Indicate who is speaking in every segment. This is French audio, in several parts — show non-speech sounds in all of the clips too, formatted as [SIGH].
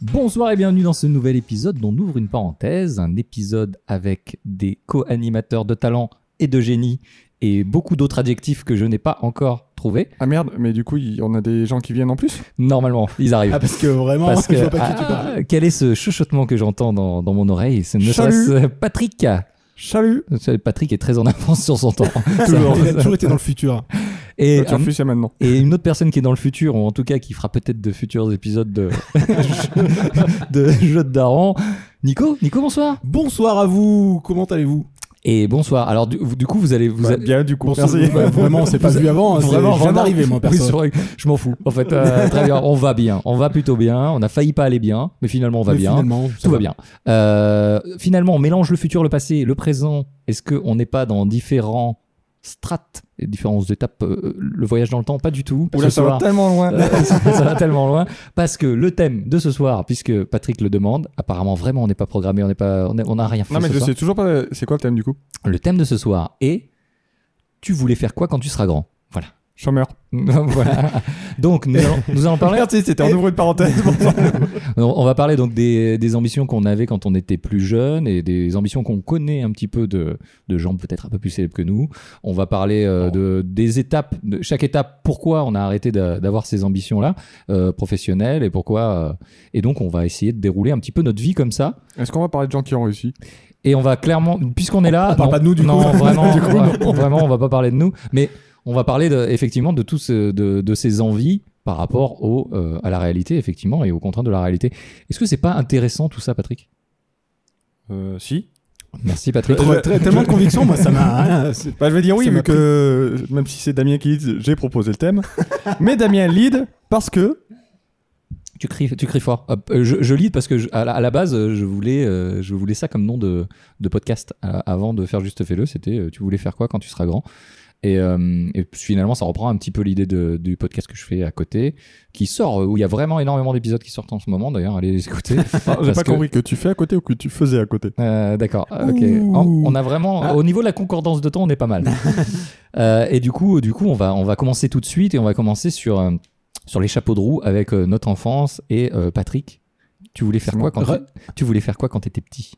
Speaker 1: Bonsoir et bienvenue dans ce nouvel épisode dont on ouvre une parenthèse, un épisode avec des co-animateurs de talent et de génie et beaucoup d'autres adjectifs que je n'ai pas encore trouvés.
Speaker 2: Ah merde, mais du coup, il- on a des gens qui viennent en plus
Speaker 1: Normalement, ils arrivent.
Speaker 3: Ah, parce que vraiment,
Speaker 1: Parce
Speaker 3: je
Speaker 1: que
Speaker 3: vois pas qui tu
Speaker 1: ah,
Speaker 3: parles.
Speaker 1: quel est ce chuchotement que j'entends dans, dans mon oreille C'est ne
Speaker 2: Salut.
Speaker 1: serait-ce euh, Patrick.
Speaker 2: Salut
Speaker 1: Patrick est très en avance sur son temps.
Speaker 2: Toujours.
Speaker 3: Il a [LAUGHS] toujours été dans le futur.
Speaker 1: Et,
Speaker 2: Le turfu, Euh, c'est maintenant.
Speaker 1: Et une autre personne qui est dans le futur, ou en tout cas qui fera peut-être de futurs épisodes de, [LAUGHS] de Jeux de Daron. Nico, Nico, bonsoir.
Speaker 3: Bonsoir à vous, comment allez-vous
Speaker 1: Et bonsoir. Alors, du, du coup, vous allez. Vous
Speaker 2: Bah,
Speaker 1: a-
Speaker 2: bien, du coup,
Speaker 3: Bonsoir,
Speaker 2: merci.
Speaker 3: bah, Vraiment, on s'est pas vu avant, hein, c'est
Speaker 1: Vraiment,
Speaker 3: je viens
Speaker 1: vraiment.
Speaker 3: d'arriver moi
Speaker 1: [LAUGHS] Oui,
Speaker 3: perso.
Speaker 1: c'est vrai que je m'en fous. En fait, Euh, très bien. On va bien. On va plutôt bien. On a failli pas aller bien, mais finalement, on va
Speaker 3: Mais
Speaker 1: bien.
Speaker 3: finalement, ça
Speaker 1: Tout va bien. Euh, finalement, on mélange le futur, le passé, le présent. Est-ce qu'on n'est pas dans différents strates, et différentes étapes, euh, le voyage dans le temps Pas du tout.
Speaker 2: Oula,
Speaker 1: Ce
Speaker 2: ça va [LAUGHS]
Speaker 1: soir,
Speaker 2: tellement loin.
Speaker 1: Euh, [LAUGHS] ça ça va tellement loin parce que le thème de ce soir puisque Patrick le demande apparemment vraiment on n'est pas programmé on n'est pas on est- on n'a rien fait
Speaker 2: Non, mais
Speaker 1: ce
Speaker 2: je
Speaker 1: soir.
Speaker 2: sais toujours pas. C'est quoi le thème du coup
Speaker 1: le thème de ce soir est tu voulais faire quoi quand tu seras grand voilà [LAUGHS]
Speaker 2: Chômeur.
Speaker 1: voilà donc nous allons, nous allons parler
Speaker 2: Merde, si, c'était en ouvre une parenthèse.
Speaker 1: on on va parler donc des, des ambitions qu'on avait quand on était plus jeune et des ambitions qu'on connaît un petit peu de, de gens peut-être un peu plus célèbres que nous on va parler euh,
Speaker 2: Oh.
Speaker 1: de, des étapes de chaque étape pourquoi on a arrêté d'a- d'avoir ces ambitions là professionnelles et pourquoi euh, et donc on va essayer de dérouler un petit peu notre vie comme ça
Speaker 2: [LAUGHS] Est-ce qu'on va parler de gens qui ont réussi
Speaker 1: et on va clairement, puisqu'on est là,
Speaker 3: On parle pas de nous, du
Speaker 1: non,
Speaker 3: coup.
Speaker 1: vraiment,
Speaker 3: [LAUGHS] Du coup,
Speaker 1: vra- vraiment, on va pas parler de nous, mais on va parler de- effectivement de tous euh, de, de ces envies par rapport au, euh, à la réalité effectivement et aux contraintes de la réalité. Est-ce que c'est pas intéressant tout ça, Patrick
Speaker 2: Euh, si.
Speaker 1: Merci Patrick.
Speaker 3: Trop- très- tellement de conviction, moi ça
Speaker 1: [LAUGHS]
Speaker 3: m'a. hein, c'est-
Speaker 2: Bah, je vais dire oui,
Speaker 3: Ça
Speaker 2: vu
Speaker 3: m'a
Speaker 2: que euh, même si c'est Damien qui lead, j'ai proposé le [LAUGHS] thème. mais Damien lead parce que.
Speaker 1: Tu cries, tu cries fort. Hop, euh, je, je lis parce que je- à, la, à la base, euh, je voulais, euh, je voulais ça comme nom de, de podcast euh, avant de faire juste fais-le. C'était euh, tu voulais faire quoi quand tu seras grand. Et, euh, et finalement, ça reprend un petit peu l'idée de- du podcast que je fais à côté, qui sort euh, où il y a vraiment énormément d'épisodes qui sortent en ce moment. D'ailleurs, allez les écouter.
Speaker 2: Ah, J'ai
Speaker 1: Parce
Speaker 2: pas
Speaker 1: que-
Speaker 2: compris que tu fais à côté ou que tu faisais à côté.
Speaker 1: Euh, D'accord. Ok.
Speaker 3: Ouh.
Speaker 1: En- on a vraiment,
Speaker 3: Ah.
Speaker 1: au niveau de la concordance de temps, on est pas mal. Euh, et du coup, du coup, on va, on va commencer tout de suite et on va commencer sur, euh, sur les chapeaux de roue avec euh, notre enfance et euh, Patrick. Tu voulais faire
Speaker 2: C'est
Speaker 1: quoi
Speaker 2: moi.
Speaker 1: quand tu, tu voulais faire quoi quand t'étais petit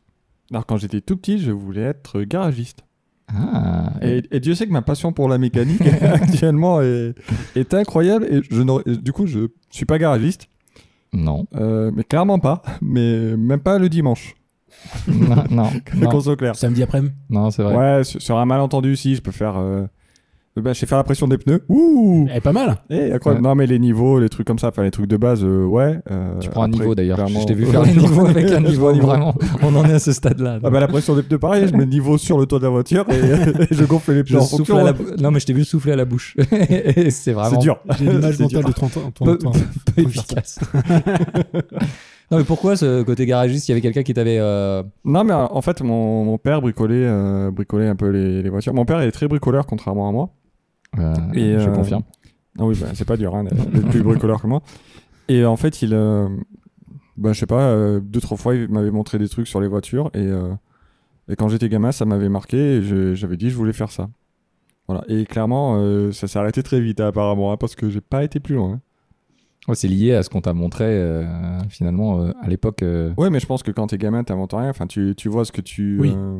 Speaker 2: Alors, quand j'étais tout petit, je voulais être garagiste.
Speaker 1: Ah.
Speaker 2: Et, et Dieu sait que ma passion pour
Speaker 1: [LAUGHS]
Speaker 2: la mécanique [LAUGHS] actuellement est, est incroyable. Et je n'aurais- et du coup, je suis pas garagiste, [LAUGHS]
Speaker 1: Non.
Speaker 2: euh, mais clairement pas, [LAUGHS] mais même pas le dimanche, [LAUGHS]
Speaker 1: non. Non.
Speaker 2: qu'on
Speaker 1: Non.
Speaker 2: soit clair.
Speaker 3: Samedi après-midi.
Speaker 1: Non, c'est vrai.
Speaker 2: Ouais, sur, sur un malentendu, si je peux faire. euh, euh, bah, je sais faire la pression des pneus. Ouh
Speaker 3: Elle est pas mal.
Speaker 2: Eh, incroyable. Non, mais les niveaux, les trucs comme ça, enfin les trucs de base, euh, ouais. euh,
Speaker 1: Tu prends un
Speaker 2: après,
Speaker 1: niveau d'ailleurs.
Speaker 2: clairement-
Speaker 1: Je t'ai vu
Speaker 2: [LAUGHS]
Speaker 1: faire les niveaux avec un niveau. Vraiment, on en est à ce stade-là.
Speaker 2: Ah bah la pression des pneus, pareil, je mets le niveau sur le toit de la voiture et, [LAUGHS] et je gonfle les
Speaker 1: je
Speaker 2: pneus en
Speaker 1: souffle
Speaker 2: fonction. hein.
Speaker 1: à la bou- Non, mais je t'ai vu souffler à la bouche. [LAUGHS] Et c'est
Speaker 2: C'est
Speaker 1: vraiment
Speaker 2: dur.
Speaker 1: [LAUGHS]
Speaker 3: J'ai l'image
Speaker 2: [LAUGHS] C'est
Speaker 3: mentale
Speaker 2: dur.
Speaker 3: de 30 ans.
Speaker 1: peu,
Speaker 3: 30 ans.
Speaker 1: peu- peu efficace.
Speaker 3: [LAUGHS]
Speaker 1: non mais pourquoi ce côté garagiste Il y avait quelqu'un qui t'avait. euh,
Speaker 2: Non, mais euh, en fait, mon, mon père bricolait, euh, bricolait un peu les, les voitures. Mon père est très bricoleur, contrairement à moi. Et,
Speaker 1: je
Speaker 2: euh,
Speaker 1: confirme.
Speaker 2: Ah oui, bah, c'est pas dur, hein, d'être plus bricoleur que moi. Et euh, en fait, il. euh, bah, je sais pas, euh, deux, trois fois, il m'avait montré des trucs sur les voitures. Et, euh, et quand j'étais gamin, ça m'avait marqué. Et je- j'avais dit, je voulais faire ça. Voilà. Et clairement, euh, ça s'est arrêté très vite, hein, apparemment, hein, parce que j'ai pas été plus loin. hein.
Speaker 1: Ouais, c'est lié à ce qu'on t'a montré euh, finalement euh, à l'époque. euh,
Speaker 2: Ouais, mais je pense que quand t'es gamin, t'inventes rien. Enfin, tu, tu vois ce que tu.
Speaker 3: Oui.
Speaker 2: euh,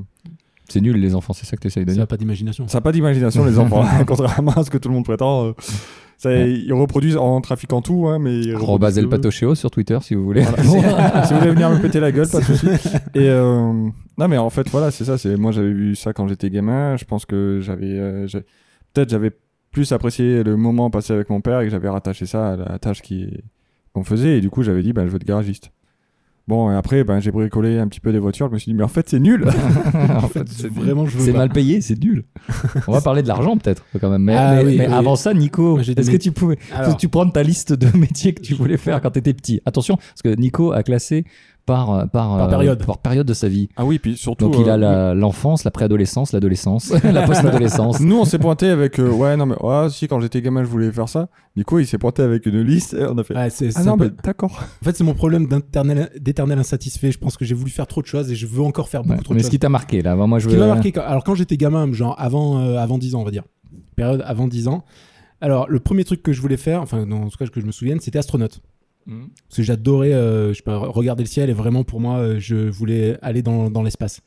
Speaker 1: C'est nul les enfants, c'est ça que tu essayes de
Speaker 3: Ça
Speaker 1: dire.
Speaker 3: n'a
Speaker 1: [LAUGHS]
Speaker 3: pas d'imagination.
Speaker 2: Ça n'a pas d'imagination, [LAUGHS] les enfants, hein, contrairement à ce que tout le monde prétend. euh, ça, Ils reproduisent en trafiquant tout, hein, mais. ils
Speaker 1: Rebasez le
Speaker 2: reproduisent
Speaker 1: patochéo sur Twitter si vous voulez.
Speaker 3: [LAUGHS]
Speaker 2: tout. si vous voulez venir me péter la gueule, [LAUGHS] pas de souci. Et euh, non, mais en fait, voilà, c'est ça. C'est moi, j'avais vu ça quand j'étais gamin. Je pense que j'avais, euh, j'ai- peut-être, j'avais plus apprécié le moment passé avec mon père et que j'avais rattaché ça à la tâche qui qu'on faisait. Et du coup, j'avais dit, ben, je veux être garagiste. Bon, et après, ben, j'ai bricolé un petit peu des voitures. Je me suis dit, mais en fait, c'est nul.
Speaker 1: [LAUGHS] En fait, c'est nul.
Speaker 3: Vraiment, je veux
Speaker 1: C'est
Speaker 3: pas.
Speaker 1: mal payé, c'est nul. On va parler de l'argent peut-être quand même. Mais,
Speaker 3: Ah
Speaker 1: mais-
Speaker 3: oui,
Speaker 1: mais
Speaker 3: oui.
Speaker 1: avant ça, Nico,
Speaker 3: Moi, j'ai des
Speaker 1: est-ce que tu pouvais,
Speaker 3: Alors,
Speaker 1: tu prends ta liste de [LAUGHS] métiers que tu voulais faire quand t'étais petit Attention, parce que Nico a classé par euh, par,
Speaker 3: Par
Speaker 1: euh,
Speaker 3: période.
Speaker 1: par période de sa vie.
Speaker 2: ah oui, puis surtout.
Speaker 1: Donc il a
Speaker 3: hein.
Speaker 2: euh,
Speaker 1: la- l'enfance, la préadolescence, l'adolescence, [LAUGHS] la
Speaker 3: [LAUGHS]
Speaker 1: post-adolescence.
Speaker 2: Nous, on s'est pointé avec. euh, ouais, non, mais ouais, si, quand j'étais gamin, je voulais faire ça. Du coup, il s'est pointé avec une liste et on a fait.
Speaker 3: ouais, c'est-
Speaker 2: ah
Speaker 3: c'est
Speaker 2: non,
Speaker 3: un peu-
Speaker 2: mais d'accord.
Speaker 3: En fait, c'est mon problème d'internel- d'éternel insatisfait. Je pense que j'ai voulu faire trop de choses et je veux encore faire beaucoup
Speaker 1: Ouais,
Speaker 3: trop de
Speaker 1: mais
Speaker 3: choses.
Speaker 1: ce qui t'a marqué là, moi je
Speaker 3: Ce
Speaker 1: veux.
Speaker 3: qui m'a marqué, quand- alors quand j'étais gamin, genre avant, euh, avant 10 ans, on va dire, période avant 10 ans, alors le premier truc que je voulais faire, enfin non, en tout cas que je me souvienne, c'était astronaute.
Speaker 1: Mhm.
Speaker 3: Parce que j'adorais euh, je sais pas, regarder le ciel et vraiment pour moi, euh, je voulais aller dans, dans l'espace.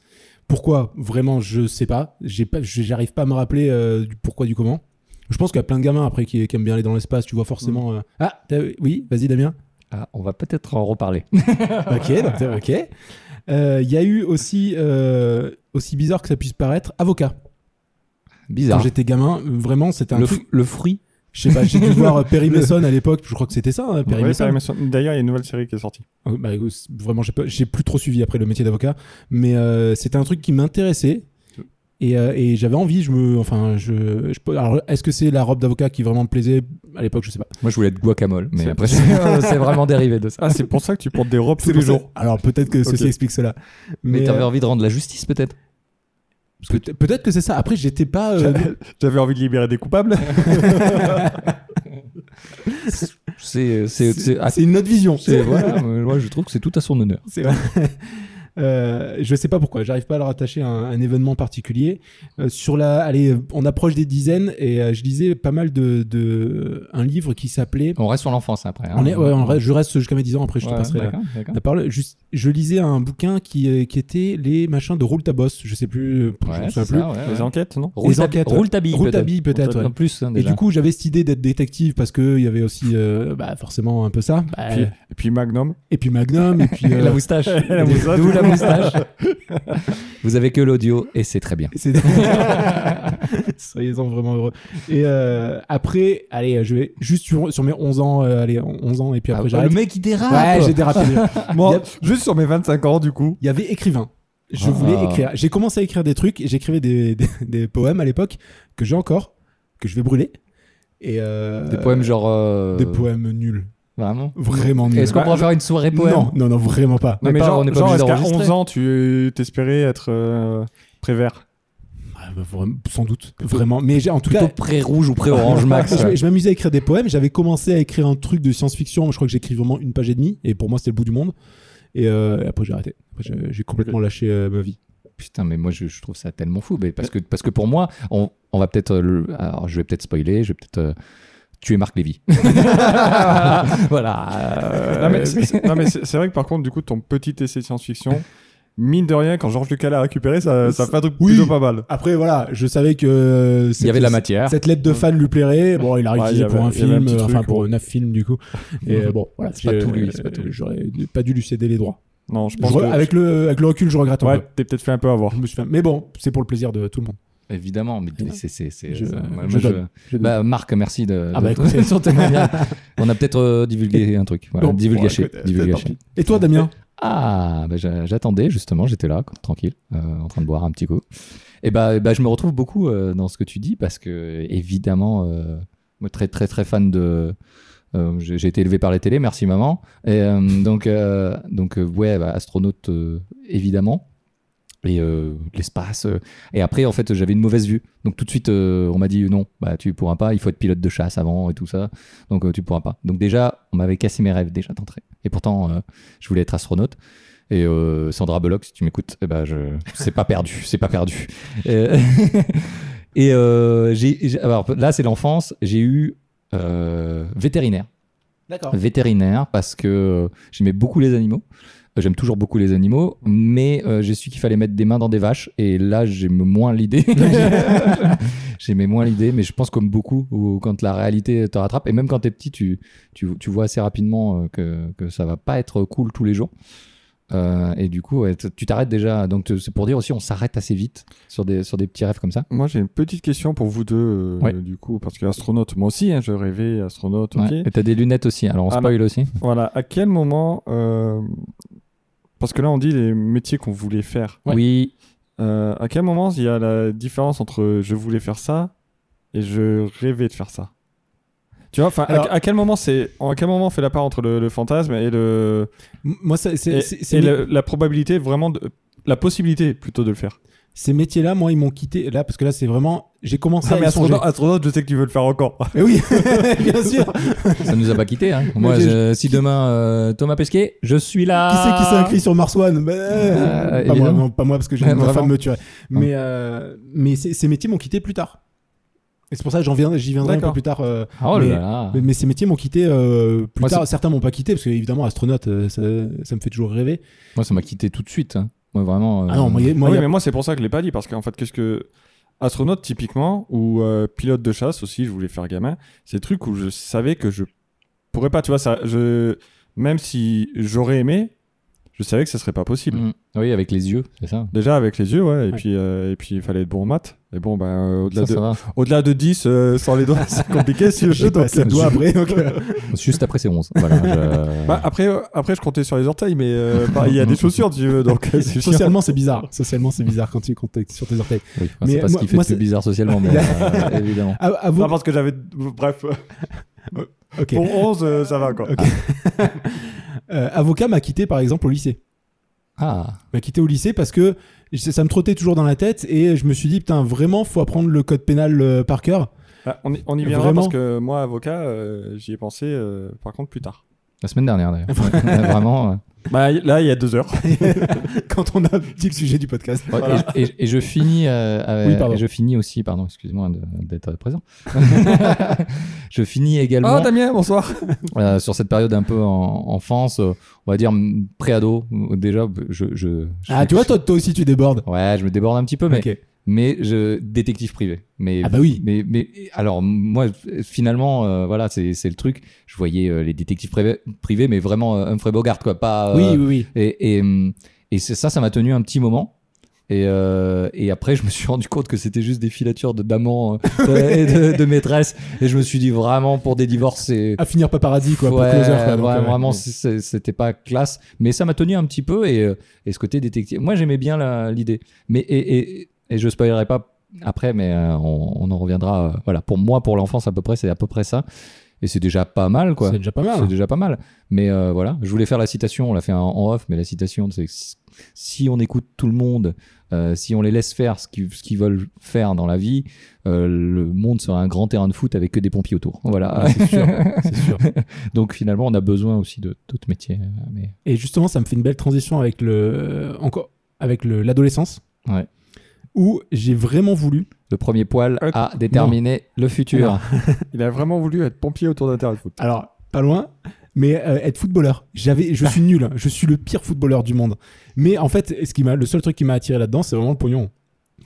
Speaker 3: Pourquoi Vraiment, je sais pas. J'ai pas, j'ai- j'arrive pas à me rappeler euh, du pourquoi du comment. Je pense qu'il y a plein de gamins après qui, qui aiment bien aller dans l'espace. Tu vois forcément. euh, Ah, t'as- oui, vas-y Damien.
Speaker 1: Ah, on va peut-être en reparler.
Speaker 3: ok, donc, euh, ok. Euh, Il y a eu aussi, euh, aussi bizarre que ça puisse paraître, avocat.
Speaker 1: [LAUGHS]
Speaker 3: Quand
Speaker 1: Bizarre.
Speaker 3: j'étais gamin, vraiment, c'était un
Speaker 1: Le,
Speaker 3: truc.
Speaker 1: f- le fruit
Speaker 3: Je sais pas, j'ai dû voir euh, Perry Mason à l'époque. Je crois que c'était ça, hein, Perry
Speaker 2: Ouais,
Speaker 3: Mason.
Speaker 2: Perry Mason. D'ailleurs, il y a une nouvelle série qui est sortie.
Speaker 3: Euh, bah, euh, c'est- vraiment, j'ai pas- j'ai plus trop suivi après le métier d'avocat, mais euh, c'était un truc qui m'intéressait. Et, euh, et j'avais envie, je me, enfin, je, je peux- alors, est-ce que c'est la robe d'avocat qui vraiment me plaisait à l'époque, je sais pas.
Speaker 1: Moi, je voulais être guacamole, mais
Speaker 2: C'est-
Speaker 3: [LAUGHS]
Speaker 1: après, c'est [LAUGHS] c'est vraiment dérivé de ça.
Speaker 2: Ah, c'est pour ça que tu portes des robes tous
Speaker 3: pour
Speaker 2: les
Speaker 3: ça-
Speaker 2: jours.
Speaker 3: Alors peut-être que ceci
Speaker 2: Ok.
Speaker 3: explique cela.
Speaker 1: Mais,
Speaker 3: Mais,
Speaker 1: t'avais
Speaker 3: euh,
Speaker 1: envie de rendre la justice, peut-être
Speaker 3: peut- peut-être que c'est ça. Après, j'étais pas. euh,
Speaker 2: [LAUGHS] J'avais envie de libérer des coupables.
Speaker 1: C'est c'est- c'est- ah,
Speaker 3: [LAUGHS] c'est une autre vision.
Speaker 1: c'est- voilà, euh, ouais, je trouve que c'est tout à son honneur.
Speaker 3: C'est vrai. [LAUGHS] Euh, je sais pas pourquoi, j'arrive pas à le rattacher à un, un événement particulier. Euh, sur la, allez, euh, on approche des dizaines et euh, je lisais pas mal de, de un livre qui s'appelait.
Speaker 1: On reste sur l'enfance après. hein.
Speaker 3: On est, ouais, on reste- je reste jusqu'à mes 10 ans. Après, je te
Speaker 1: Ouais,
Speaker 3: passerai la,
Speaker 1: d'accord, d'accord.
Speaker 3: la parole. Juste, je lisais un bouquin qui, euh, qui était les machins de roule ta bosse. Je sais plus, euh, je
Speaker 1: Ouais,
Speaker 3: me
Speaker 1: c'est
Speaker 3: souviens
Speaker 1: ça,
Speaker 3: plus.
Speaker 1: ouais, ouais.
Speaker 2: Les enquêtes, non
Speaker 1: Roule ta-
Speaker 3: enquêtes, ouais.
Speaker 1: roule ta bille,
Speaker 3: Roule ta
Speaker 1: peut-être.
Speaker 3: bille peut-être.
Speaker 2: Roule ta
Speaker 3: ouais.
Speaker 1: En plus, hein,
Speaker 3: Et
Speaker 1: déjà.
Speaker 3: du coup, j'avais cette idée d'être détective parce que il y avait aussi, euh, bah, forcément, un peu ça. Bah,
Speaker 2: Puis- Et puis Magnum.
Speaker 3: et puis Magnum, et puis euh,
Speaker 1: la
Speaker 3: [LAUGHS]
Speaker 1: moustache.
Speaker 2: La moustache.
Speaker 1: D'où la moustache. Vous avez que l'audio et c'est très bien.
Speaker 3: C'est- [LAUGHS] Soyez-en vraiment heureux. Et euh, après, allez, je vais juste sur, sur mes 11 ans, euh, allez, 11 ans, et puis après
Speaker 1: Ah,
Speaker 3: j'arrête.
Speaker 1: le mec, il dérape.
Speaker 3: Ouais, j'ai dérapé.
Speaker 2: Moi,
Speaker 3: Yep.
Speaker 2: juste sur mes 25 ans, du coup.
Speaker 3: Il y avait écrivain. Je
Speaker 1: Ah.
Speaker 3: voulais écrire. J'ai commencé à écrire des trucs, j'écrivais des, [LAUGHS] des, des poèmes à l'époque que j'ai encore, que je vais brûler. Et euh,
Speaker 1: Des poèmes genre. euh,
Speaker 3: Des poèmes nuls.
Speaker 1: Vraiment
Speaker 3: Vraiment nuls.
Speaker 1: Est-ce qu'on
Speaker 2: Bah,
Speaker 1: pourra faire une soirée poème
Speaker 3: Non, non, non, vraiment pas.
Speaker 1: Mais pas- on n'est pas
Speaker 2: genre
Speaker 1: obligé
Speaker 2: est-ce qu'à
Speaker 1: d'enregistrer.
Speaker 2: 11 ans, tu t'espérais être euh, Prévert
Speaker 3: Ah, bah, vraiment, sans doute, vraiment. Mais j'ai en tout cas,
Speaker 1: Plutôt pré-rouge ou pré-orange
Speaker 3: [LAUGHS]
Speaker 1: max.
Speaker 3: Je, je m'amusais à écrire des poèmes. J'avais commencé à écrire un truc de science-fiction. Je crois que j'écris vraiment une page et demie. Et pour moi, c'était le bout du monde. Et, euh, et après, j'ai arrêté. Après, j'ai- J'ai complètement lâché euh, ma vie.
Speaker 1: Putain, mais moi je, je trouve ça tellement fou. Mais parce, que, parce que pour moi, on, on va peut-être. euh, le- Alors je vais peut-être spoiler, je vais peut-être euh, tuer Marc Lévy. voilà. euh, [LAUGHS]
Speaker 2: Non, mais c'est- non, mais c'est c'est vrai que par contre, du coup, ton petit essai de science-fiction, mine de rien, quand Georges Lucas l'a récupéré, ça, ça fait un truc
Speaker 3: Oui.
Speaker 2: plutôt pas mal.
Speaker 3: Après, voilà, je savais que euh,
Speaker 1: il y
Speaker 3: cette-
Speaker 1: avait de la matière.
Speaker 3: Cette lettre de fan lui plairait. Bon, il l'a
Speaker 2: Ouais,
Speaker 3: réutilisée
Speaker 2: il y
Speaker 3: pour
Speaker 2: avait-
Speaker 3: un
Speaker 2: il y avait un
Speaker 3: film,
Speaker 2: petit
Speaker 3: euh, enfin
Speaker 2: truc,
Speaker 3: pour
Speaker 2: bon.
Speaker 3: euh, neuf films du coup.
Speaker 2: [LAUGHS]
Speaker 3: Et euh, bon, voilà,
Speaker 1: C'est pas
Speaker 3: j'ai-
Speaker 1: tout lui, c'est pas tout lui.
Speaker 3: J'aurais pas dû lui céder les droits.
Speaker 2: Non, je
Speaker 3: Je
Speaker 2: pense
Speaker 3: re-
Speaker 2: que-
Speaker 3: avec, le, avec le recul, je regrette un
Speaker 2: Ouais,
Speaker 3: peu.
Speaker 2: t'es peut-être fait un peu avoir.
Speaker 3: Je me suis fait- Mais bon, c'est pour le plaisir de tout le monde.
Speaker 1: Évidemment, mais
Speaker 3: Ouais.
Speaker 1: c'est. c'est- c'est-
Speaker 3: Je-
Speaker 1: euh, moi,
Speaker 3: je
Speaker 1: moi, je-
Speaker 3: donne. Je-
Speaker 1: Bah, Marc, merci de,
Speaker 3: Ah
Speaker 1: de- [LAUGHS]
Speaker 3: bah, écoutez.
Speaker 1: sur tes
Speaker 3: [LAUGHS]
Speaker 1: manières. On a peut-être euh, divulgué un truc. Voilà,
Speaker 3: Bon,
Speaker 1: divulgaché,
Speaker 3: bon, écoute, euh,
Speaker 1: divulgaché.
Speaker 3: tant pis. Et toi, Damien
Speaker 2: Euh,
Speaker 1: Ah, bah, j'a- j'attendais justement, j'étais là, comme- tranquille, euh, en train de boire un petit coup. Et bah, et bah, je me retrouve beaucoup euh, dans ce que tu dis parce que évidemment, euh, moi très très très fan de. euh, j'ai j'ai été élevé par les télés, merci maman. Et euh, donc euh, donc euh, ouais, bah, astronaute euh, évidemment. Et euh, l'espace. euh. Et après, en fait, j'avais une mauvaise vue. Donc tout de suite, euh, on m'a dit non, bah tu pourras pas. Il faut être pilote de chasse avant et tout ça. Donc euh, tu pourras pas. Donc déjà, on m'avait cassé mes rêves déjà d'entrée. Et pourtant, euh, je voulais être astronaute. Et euh, Sandra Bullock, si tu m'écoutes, eh ben je c'est pas perdu, c'est pas perdu. Euh, [LAUGHS] et euh, j'ai j'ai- alors, là, c'est l'enfance. J'ai eu euh, vétérinaire,
Speaker 3: D'accord.
Speaker 1: vétérinaire parce que euh, j'aimais beaucoup les animaux. Euh, J'aime toujours beaucoup les animaux, mais euh, j'ai su qu'il fallait mettre des mains dans des vaches. Et là, j'aime moins l'idée. J'aimais moins l'idée, mais je pense comme beaucoup, où quand la réalité te rattrape, et même quand t'es petit, tu, tu, tu vois assez rapidement euh, que, que ça va pas être cool tous les jours. Euh, et du coup, ouais, t- tu t'arrêtes déjà. Donc, te- c'est pour dire aussi, on s'arrête assez vite sur des, sur des petits rêves comme ça.
Speaker 2: Moi, j'ai une petite question pour vous deux, euh,
Speaker 1: Ouais.
Speaker 2: du coup, parce que astronaute, moi aussi, hein, je rêvais astronaute, ok.
Speaker 3: [LAUGHS]
Speaker 1: Ouais. Et t'as des lunettes aussi, alors on
Speaker 2: Ah,
Speaker 1: spoil aussi.
Speaker 2: Voilà, à quel moment. euh, Parce que là, on dit les métiers qu'on voulait faire.
Speaker 3: Ouais.
Speaker 1: Oui,
Speaker 2: Euh, à quel moment il y a la différence entre je voulais faire ça et je rêvais de faire ça Tu vois, enfin, à-
Speaker 3: Alors-
Speaker 2: à, quel moment c'est, à quel moment on fait la part entre le, le fantasme et le
Speaker 3: Moi, ça- c'est
Speaker 2: et,
Speaker 3: c'est-
Speaker 2: et
Speaker 3: c'est
Speaker 2: le- la probabilité vraiment de la possibilité plutôt de le faire.
Speaker 3: ces métiers-là, moi, ils m'ont quitté. Là, parce que là, c'est vraiment. J'ai
Speaker 2: Ah,
Speaker 3: commencé à y songer.
Speaker 2: je sais que tu veux le faire encore.
Speaker 3: Mais oui, [LAUGHS] bien sûr.
Speaker 1: ça nous a pas quittés.
Speaker 3: [LAUGHS]
Speaker 1: hein. Moi,
Speaker 3: Mais j'ai-
Speaker 1: je- si demain euh, Thomas Pesquet, je suis là.
Speaker 3: Qui c'est qui s'est
Speaker 2: Ah.
Speaker 3: inscrit sur Mars One Bah,
Speaker 1: Euh,
Speaker 3: Pas moi,
Speaker 1: évidemment.
Speaker 3: non, pas moi, parce que j'ai
Speaker 1: Ouais,
Speaker 3: ma
Speaker 2: Hein.
Speaker 1: vraiment.
Speaker 3: femme me tuerait. Mais, euh, mais ces, ces métiers m'ont quitté plus tard. Et c'est pour ça que j'en viens- j'y viendrai un peu
Speaker 2: D'accord. Ah.
Speaker 3: plus tard. euh,
Speaker 1: Oh là
Speaker 3: mais-
Speaker 1: là.
Speaker 3: Mais, mais ces métiers m'ont quitté euh, plus
Speaker 1: Moi,
Speaker 3: tard. Certains m'ont pas quitté parce que évidemment astronaute, euh, ça, ça me fait toujours rêver.
Speaker 1: Moi, ça m'a quitté tout de suite. hein. Moi, vraiment. euh,
Speaker 3: Ah non, moi, y a- moi,
Speaker 2: Ah
Speaker 3: y
Speaker 2: oui,
Speaker 3: a-
Speaker 2: mais moi, c'est pour ça que je l'ai pas dit, parce qu'en fait, qu'est-ce que. Astronaute, typiquement, ou euh, pilote de chasse aussi, je voulais faire gamin, c'est des trucs où je savais que je pourrais pas, tu vois, ça. Je... Même si j'aurais aimé, je savais que ça serait pas possible.
Speaker 1: mm. Oui, avec les yeux, c'est ça.
Speaker 2: Déjà avec les yeux, ouais, et
Speaker 3: Ouais.
Speaker 2: puis euh, et puis il fallait être bon en maths. Et bon, ben, euh, au-delà
Speaker 1: Ça,
Speaker 2: de,
Speaker 1: ça va.
Speaker 2: au-delà de 10, euh, sans les doigts, [LAUGHS] c'est compliqué si le
Speaker 3: je
Speaker 2: jeu.
Speaker 3: passe le doigt après. donc, euh,
Speaker 1: Juste après, c'est 11. Voilà,
Speaker 3: [LAUGHS]
Speaker 1: je-
Speaker 2: Bah, après, euh, après, je comptais sur les orteils, mais euh, pareil, il
Speaker 1: [LAUGHS]
Speaker 2: y a des chaussures, tu veux, donc euh, [LAUGHS] c'est chiant.
Speaker 3: socialement c'est bizarre. Socialement c'est bizarre quand tu contactes sur tes orteils.
Speaker 1: Oui, enfin,
Speaker 3: Mais
Speaker 1: c'est pas ce
Speaker 3: moi-
Speaker 1: qui fait
Speaker 3: moi,
Speaker 1: le plus
Speaker 3: c'est-
Speaker 1: bizarre socialement,
Speaker 3: [LAUGHS]
Speaker 1: mais euh, évidemment.
Speaker 3: À, à vous.
Speaker 2: Non, parce que j'avais. Bref,
Speaker 3: Ah, ok.
Speaker 2: pour 11, euh, ça va quoi.
Speaker 3: Ok. Euh, avocat m'a quitté par exemple au lycée.
Speaker 1: Ah,
Speaker 3: M'a quitté au lycée parce que ça ça me trottait toujours dans la tête et je me suis dit putain vraiment faut apprendre le code pénal euh, par cœur. [LAUGHS]
Speaker 2: Ah, on, y, on y viendra
Speaker 3: Vraiment
Speaker 2: parce que moi, avocat, euh, j'y ai pensé euh, par contre plus tard.
Speaker 1: la semaine dernière d'ailleurs. Ouais,
Speaker 3: [LAUGHS]
Speaker 1: Vraiment. euh,
Speaker 2: Bah, y- là, il y a deux heures.
Speaker 3: quand on a dit le sujet du podcast.
Speaker 1: Ouais,
Speaker 2: Voilà.
Speaker 1: et, et- et je finis, euh, avec-
Speaker 3: Oui, pardon.
Speaker 1: et je finis aussi, pardon, excusez-moi de- d'être
Speaker 3: [LAUGHS]
Speaker 1: présent. je finis
Speaker 2: Ah,
Speaker 1: également
Speaker 2: Damien, bonsoir.
Speaker 1: euh, sur cette période un peu en enfance, euh, on va dire mm, pré-ado. Déjà, je, je, je-
Speaker 3: Ah tu vois toi, toi aussi tu débordes.
Speaker 1: [LAUGHS] ouais, je me déborde un petit peu, mais, euh,
Speaker 3: Ok.
Speaker 1: mais je détective privé. Mais
Speaker 3: Ah bah oui.
Speaker 1: mais, mais alors moi finalement euh, voilà c'est c'est le truc je voyais euh, les détectives privés, privés mais vraiment euh, Humphrey Bogart quoi pas euh,
Speaker 3: Oui oui oui.
Speaker 1: et, et, hum, et c'est ça, ça m'a tenu un petit moment. Et, euh, et après, je me suis rendu compte que c'était juste des filatures de
Speaker 3: [LAUGHS]
Speaker 1: d'amants euh, et de, de maîtresses. Et je me suis dit vraiment pour des divorces, c'est
Speaker 3: À finir pas paradis Ah, quoi. pour
Speaker 1: Ouais,
Speaker 3: Closer, quoi, donc,
Speaker 1: vra-
Speaker 3: euh,
Speaker 1: vraiment,
Speaker 3: ouais.
Speaker 1: c'est- c'est- c'était pas classe. Mais ça m'a tenu un petit peu. Et, euh, et ce côté détective, moi j'aimais bien la- l'idée. Mais et, et, et je spoilerai pas après, mais euh, on, on en reviendra. euh, voilà, pour moi, pour l'enfance à peu près, c'est à peu près ça. Et c'est déjà pas mal, hein. quoi.
Speaker 3: C'est déjà pas mal.
Speaker 1: C'est déjà pas mal. Mais euh, voilà, je voulais faire la citation, on l'a fait en- en off, mais la citation, c'est que si- si on écoute tout le monde, euh, si on les laisse faire ce qu'ils ce qu'ils veulent faire dans la vie, euh, le monde sera un grand terrain de foot avec que des pompiers autour. Voilà.
Speaker 3: Ouais, c'est sûr, c'est sûr.
Speaker 1: [LAUGHS] Donc finalement, on a besoin aussi de d'autres métiers. euh, Mais...
Speaker 3: Et justement, ça me fait une belle transition avec le encore avec le- l'adolescence.
Speaker 1: Ouais.
Speaker 3: Où j'ai vraiment voulu.
Speaker 1: Le premier poil
Speaker 2: Euh,
Speaker 1: a déterminé le futur.
Speaker 2: Il a vraiment voulu être pompier autour d'un terrain de foot.
Speaker 3: Alors, pas loin, mais euh, être footballeur. J'avais, je suis nul. hein. Je suis le pire footballeur du monde. Mais en fait, ce qui m'a, le seul truc qui m'a attiré là-dedans, c'est vraiment le pognon.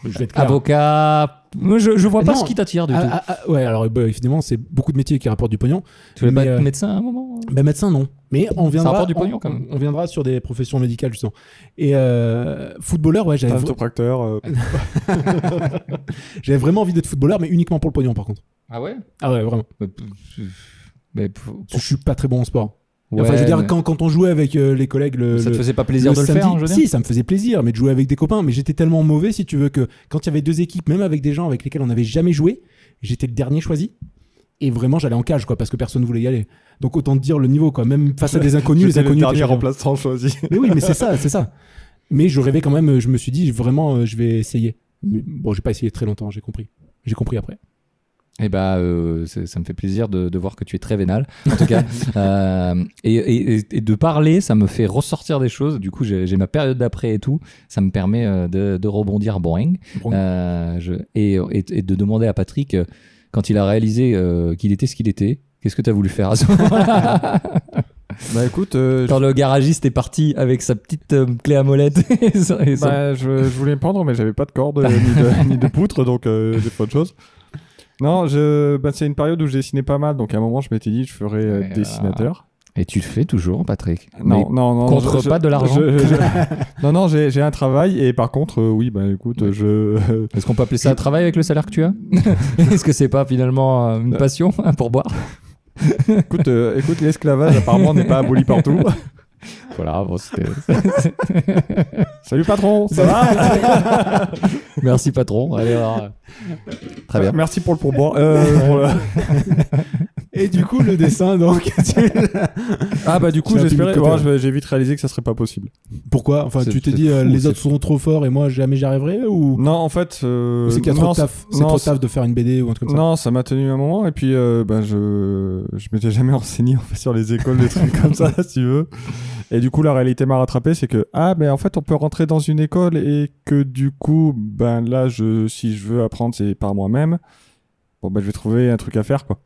Speaker 3: Je vais être clair.
Speaker 1: Avocat. Moi, Je, je vois pas
Speaker 3: Non.
Speaker 1: ce qui t'attire du tout.
Speaker 3: Ah, ah, ah, ouais, alors bah, évidemment, c'est beaucoup de métiers qui rapportent du pognon.
Speaker 1: tu voulais
Speaker 3: mais,
Speaker 1: pas être
Speaker 3: euh,
Speaker 1: médecin à un moment hein
Speaker 3: Ben médecin non, mais on viendra
Speaker 1: rapporte du pognon,
Speaker 3: on-
Speaker 1: quand même.
Speaker 3: On, viendra sur des professions médicales justement. Et euh, footballeur, ouais, j'avais, vra-
Speaker 2: Tatopracteur. euh,
Speaker 3: j'avais vraiment envie d'être footballeur, mais uniquement pour le pognon par contre.
Speaker 1: Ah ouais
Speaker 3: Ah ouais, vraiment.
Speaker 1: mais, mais-
Speaker 3: Parce que je suis pas très bon en sport.
Speaker 1: Ouais,
Speaker 3: enfin, je veux dire,
Speaker 1: mais
Speaker 3: quand, quand on jouait avec euh, les collègues le.
Speaker 1: ça
Speaker 3: le-
Speaker 1: te faisait pas plaisir
Speaker 3: le
Speaker 1: de le
Speaker 3: samedi-
Speaker 1: faire, hein, je veux dire
Speaker 3: Si, ça me faisait plaisir, mais de jouer avec des copains. Mais j'étais tellement mauvais, si tu veux, que quand il y avait deux équipes, même avec des gens avec lesquels on n'avait jamais joué, j'étais le dernier choisi. Et vraiment, j'allais en cage, quoi, parce que personne voulait y aller. Donc autant te dire le niveau, quoi. Même face à des inconnus, les
Speaker 2: J'étais le
Speaker 3: inconnus. étaient
Speaker 2: dernier
Speaker 3: champions.
Speaker 2: remplaçant choisi.
Speaker 3: Mais oui, mais c'est ça, c'est ça. Mais je rêvais quand même, je me suis dit, vraiment, euh, je vais essayer. Mais bon, j'ai pas essayé très longtemps, j'ai compris. J'ai compris après.
Speaker 1: Eh bah, ça me fait plaisir de, de voir que tu es très vénal, en tout
Speaker 2: [LAUGHS]
Speaker 1: cas. Euh, et, et- et de parler, ça me fait ressortir des choses. Du coup, j'ai j'ai ma période d'après et tout. Ça me permet euh, de, de rebondir, boing.
Speaker 3: Boing.
Speaker 1: Euh, je- et, et- et de demander à Patrick, euh, quand il a réalisé euh, qu'il était ce qu'il était, qu'est-ce que tu as voulu faire à
Speaker 2: [LAUGHS]
Speaker 1: ce moment-là
Speaker 2: [LAUGHS] Bah écoute, euh,
Speaker 1: Quand le garagiste est parti avec sa petite euh, clé à molette. [LAUGHS] et son- et son-
Speaker 2: Bah, je, je voulais me pendre, mais j'avais pas de [LAUGHS] corde euh, ni de, ni de poutre, donc euh, j'ai pas de choses. Non, je, bah, c'est une période où je dessinais pas mal, donc à un moment je m'étais dit je ferais euh,
Speaker 1: Ouais,
Speaker 2: dessinateur.
Speaker 1: Et tu le fais toujours, Patrick.
Speaker 2: non,
Speaker 1: Mais
Speaker 2: non, non,
Speaker 1: contre
Speaker 2: je-
Speaker 1: pas de l'argent.
Speaker 2: je- [LAUGHS] je- non, non, j'ai, j'ai un travail et par contre, euh, oui, bah écoute, je. euh,
Speaker 1: Est-ce qu'on peut appeler ça un travail avec le salaire que tu
Speaker 2: [LAUGHS]
Speaker 1: as Est-ce que c'est pas finalement euh, une passion pour boire
Speaker 2: écoute, euh, écoute, l'esclavage apparemment n'est pas aboli
Speaker 3: [LAUGHS]
Speaker 2: partout.
Speaker 1: Voilà, bon, c'était.
Speaker 2: Salut patron, ça va
Speaker 1: Merci patron. Allez voir. Très bien.
Speaker 2: Merci pour le pourboire. Euh, pour le-
Speaker 3: Et du coup, [LAUGHS] le dessin, donc.
Speaker 2: Ah bah du coup,
Speaker 3: Tu l'as
Speaker 2: j'espérais.
Speaker 3: mis de côté,
Speaker 2: ouais, je- j'ai vite réalisé que ça serait pas possible.
Speaker 3: Pourquoi Enfin,
Speaker 1: C'est-
Speaker 3: tu t'es
Speaker 1: c'est
Speaker 3: dit, euh,
Speaker 1: fou,
Speaker 3: les
Speaker 1: c'est
Speaker 3: autres seront trop forts et moi, jamais j'y arriverai Ou,
Speaker 2: Non, en fait. euh,
Speaker 3: ou c'est qu'il y a
Speaker 2: non,
Speaker 3: trop de taf C'est
Speaker 2: non,
Speaker 3: trop de
Speaker 2: c'est-
Speaker 3: taf de faire une BD ou un truc comme ça
Speaker 2: Non, ça m'a tenu un moment et puis euh, ben je je m'étais jamais [LAUGHS] renseigné en fait, sur les écoles des trucs comme ça si tu veux. Et du coup la réalité m'a rattrapé, c'est que ah mais en fait on peut rentrer dans une école et que du coup ben là je si je veux apprendre c'est par moi-même Bon, bah, je vais trouver un truc à faire, quoi.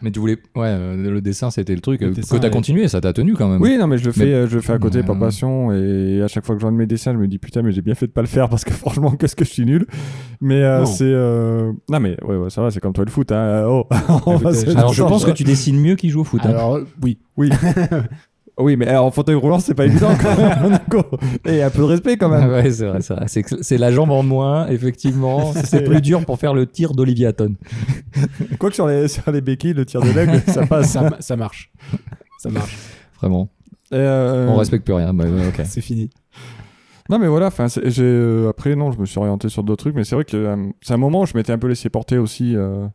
Speaker 1: Mais tu voulais. Ouais, euh, le dessin, c'était le truc
Speaker 3: Le
Speaker 1: euh,
Speaker 3: dessin,
Speaker 1: que t'as
Speaker 3: ouais.
Speaker 1: continué, ça t'a tenu quand même.
Speaker 2: Oui, non, mais je le fais,
Speaker 1: Mais-
Speaker 2: euh, je le fais à côté
Speaker 1: Ouais,
Speaker 2: par
Speaker 1: ouais.
Speaker 2: passion. Et à chaque fois que je vois de mes dessins, je me dis putain, mais j'ai bien fait de pas le faire parce que [LAUGHS] franchement, qu'est-ce que je suis nul. Mais euh,
Speaker 3: Non.
Speaker 2: c'est. euh, Non, mais ouais, ouais, ça va, c'est comme toi le foot. Hein. Oh, [LAUGHS] on va
Speaker 3: Écoute,
Speaker 2: se
Speaker 1: Alors
Speaker 3: euh,
Speaker 2: dire
Speaker 1: Ah, je
Speaker 2: ça.
Speaker 1: pense que tu dessines mieux qu'il joue au foot. hein.
Speaker 3: Alors, oui.
Speaker 2: Oui, mais alors, en fauteuil roulant, c'est pas évident [LAUGHS] quand même. Donc, oh, Et un peu de respect quand
Speaker 1: Ah [LAUGHS]
Speaker 2: même.
Speaker 1: ouais, c'est vrai, c'est vrai. C'est que- c'est la jambe en moins, effectivement. C'est plus dur pour faire le tir d'Olivier Hatton.
Speaker 2: Quoique sur les, sur les béquilles, le tir de l'aigle, ça [LAUGHS] passe.
Speaker 3: ça, ça marche. Ça marche.
Speaker 1: Vraiment.
Speaker 2: Euh,
Speaker 1: On respecte plus rien. Bah, ouais, ok.
Speaker 3: C'est fini.
Speaker 2: Non, mais voilà, enfin, c'est- j'ai, euh, après, non, je me suis orienté sur d'autres trucs, mais c'est vrai que euh, c'est un moment où je m'étais un peu laissé porter aussi, euh,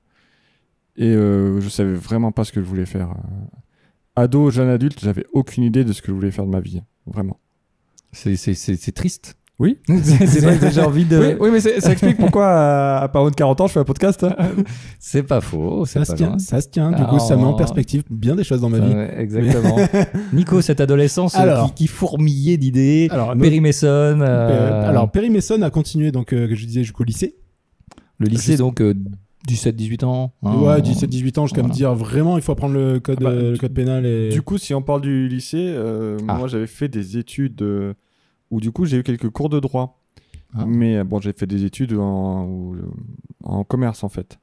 Speaker 2: et euh, je savais vraiment pas ce que je voulais faire. euh. Ado, jeune adulte, j'avais aucune idée de ce que je voulais faire de ma vie, vraiment.
Speaker 1: C'est- C'est c'est- c'est triste.
Speaker 2: Oui.
Speaker 1: c'est c'est vrai que j'ai envie de.
Speaker 2: Oui, oui, mais c'est- ça explique [LAUGHS] pourquoi, à, à pas haut de 40 ans, je fais un podcast. hein.
Speaker 1: C'est pas faux.
Speaker 3: Ça
Speaker 1: C'est
Speaker 3: se
Speaker 1: pas
Speaker 3: tient.
Speaker 1: vrai.
Speaker 3: Ça se tient. Du
Speaker 1: Ah,
Speaker 3: coup, ça met en
Speaker 1: on-
Speaker 3: perspective bien des choses dans ma vie.
Speaker 1: Ouais, exactement. Nico, cette adolescence euh,
Speaker 3: Alors.
Speaker 1: qui, qui fourmillait d'idées.
Speaker 3: Alors,
Speaker 1: Perry Mason. euh,
Speaker 3: Euh, Alors, Perry Mason a continué, donc, euh, que je disais, jusqu'au lycée.
Speaker 1: le lycée,
Speaker 3: je-
Speaker 1: donc euh, 17-18 ans. hein,
Speaker 3: ouais, 17-18 ans, jusqu'à
Speaker 1: voilà.
Speaker 3: me dire vraiment, il faut apprendre le code,
Speaker 2: Ah bah,
Speaker 3: euh, le code pénal. Et...
Speaker 2: Du coup, si on parle du lycée, euh,
Speaker 1: Ah.
Speaker 2: moi j'avais fait des études euh, où du coup j'ai eu quelques cours de droit.
Speaker 1: Ah.
Speaker 2: Mais euh, bon, j'ai fait des études en, ou- en commerce en fait.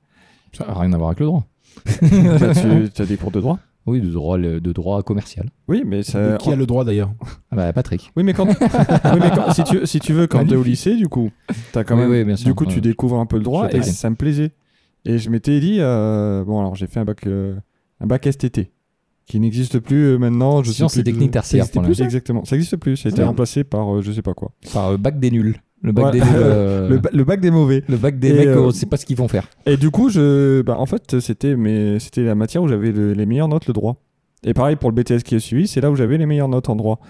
Speaker 1: Ça n'a rien à voir avec le droit.
Speaker 2: Bah, tu as des cours de droit
Speaker 1: [LAUGHS] Oui, de droit, de droit commercial.
Speaker 2: Oui, mais
Speaker 3: Et
Speaker 2: ça.
Speaker 3: qui a le droit d'ailleurs
Speaker 1: Ah bah, Patrick.
Speaker 2: Oui, mais quand. [LAUGHS] oui, mais quand- si, tu, si tu veux, quand t'es au lycée, du coup, t'as quand
Speaker 1: Oui,
Speaker 2: même.
Speaker 1: oui, bien sûr.
Speaker 2: du coup, tu
Speaker 1: Ouais.
Speaker 2: découvres un peu le droit
Speaker 1: Je
Speaker 2: et
Speaker 1: t'aime.
Speaker 2: ça me plaisait. Et je m'étais dit, euh, bon, alors j'ai fait un bac, euh, un bac STT qui n'existe plus euh, maintenant. Je sais
Speaker 1: Sciences
Speaker 2: plus
Speaker 1: et techniques
Speaker 2: de-
Speaker 1: tertiaires.
Speaker 3: existait
Speaker 1: pour
Speaker 3: plus,
Speaker 1: l'instant.
Speaker 2: Exactement, ça existe plus. Ça a été
Speaker 3: Merde.
Speaker 2: remplacé par euh, je sais pas quoi.
Speaker 1: Par euh, bac des nuls. Le bac
Speaker 2: Ouais.
Speaker 1: des nuls. euh,
Speaker 2: Le, ba- le bac des mauvais.
Speaker 1: le bac des
Speaker 2: Et,
Speaker 1: mecs,
Speaker 2: euh,
Speaker 1: on sait pas ce qu'ils vont faire.
Speaker 2: Et du coup, je, bah, en fait, c'était mes- c'était la matière où j'avais le- les meilleures notes, le droit. Et pareil pour le BTS qui est suivi, c'est là où j'avais les meilleures notes en droit.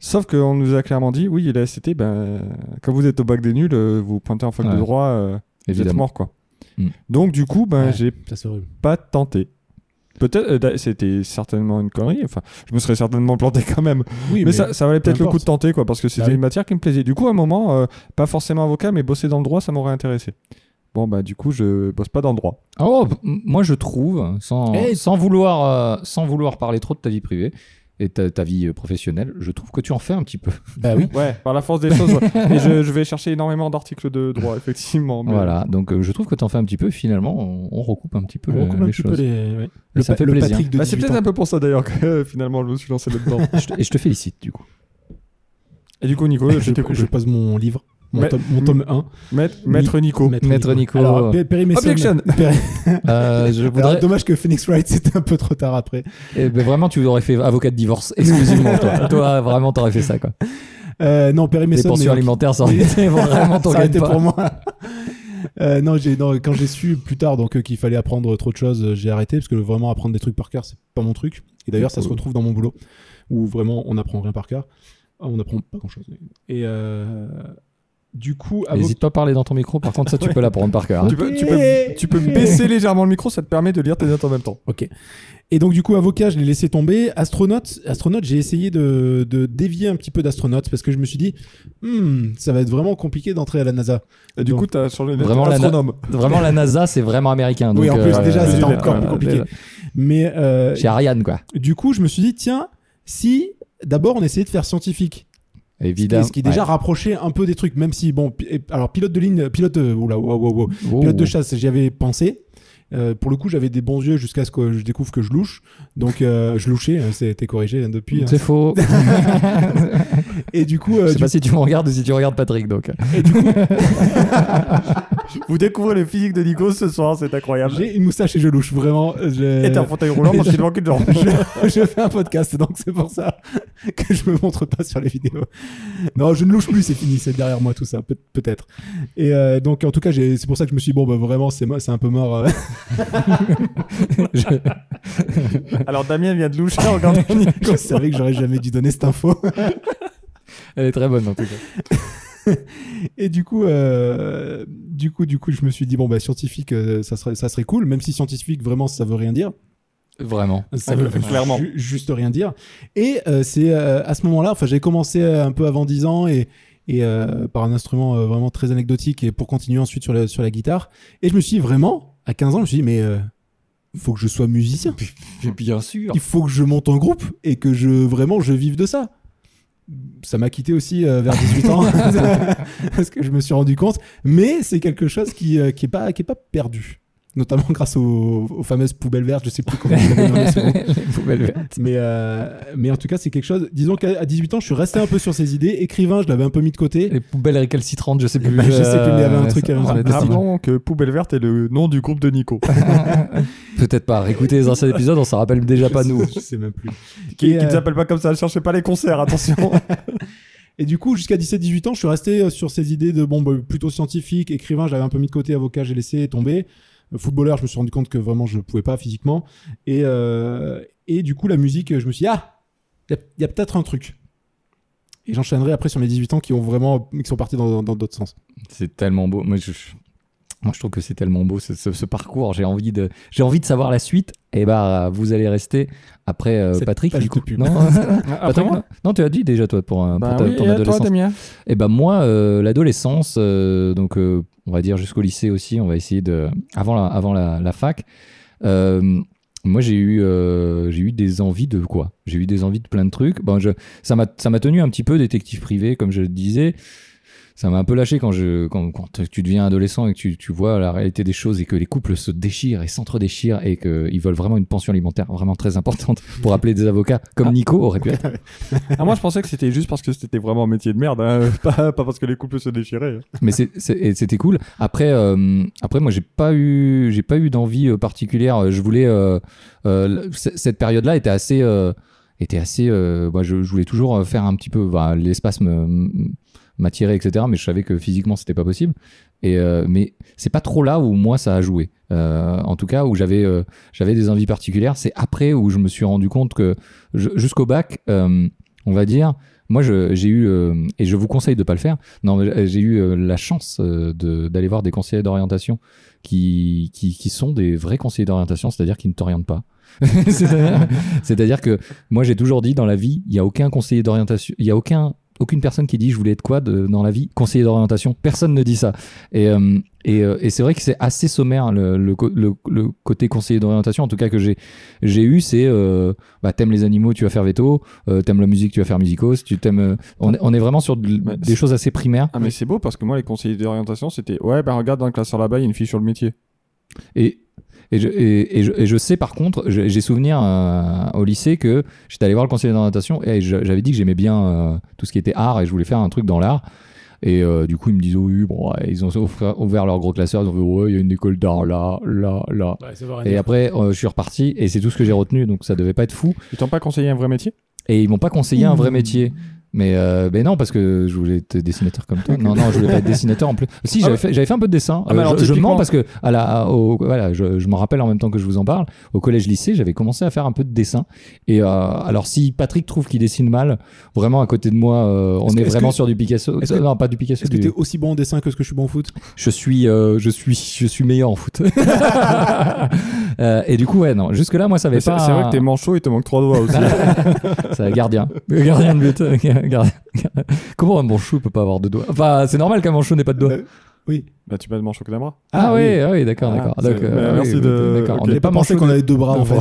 Speaker 2: Sauf qu'on nous a clairement dit, oui, la STT, ben, quand vous êtes au bac des nuls, euh, vous pointez en fac
Speaker 1: Ouais.
Speaker 2: de droit, euh, vous êtes
Speaker 1: Évidemment.
Speaker 2: mort, quoi.
Speaker 1: Mm.
Speaker 2: Donc, du coup, ben,
Speaker 3: Ouais.
Speaker 2: j'ai
Speaker 3: Ça, c'est horrible.
Speaker 2: pas tenté. Peut-être, euh, d'a- c'était certainement une connerie, enfin, je me serais certainement planté [LAUGHS] quand même.
Speaker 3: Oui,
Speaker 2: Mais, Bah ça, ça valait peut-être le coup
Speaker 3: importe.
Speaker 2: de tenter, quoi, parce que c'était
Speaker 3: Ah oui.
Speaker 2: une matière qui me plaisait. Du coup, à un moment, euh, pas forcément avocat, mais bosser dans le droit, ça m'aurait intéressé. Bon, bah, du coup, je bosse pas dans le droit.
Speaker 1: Oh, p- m- moi je trouve, sans,
Speaker 3: Eh.
Speaker 1: sans, vouloir, euh, sans vouloir parler trop de ta vie privée et ta, ta vie euh, professionnelle, je trouve que tu en fais un petit peu.
Speaker 3: Bah oui.
Speaker 2: Ouais, par la [LAUGHS] force des choses. ouais. Et je, je vais chercher énormément d'articles de droit, effectivement. mais-
Speaker 1: [LAUGHS] Voilà, donc euh, je trouve que tu en fais un petit peu. Finalement, on, on recoupe un petit peu
Speaker 3: On
Speaker 1: le-
Speaker 3: recoupe un
Speaker 1: les
Speaker 3: petit peu
Speaker 1: choses.
Speaker 3: les. ouais.
Speaker 1: Et ça fait
Speaker 3: pa-
Speaker 1: plaisir.
Speaker 3: Patrick de
Speaker 2: Bah, c'est
Speaker 3: 18
Speaker 2: peut-être
Speaker 3: ans.
Speaker 2: un peu pour ça d'ailleurs que euh, finalement je me suis lancé là-dedans.
Speaker 1: Je te- et je te félicite du coup.
Speaker 2: Et du coup, Nico, [LAUGHS] je
Speaker 3: Euh, Je,
Speaker 2: t'ai
Speaker 3: je
Speaker 2: coupé.
Speaker 3: pose mon livre, mon,
Speaker 2: Mais-
Speaker 3: tome, mon tome 1.
Speaker 2: Maître, Maître Nico.
Speaker 1: Maître Nico.
Speaker 3: Alors, Pe- Perry Mason-
Speaker 2: Objection.
Speaker 3: Perry-
Speaker 1: Euh, je
Speaker 3: Alors,
Speaker 1: voudrais.
Speaker 3: dommage que Phoenix Wright, c'était un peu trop tard après.
Speaker 1: Eh ben, vraiment, tu aurais fait avocat de
Speaker 3: [LAUGHS]
Speaker 1: divorce exclusivement. toi. toi, vraiment, t'aurais fait ça quoi.
Speaker 3: Euh, non, Perry
Speaker 1: Les
Speaker 3: Mason.
Speaker 1: pensions
Speaker 3: mais-
Speaker 1: alimentaires,
Speaker 3: [LAUGHS]
Speaker 1: ça aurait été vraiment ton
Speaker 3: Ça aurait été
Speaker 1: gagne-pain.
Speaker 3: pour moi. [LAUGHS] Euh, non, j'ai- non, quand j'ai su plus tard donc euh, qu'il fallait apprendre trop de choses, euh, j'ai arrêté parce que vraiment apprendre des trucs par cœur, c'est pas mon truc. Et d'ailleurs, ça se retrouve dans mon boulot où vraiment on apprend rien par cœur, Ah, on apprend pas grand chose. Et euh, du coup, avo-
Speaker 1: N'hésite pas à parler dans ton micro, par contre, ça tu peux l'apprendre par cœur. hein.
Speaker 2: Tu peux, tu peux- tu peux baisser légèrement le micro, ça te permet de lire tes notes en même temps.
Speaker 3: Ok. Et donc du coup, avocat, je l'ai laissé tomber. Astronaute, astronaute, j'ai essayé de, de dévier un petit peu d'astronaute parce que je me suis dit, Hmm, ça va être vraiment compliqué d'entrer à la NASA.
Speaker 1: Euh,
Speaker 2: Et du
Speaker 3: Donc,
Speaker 2: coup, t'as changé de
Speaker 1: Vraiment la na-
Speaker 2: astronome.
Speaker 1: Vraiment, la NASA, c'est vraiment américain.
Speaker 3: Oui,
Speaker 1: donc,
Speaker 3: en plus,
Speaker 1: euh,
Speaker 3: déjà,
Speaker 1: euh,
Speaker 3: c'est
Speaker 2: euh,
Speaker 3: encore plus
Speaker 1: euh,
Speaker 3: compliqué. Mais euh,
Speaker 1: Chez Ariane, quoi.
Speaker 3: du coup, je me suis dit, tiens, si d'abord on essayait de faire scientifique,
Speaker 1: Évidemment.
Speaker 3: ce qui est déjà rapproché un peu des trucs, même si, bon, pi- et- alors pilote de ligne, pilote, euh, oula, wow, wow, wow,
Speaker 1: Ouais. Oh.
Speaker 3: pilote de chasse, j'y avais pensé. Euh, pour le coup, j'avais des bons yeux jusqu'à ce que je découvre que je louche. Donc, euh, je louchais, hein, c'était corrigé
Speaker 1: [LAUGHS]
Speaker 3: hein, depuis. hein.
Speaker 1: C'est
Speaker 3: [LAUGHS]
Speaker 1: faux.
Speaker 3: Et du coup,
Speaker 1: Je
Speaker 3: euh,
Speaker 1: sais
Speaker 3: du,
Speaker 1: pas si tu me regardes ou si tu regardes Patrick, donc. euh,
Speaker 2: Vous découvrez le physique de Nico ce soir, c'est incroyable.
Speaker 3: j'ai une moustache et je louche, vraiment. euh, je-
Speaker 2: Et t'es en fauteuil roulant parce que [LAUGHS] j'ai manqué de jambes.
Speaker 3: [LAUGHS] je, je fais un podcast, donc c'est pour ça que je me montre pas sur les vidéos. Non, je ne louche plus, c'est fini, c'est derrière moi tout ça, peut- peut-être. Et euh, donc, en tout cas, j'ai- c'est pour ça que je me suis dit, bon, bah vraiment, c'est mo- c'est un peu mort. euh.
Speaker 1: [LAUGHS]
Speaker 3: [LAUGHS]
Speaker 1: Je-
Speaker 2: Alors Damien vient de loucher en regardant [LAUGHS]
Speaker 3: je savais que j'aurais jamais dû donner cette info.
Speaker 1: Elle est très bonne, en tout cas.
Speaker 3: Et du coup, euh, du coup, du coup, je me suis dit, bon, bah scientifique, euh, ça, serait, ça serait cool, même si scientifique, vraiment, ça veut rien dire.
Speaker 1: Vraiment.
Speaker 3: Ça
Speaker 2: Ouais,
Speaker 3: veut
Speaker 2: clairement.
Speaker 3: ju- juste rien dire. Et euh, c'est euh, à ce moment-là, enfin, j'avais commencé euh, un peu avant 10 ans et, et euh, par un instrument euh, vraiment très anecdotique et pour continuer ensuite sur la, sur la guitare. Et je me suis dit, vraiment, à 15 ans, je me suis dit, mais euh, faut que je sois musicien.
Speaker 1: Bien sûr.
Speaker 3: Il faut que je monte en groupe et que je vraiment je vive de ça. Ça m'a quitté aussi euh, vers 18 ans [LAUGHS] parce que je me suis rendu compte. Mais c'est quelque chose qui euh, qui est pas qui est pas perdu, notamment [LAUGHS] grâce aux, aux fameuses poubelles vertes. Je sais plus comment on [LAUGHS] les nommées, ce groupe. Mais, euh, mais en tout cas, c'est quelque chose. Disons qu'à à 18 ans, je suis resté un peu sur ces idées. Écrivain, je l'avais un peu mis de côté.
Speaker 1: Les poubelles récalcitrantes, je sais plus. euh,
Speaker 3: ben, je sais plus, il y avait un truc, euh, il y avait
Speaker 1: ça-
Speaker 3: un truc.
Speaker 1: ça- ça-
Speaker 2: Rappelons que Poubelle Verte est le nom du groupe de [LAUGHS] Nico,
Speaker 1: Peut-être pas. Réécoutez les anciens épisodes, on s'en rappelle déjà pas nous.
Speaker 3: Je sais même plus.
Speaker 2: qui
Speaker 3: Et,
Speaker 2: ne
Speaker 3: euh,
Speaker 2: s'appelle pas comme ça, ne cherchez pas les concerts, [LAUGHS] attention.
Speaker 3: [LAUGHS] Et du coup, jusqu'à 17-18 ans, je suis resté euh, sur ces idées de bon, bah, plutôt scientifique, écrivain, j'avais un peu mis de côté, avocat, j'ai laissé tomber. Euh, Footballeur, je me suis rendu compte que vraiment je pouvais pas physiquement. Et, euh, et du coup, la musique, je me suis dit, ah, il y a, y a peut-être un truc. Et j'enchaînerai après sur mes 18 ans qui ont vraiment qui sont partis dans dans- dans d'autres sens.
Speaker 1: C'est tellement beau. Moi, je, je- moi, je trouve que c'est tellement beau ce, ce- ce parcours. J'ai envie de, j'ai envie de savoir la suite. Et bah, vous allez rester après euh,
Speaker 3: Cette
Speaker 1: Patrick.
Speaker 3: page
Speaker 1: du coup.
Speaker 3: de pub.
Speaker 1: Non,
Speaker 2: Bah,
Speaker 1: Patrick, non, non, tu as dit déjà toi pour, un- pour ta- ton adolescence.
Speaker 2: euh, [LAUGHS] Damien
Speaker 1: Et ben moi, euh, l'adolescence, euh, donc euh, on va dire jusqu'au lycée aussi, on va essayer de avant la, avant la, la fac. euh, moi, j'ai eu, euh, j'ai eu des envies de quoi J'ai eu des envies de plein de trucs. Bon, je, ça m'a ça m'a tenu un petit peu détective privé, comme je le disais. Ça m'a un peu lâché quand, je, quand, quand tu deviens adolescent et que tu, tu vois la réalité des choses et que les couples se déchirent et s'entre-déchirent et qu'ils veulent vraiment une pension alimentaire vraiment très importante pour appeler des avocats comme Nico aurait pu être.
Speaker 2: Ah, moi, je pensais que c'était juste parce que c'était vraiment un métier de merde, hein, [LAUGHS] pas, pas parce que les couples se déchiraient. hein.
Speaker 1: mais c'est- c'est- et c'était cool après euh, après moi j'ai pas eu j'ai pas eu d'envie euh, particulière je voulais euh, euh, l- c- cette période là était assez euh, était assez euh, moi, je, je voulais toujours euh, faire un petit peu bah, l'espace me- m- m'attirait etc mais je savais que physiquement c'était pas possible et euh, mais c'est pas trop là où moi ça a joué Euh, en tout cas où j'avais euh, j'avais des envies particulières c'est après où je me suis rendu compte que je- jusqu'au bac euh, on va dire moi je- j'ai eu euh, et je vous conseille de pas le faire non, mais j'ai- j'ai eu euh, la chance euh, de- d'aller voir des conseillers d'orientation qui, qui, qui sont des vrais conseillers d'orientation, c'est-à-dire qui ne t'orientent pas. [LAUGHS] C'est-à-dire- c'est-à-dire que moi, j'ai toujours dit dans la vie, il n'y a aucun conseiller d'orientation, il n'y a aucun, aucune personne qui dit je voulais être quoi de- dans la vie, conseiller d'orientation. Personne ne dit ça. Et, euh, et, euh, et c'est vrai que c'est assez sommaire le, le, co- le- le côté conseiller d'orientation, en tout cas que j'ai j'ai eu, c'est euh, bah, t'aimes les animaux, tu vas faire veto, euh, t'aimes la musique, tu vas faire musicos, tu t'aimes. euh, on, est- on est vraiment sur de-
Speaker 2: Mais
Speaker 1: des
Speaker 2: c'est-
Speaker 1: choses assez primaires.
Speaker 2: Ah, mais c'est beau parce que moi, les conseillers d'orientation, c'était ouais, bah regarde dans le classeur là-bas, il y a une fiche sur le métier.
Speaker 1: Et, et, je, et, et je, et je sais par contre, je- j'ai souvenir euh, au lycée que j'étais allé voir le conseiller d'orientation et je- j'avais dit que j'aimais bien euh, tout ce qui était art et je voulais faire un truc dans l'art. Et euh, du coup, ils me disent, oui, bon, ouais, ils ont offert- ouvert leur gros classeur, ils ont fait, ouais, il y a une école d'art là, là, là. Et après, euh, je suis reparti et c'est tout ce que j'ai retenu, donc ça devait pas être fou.
Speaker 2: Ils t'ont pas conseillé un vrai métier
Speaker 1: Et ils m'ont pas conseillé un vrai
Speaker 3: Mmh.
Speaker 1: métier. Mais, euh, mais non, parce que je voulais être dessinateur comme toi. Non, non, je voulais pas être dessinateur en plus. Si,
Speaker 2: Ah
Speaker 1: j'avais
Speaker 2: ouais.
Speaker 1: fait, j'avais fait un peu de dessin.
Speaker 2: Ah bah
Speaker 1: Euh,
Speaker 2: alors,
Speaker 1: je, je
Speaker 2: typiquement-
Speaker 1: mens parce que à la, au- voilà, je, je m'en rappelle en même temps que je vous en parle. Au collège-lycée, j'avais commencé à faire un peu de dessin. Et euh, alors, si Patrick trouve qu'il dessine mal, vraiment à côté de moi, euh, on
Speaker 3: Est-ce
Speaker 1: est,
Speaker 3: que- est-ce
Speaker 1: vraiment
Speaker 3: que-
Speaker 1: sur du Picasso. Euh,
Speaker 3: est-ce que-
Speaker 1: non, pas du Picasso.
Speaker 3: Est-ce que
Speaker 1: du-
Speaker 3: t'es aussi bon en dessin que ce que je suis bon au foot
Speaker 1: je suis, euh, je suis, je suis meilleur en foot. [LAUGHS] Euh, et du coup, ouais, non. Jusque là, moi, ça avait
Speaker 2: Mais C'est
Speaker 1: pas.
Speaker 2: c'est vrai que t'es manchot, il te manque trois [LAUGHS] doigts aussi.
Speaker 1: C'est un gardien. [LAUGHS] Le gardien de but. euh, [LAUGHS] Gardien- gardien. Comment un manchot peut pas avoir de doigts Enfin, c'est normal qu'un manchot n'ait pas de doigts.
Speaker 3: Euh, Oui.
Speaker 2: bah, tu passes manchot que la bras.
Speaker 1: Ah,
Speaker 3: oui.
Speaker 1: oui, ah oui, d'accord,
Speaker 2: Ah,
Speaker 1: d'accord.
Speaker 2: c'est-
Speaker 1: Donc, euh,
Speaker 2: bah,
Speaker 1: oui,
Speaker 2: merci
Speaker 1: oui,
Speaker 2: de-
Speaker 1: d'accord.
Speaker 2: ok.
Speaker 1: On
Speaker 2: J'ai
Speaker 1: n'est
Speaker 3: J'ai
Speaker 1: pas
Speaker 3: pas pensé
Speaker 1: manchot.
Speaker 3: qu'on avait
Speaker 1: [LAUGHS]
Speaker 3: deux bras en fait.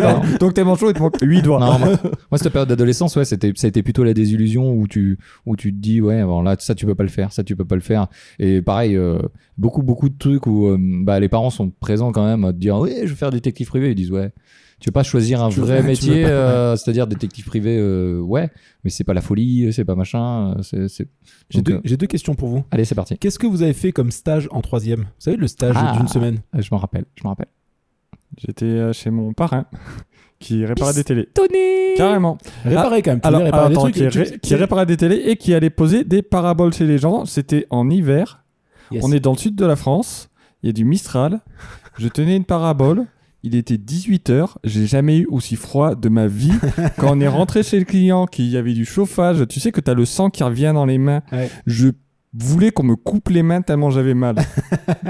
Speaker 1: Pardon.
Speaker 2: [LAUGHS] Donc t'es manchot, il te manque huit doigts.
Speaker 1: Non, moi,
Speaker 3: [LAUGHS]
Speaker 1: moi, cette période d'adolescence, ouais, c'était, ça a été plutôt la désillusion où tu, où tu te dis, ouais, bon, là, ça, tu peux pas le faire, ça, tu peux pas le faire. Et pareil, euh, beaucoup, beaucoup de trucs où, euh, bah, les parents sont présents quand même à te dire, ouais, je veux faire détective privé. Ils disent, ouais, tu veux pas choisir un
Speaker 3: Tu veux-
Speaker 1: vrai
Speaker 3: tu veux
Speaker 1: métier,
Speaker 3: pas-
Speaker 1: euh, c'est-à-dire détective privé, euh, ouais, mais c'est pas la folie, c'est pas machin, euh, c'est, c'est-
Speaker 3: J'ai
Speaker 1: Donc,
Speaker 3: deux,
Speaker 1: euh,
Speaker 3: j'ai deux questions pour vous.
Speaker 1: allez, c'est parti.
Speaker 3: Qu'est-ce que vous avez fait comme stage en troisième Vous savez, le stage
Speaker 1: Ah.
Speaker 3: d'une semaine.
Speaker 1: Euh, Je m'en rappelle, je m'en rappelle.
Speaker 2: J'étais euh, chez mon parrain qui réparait des télés.
Speaker 1: Tonné
Speaker 2: Carrément.
Speaker 3: Réparer quand même. tu
Speaker 2: Alors,
Speaker 3: devais réparer
Speaker 2: attends,
Speaker 3: des
Speaker 2: qui,
Speaker 3: trucs.
Speaker 2: ré- qui réparait des télés et qui allait poser des paraboles chez les gens. C'était en hiver.
Speaker 3: Yes.
Speaker 2: On est dans le sud de la France. Il y a du Mistral. Je tenais une parabole. Il était 18h. J'ai jamais eu aussi froid de ma
Speaker 3: [LAUGHS]
Speaker 2: vie. Quand on est rentré chez le client, qu'il y avait du chauffage, tu sais que t'as le sang qui revient dans les mains.
Speaker 3: Ouais.
Speaker 2: Je voulais qu'on me coupe les mains tellement j'avais
Speaker 3: [LAUGHS]
Speaker 2: mal.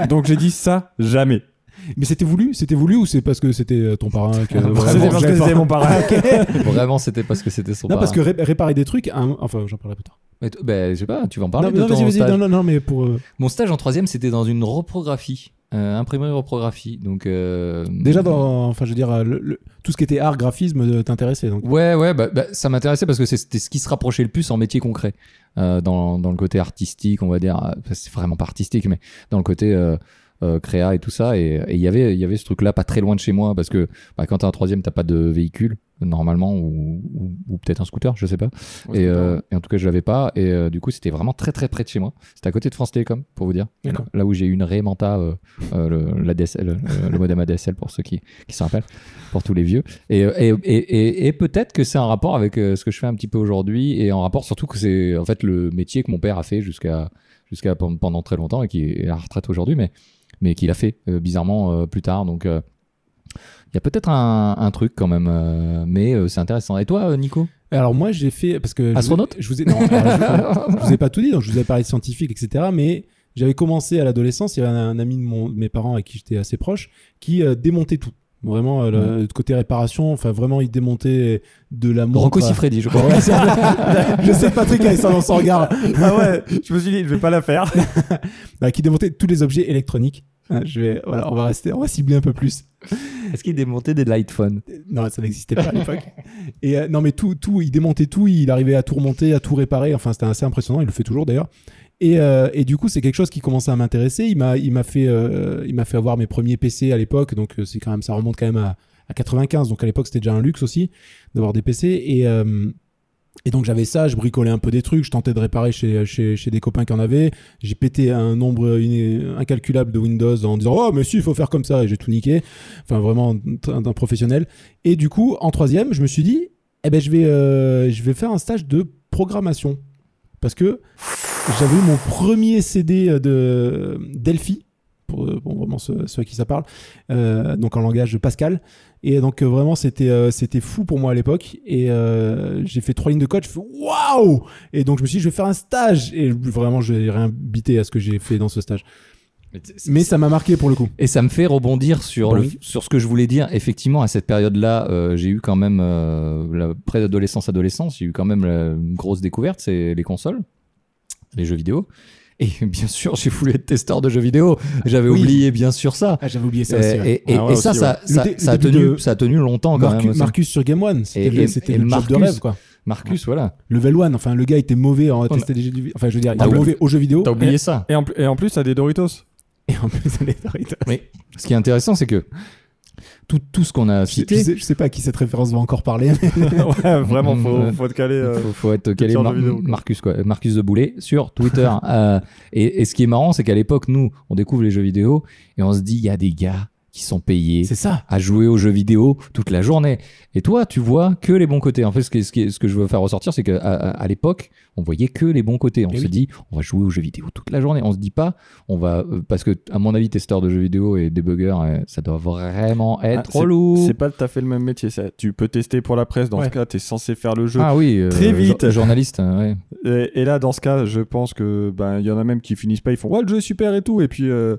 Speaker 2: Donc j'ai dit ça jamais.
Speaker 3: Mais c'était voulu C'était voulu ou c'est parce que c'était euh, ton parrain que,
Speaker 2: C'était
Speaker 1: Vraiment,
Speaker 2: parce que
Speaker 3: j'avais
Speaker 2: c'était
Speaker 3: [LAUGHS] pas-
Speaker 2: mon parrain.
Speaker 1: Vraiment, c'était parce que c'était son
Speaker 3: Non, parce
Speaker 1: parrain.
Speaker 3: que ré- réparer des trucs, un- hein, enfin j'en parlerai plus tard.
Speaker 1: Mais t- ben, je sais pas, tu vas en parler
Speaker 3: non,
Speaker 1: de
Speaker 3: non,
Speaker 1: ton
Speaker 3: vas-y, vas-y,
Speaker 1: stage.
Speaker 3: non, non, non, mais pour. euh,
Speaker 1: Mon stage en troisième, c'était dans une reprographie, euh, imprimerie reprographie. Donc euh,
Speaker 3: Déjà, dans, enfin, je veux dire, euh, le- le- tout ce qui était art, graphisme, euh, t'intéressait. Donc.
Speaker 1: Ouais, ouais, bah, bah, ça m'intéressait parce que c'était ce qui se rapprochait le plus en métier concret, euh, dans, dans le côté artistique, on va dire. euh, C'est vraiment pas artistique, mais dans le côté euh, euh, créa et tout ça. Et et il y avait, il y avait ce truc-là pas très loin de chez moi parce que bah, quand t'es un troisième, t'as pas de véhicule normalement ou, ou- ou peut-être un scooter, je sais pas. et, euh, et en tout cas, je l'avais pas. Et euh, du coup, c'était vraiment très très près de chez moi. C'était à côté de France Télécom, pour vous dire.
Speaker 3: D'accord.
Speaker 1: Là où j'ai eu une Ray Manta, euh, euh, le, la DSL, euh, le modem ADSL pour ceux qui, qui se rappellent, pour tous les vieux. Et, euh, et, et, et, et peut-être que c'est un rapport avec euh, ce que je fais un petit peu aujourd'hui et en rapport surtout que c'est en fait le métier que mon père a fait jusqu'à jusqu'à pen- pendant très longtemps et qui est à la retraite aujourd'hui, mais, mais qu'il a fait euh, bizarrement euh, plus tard. Donc euh, il y a peut-être un, un truc quand même, euh, mais euh, c'est intéressant. Et toi, euh, Nico
Speaker 3: Alors, moi, j'ai fait. Parce que je vous ai-
Speaker 1: Astronaute
Speaker 3: je vous ai, non, alors, [LAUGHS] je, je vous ai pas tout dit, donc je vous ai parlé de scientifique, etc. Mais j'avais commencé à l'adolescence, il y avait un, un ami de mon- de mes parents avec qui j'étais assez proche, qui euh, démontait tout. Vraiment, euh, le, côté réparation, enfin, vraiment, il démontait de la montre.
Speaker 1: Rocco
Speaker 3: à-
Speaker 1: Siffredi,
Speaker 3: [LAUGHS]
Speaker 1: je crois.
Speaker 3: Ouais, c'est vrai. je sais que Patrick a ça dans son regard.
Speaker 2: [LAUGHS]
Speaker 3: hein.
Speaker 2: Ah ouais, je me suis dit, je vais pas la
Speaker 3: [LAUGHS]
Speaker 2: faire.
Speaker 3: Bah, qui démontait tous les objets électroniques. Hein, Je vais, voilà, on va rester, on va cibler un peu plus.
Speaker 1: Est-ce qu'il démontait des lightphones
Speaker 3: Euh, Non, ça n'existait pas à l'époque. [LAUGHS] Et euh, non, mais tout, tout, il démontait tout, il arrivait à tout remonter, à tout réparer. Enfin, c'était assez impressionnant. Il le fait toujours d'ailleurs. Et, euh, et du coup, c'est quelque chose qui commençait à m'intéresser. Il m'a, il m'a fait, euh, il m'a fait avoir mes premiers PC à l'époque. Donc, euh, c'est quand même, ça remonte quand même à, à 95. Donc, à l'époque, c'était déjà un luxe aussi d'avoir des PC. Et euh, et donc j'avais ça, je bricolais un peu des trucs, je tentais de réparer chez, chez, chez des copains qui en avaient. J'ai pété un nombre iné- incalculable de Windows en disant Oh, mais si, il faut faire comme ça, et j'ai tout niqué. Enfin, vraiment d'un d'un professionnel. Et du coup, en troisième, je me suis dit Eh ben, je vais, euh, je vais faire un stage de programmation. Parce que j'avais eu mon premier CD de Delphi, pour euh, bon, vraiment ceux, ceux à qui ça parle, euh, donc en langage Pascal. Et donc euh, vraiment, c'était euh, c'était fou pour moi à l'époque. Et euh, j'ai fait trois lignes de code. Je fais waouh Et donc je me suis dit, je vais faire un stage. Et vraiment, je n'ai rien bité à ce que j'ai fait dans ce stage. Mais ça m'a marqué pour le coup.
Speaker 1: Et ça me fait rebondir sur, le-
Speaker 3: Bah Oui.
Speaker 1: sur ce que je voulais dire. Effectivement, à cette période-là, euh, j'ai eu quand même, euh, la préadolescence-adolescence, j'ai eu quand même la- une grosse découverte, c'est les consoles, les jeux vidéo. Et [LAUGHS] bien sûr, j'ai voulu être testeur de jeux vidéo. J'avais
Speaker 3: Oui.
Speaker 1: oublié, bien sûr, ça.
Speaker 3: Ah, j'avais oublié
Speaker 1: Et, et- et-
Speaker 2: Ah ouais,
Speaker 1: et ça,
Speaker 2: aussi,
Speaker 1: ça,
Speaker 3: ouais.
Speaker 1: ça-
Speaker 3: Le dé-
Speaker 1: ça
Speaker 3: le
Speaker 1: a
Speaker 3: début
Speaker 1: tenu,
Speaker 3: de-
Speaker 1: ça a tenu longtemps quand même.
Speaker 3: Marcus,
Speaker 1: Bah, aussi.
Speaker 3: Marcus sur Game One,
Speaker 1: Et-
Speaker 3: c'était le,
Speaker 1: et-
Speaker 3: c'était
Speaker 1: et
Speaker 3: le job de
Speaker 1: Marcus-
Speaker 3: rêve quoi.
Speaker 1: Marcus, voilà.
Speaker 3: Level One, enfin le gars était mauvais en
Speaker 1: On a-
Speaker 3: tester les jeux vidéo. Enfin, je veux dire, il
Speaker 1: T'as
Speaker 3: était
Speaker 1: oublié-
Speaker 3: mauvais aux jeux vidéo.
Speaker 1: T'as oublié ça.
Speaker 2: Et en, pl- et en plus, t'as des Doritos.
Speaker 3: Et en plus, elle est arrêtée.
Speaker 1: Ah, Ce qui est intéressant, c'est que tout, tout ce qu'on a
Speaker 3: Je,
Speaker 1: cité,
Speaker 3: je sais, je sais pas à qui cette référence va encore parler. mais-
Speaker 2: [LAUGHS] ouais, vraiment, faut,
Speaker 1: Ouais.
Speaker 2: faut te caler. euh.
Speaker 1: faut, faut être calé
Speaker 2: sur
Speaker 1: Mar-
Speaker 2: le vidéo, quoi.
Speaker 1: Marcus quoi, Euh, Marcus de Boulet sur
Speaker 2: [LAUGHS]
Speaker 1: Twitter. Euh, et, et ce qui est marrant, c'est qu'à l'époque, nous, on découvre les jeux vidéo et on se dit, il y a des gars qui sont payés
Speaker 3: C'est ça.
Speaker 1: à jouer aux jeux vidéo toute la journée. Et toi, tu vois que les bons côtés. En fait, ce, qui est- ce, qui est- ce que je veux faire ressortir, c'est qu'à à, à l'époque, on voyait que les bons côtés. On
Speaker 3: Eh
Speaker 1: se
Speaker 3: oui.
Speaker 1: dit, on va jouer aux jeux vidéo toute la journée. On se dit pas, on va, euh, parce que à mon avis, testeur de jeux vidéo et débugger, euh, ça doit vraiment être
Speaker 2: Ah,
Speaker 1: relou.
Speaker 2: C'est pas tout à fait le même métier, ça. Tu peux tester pour la presse, dans
Speaker 3: Ouais.
Speaker 2: ce cas, t'es censé faire le jeu.
Speaker 1: Ah oui, euh,
Speaker 2: Très vite.
Speaker 1: jour- journaliste. euh, ouais.
Speaker 2: Et, et là, dans ce cas, je pense que ben il y en a même qui finissent pas, ils font ouais le jeu est super et tout, et puis euh,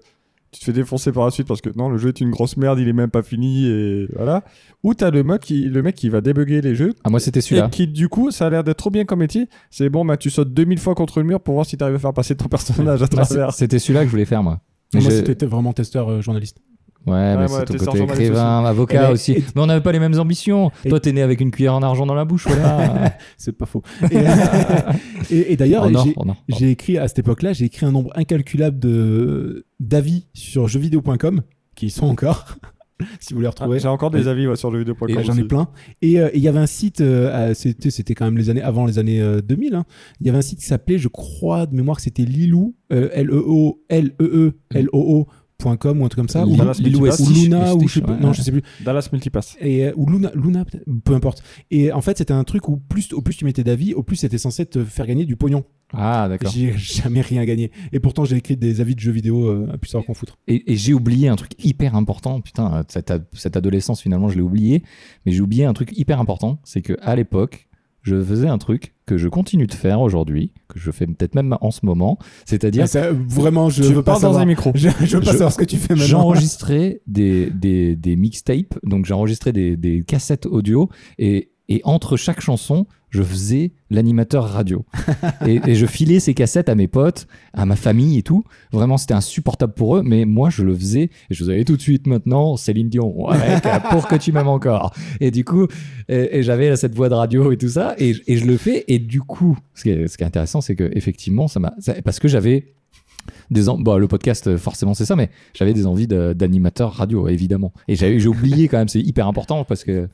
Speaker 2: tu te fais défoncer par la suite parce que non le jeu est une grosse merde, il est même pas fini et voilà. Ou t'as le mec qui le mec qui va débugger les jeux
Speaker 1: Ah moi, c'était
Speaker 2: et
Speaker 1: celui-là.
Speaker 2: qui du coup ça a l'air d'être trop bien comme métier. C'est bon bah tu sautes 2000 fois contre le mur pour voir si t'arrives à faire passer ton personnage à
Speaker 1: Ah,
Speaker 2: travers.
Speaker 1: c'est- C'était celui-là que je voulais faire, moi. Mais
Speaker 3: Moi,
Speaker 1: je-
Speaker 3: c'était vraiment testeur euh, journaliste.
Speaker 1: Ouais, mais
Speaker 2: moi,
Speaker 1: c'est
Speaker 2: t'es
Speaker 1: ton côté
Speaker 2: sergent d'armée
Speaker 1: écrivain, avocat
Speaker 3: Eh ben,
Speaker 1: aussi.
Speaker 3: et-
Speaker 1: Mais on n'avait pas les mêmes ambitions.
Speaker 3: Et-
Speaker 1: Toi, t'es né avec une cuillère en argent dans la bouche, voilà.
Speaker 3: C'est pas faux.
Speaker 1: [LAUGHS]
Speaker 3: Et, [LAUGHS] et- et [LAUGHS] d'ailleurs,
Speaker 1: en or,
Speaker 3: j'ai-
Speaker 1: en or, pardon.
Speaker 3: j'ai écrit à cette époque-là, j'ai écrit un nombre incalculable de d'avis sur jeuxvideo.com qui y sont encore. [LAUGHS] si vous les
Speaker 2: Ah,
Speaker 3: retrouvez.
Speaker 2: J'ai encore des avis ouais, sur le
Speaker 3: Et
Speaker 2: vidéo.com.
Speaker 3: J'en ai plein. Et euh, et il y avait un site, euh, à- c'était c'était quand même les années avant les années euh, 2000. hein. Il y avait un site qui s'appelait, je crois de mémoire, que c'était Lilou, euh, L E O L E E L O O. .com ou un truc comme ça
Speaker 1: Mm. Lilou-
Speaker 3: ou,
Speaker 2: Dallas
Speaker 1: Lilou
Speaker 2: Multipass.
Speaker 1: et
Speaker 3: ou
Speaker 1: Stitch,
Speaker 3: Luna
Speaker 1: et
Speaker 3: ou je sais
Speaker 1: Stitch,
Speaker 3: pas,
Speaker 1: ouais.
Speaker 3: non je sais plus
Speaker 2: Dallas Multipass.
Speaker 3: et euh, ou Luna Luna peut-être, peu importe et en fait c'était un truc où plus au plus tu mettais d'avis au plus c'était censé te faire gagner du pognon
Speaker 1: Ah, d'accord.
Speaker 3: J'ai jamais rien gagné. Et pourtant, j'ai écrit des avis de jeux vidéo euh, à plus savoir qu'en foutre.
Speaker 1: Et, et j'ai oublié un truc hyper important. Putain, euh, cette, a- cette adolescence, finalement, je l'ai oublié. Mais j'ai oublié un truc hyper important. C'est que à l'époque, je faisais un truc que je continue de faire aujourd'hui, que je fais peut-être même en ce moment. C'est-à-dire
Speaker 3: Ah, ça, euh, vraiment, je
Speaker 2: tu
Speaker 3: veux pas
Speaker 2: parles dans
Speaker 3: [LAUGHS] savoir.
Speaker 2: un micro.
Speaker 3: Je, je veux pas
Speaker 1: Je-
Speaker 3: savoir ce que tu fais [LAUGHS] maintenant.
Speaker 1: j'enregistrais des, des, des mixtapes, donc j'enregistrais des, des cassettes audio et, et entre chaque chanson, je faisais l'animateur radio. et, et je filais ces cassettes à mes potes, à ma famille et tout. Vraiment, c'était insupportable pour eux, mais moi, je le faisais. Et je vous avais tout de suite maintenant, Céline Dion, ouais, mec, pour que tu m'aimes encore. Et du coup, et, et j'avais cette voix de radio et tout ça, et, je- et je le fais. Et du coup, ce qui est, ce qui est intéressant, c'est que effectivement, ça m'a, ça- parce que j'avais des, en- bah, le podcast, euh, forcément, c'est ça, mais j'avais des envies de- d'animateur radio, évidemment. Et j'avais, j'ai oublié quand même, c'est hyper important parce que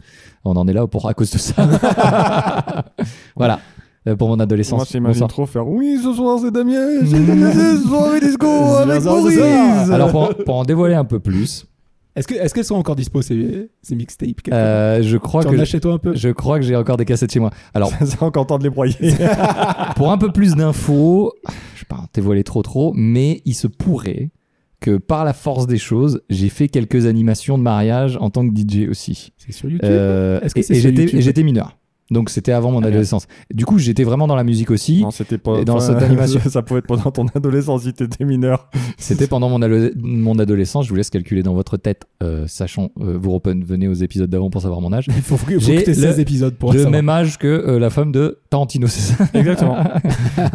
Speaker 1: on en est là pour à cause de ça. [LAUGHS] voilà. Euh, Pour mon
Speaker 2: Moi,
Speaker 1: adolescence.
Speaker 2: j'imagine
Speaker 1: Bonsoir.
Speaker 2: trop faire Oui, ce soir, c'est
Speaker 1: [LAUGHS]
Speaker 2: Damien, c'est une soirée disco avec
Speaker 3: Bonsoir,
Speaker 2: Maurice.
Speaker 3: bonsoir.
Speaker 2: [LAUGHS]
Speaker 1: Alors pour, en- pour en dévoiler un peu plus,
Speaker 3: Est-ce que- est-ce qu'elles sont encore dispo ces, ces mixtapes quelque part
Speaker 1: euh, je crois
Speaker 3: Tu en
Speaker 1: que
Speaker 3: as chez toi un peu
Speaker 1: je crois que j'ai encore des cassettes chez moi. Alors
Speaker 2: Ça encore temps de les broyer.
Speaker 1: pour un peu plus d'infos, je vais pas en dévoiler trop trop, mais il se pourrait que par la force des choses, j'ai fait quelques animations de mariage en tant que DJ aussi.
Speaker 3: C'est sur YouTube.
Speaker 1: Euh,
Speaker 3: Est-ce que
Speaker 1: et
Speaker 3: c'est
Speaker 1: et
Speaker 3: sur
Speaker 1: j'étais
Speaker 3: YouTube
Speaker 1: et j'étais mineur. Donc c'était avant mon
Speaker 3: Ah, merde.
Speaker 1: adolescence. Du coup, j'étais vraiment dans la musique aussi.
Speaker 2: Non, c'était pas.
Speaker 1: Et dans
Speaker 2: enfin,
Speaker 1: cette animation.
Speaker 2: [LAUGHS] ça pouvait être pendant ton adolescence si t'étais mineur.
Speaker 1: C'était pendant mon, alo- mon adolescence. Je vous laisse calculer dans votre tête. Euh, sachant, euh, vous revenez aux épisodes d'avant pour savoir mon âge.
Speaker 3: [LAUGHS] Il faut, faut que
Speaker 1: j'ai
Speaker 3: t'aies
Speaker 1: le-
Speaker 3: 16 épisodes pour
Speaker 1: le
Speaker 3: ça.
Speaker 1: même âge que euh, la femme de Tarantino, c'est
Speaker 3: [LAUGHS]
Speaker 1: ça
Speaker 2: Exactement.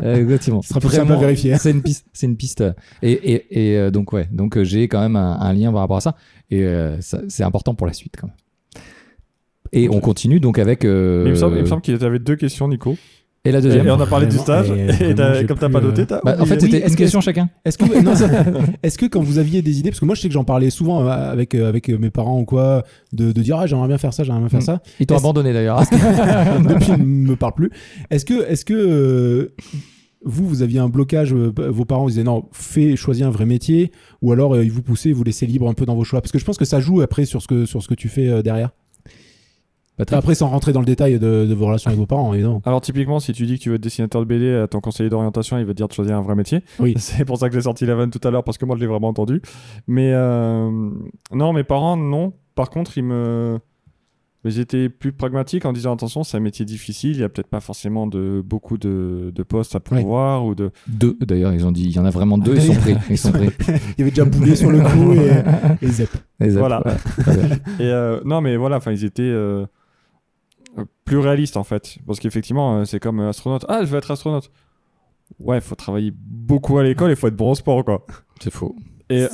Speaker 1: Euh, [LAUGHS] Exactement.
Speaker 3: Ce sera plus simple à vérifier.
Speaker 1: C'est une piste. C'est une piste. Et, et, et, euh, donc ouais, donc euh, j'ai quand même un, un lien par rapport à ça. Et euh, ça- c'est important pour la suite quand même. Et on continue donc avec. euh,
Speaker 2: Mais il me semble, il me semble qu'il y avait deux questions, Nico.
Speaker 1: Et la
Speaker 2: Et,
Speaker 1: deuxième.
Speaker 2: on a parlé du
Speaker 3: Vraiment,
Speaker 2: stage.
Speaker 3: et
Speaker 2: Et, t'as-
Speaker 3: vraiment, j'ai
Speaker 2: comme t'as
Speaker 3: plus,
Speaker 2: pas
Speaker 3: euh,
Speaker 2: noté, t'as.
Speaker 1: Bah, en
Speaker 2: oublié.
Speaker 1: fait, c'était
Speaker 3: est-ce
Speaker 1: une
Speaker 3: que-
Speaker 1: question chacun.
Speaker 3: Est-ce
Speaker 1: [LAUGHS]
Speaker 3: que, non, c'est- est-ce que quand vous aviez des idées, parce que moi je sais que j'en parlais souvent euh, avec, euh, avec euh, mes parents ou quoi, de, de dire ah j'aimerais bien faire ça, j'aimerais bien faire
Speaker 1: Mm.
Speaker 3: ça, [LAUGHS]
Speaker 1: Ils t'ont
Speaker 3: Est-ce-
Speaker 1: abandonné d'ailleurs.
Speaker 3: depuis ils ne me parle plus. Est-ce que, est-ce que euh, vous, vous aviez un blocage, euh, p- vos parents vous disaient non, fais, choisis un vrai métier, ou alors euh, ils vous poussaient, ils vous laissaient libre un peu dans vos choix Parce que je pense que ça joue après sur ce que, sur ce que tu fais euh, derrière.
Speaker 1: Patrick.
Speaker 3: Après, sans rentrer dans le détail de, de vos relations avec vos parents, évidemment.
Speaker 2: Alors, typiquement, si tu dis que tu veux être dessinateur de BD à ton conseiller d'orientation, il va te dire de choisir un vrai métier.
Speaker 3: Oui.
Speaker 2: [LAUGHS] C'est pour ça que j'ai sorti la vanne tout à l'heure, parce que moi, je l'ai vraiment entendu. Mais euh, non, mes parents, non. Par contre, ils me. Mais j'étais plus pragmatique en disant attention, c'est un métier difficile, il n'y a peut-être pas forcément de, beaucoup de, de postes à pourvoir ou de,
Speaker 1: Deux d'ailleurs, ils ont dit. Il y en a vraiment deux. Ils sont pris. Ils sont pris.
Speaker 3: Il y avait déjà Boulet sur le coup [LAUGHS] et, et Zep.
Speaker 1: [LAUGHS] Exact.
Speaker 2: Voilà. [LAUGHS]
Speaker 1: Ouais. Ouais.
Speaker 2: Et euh, non, mais voilà, enfin, ils étaient euh, euh, plus réalistes en fait, parce qu'effectivement, euh, c'est comme euh, astronaute. Ah, je veux être astronaute. Ouais, faut travailler beaucoup à l'école et faut être bon au sport, quoi.
Speaker 1: C'est faux.
Speaker 2: [LAUGHS] Et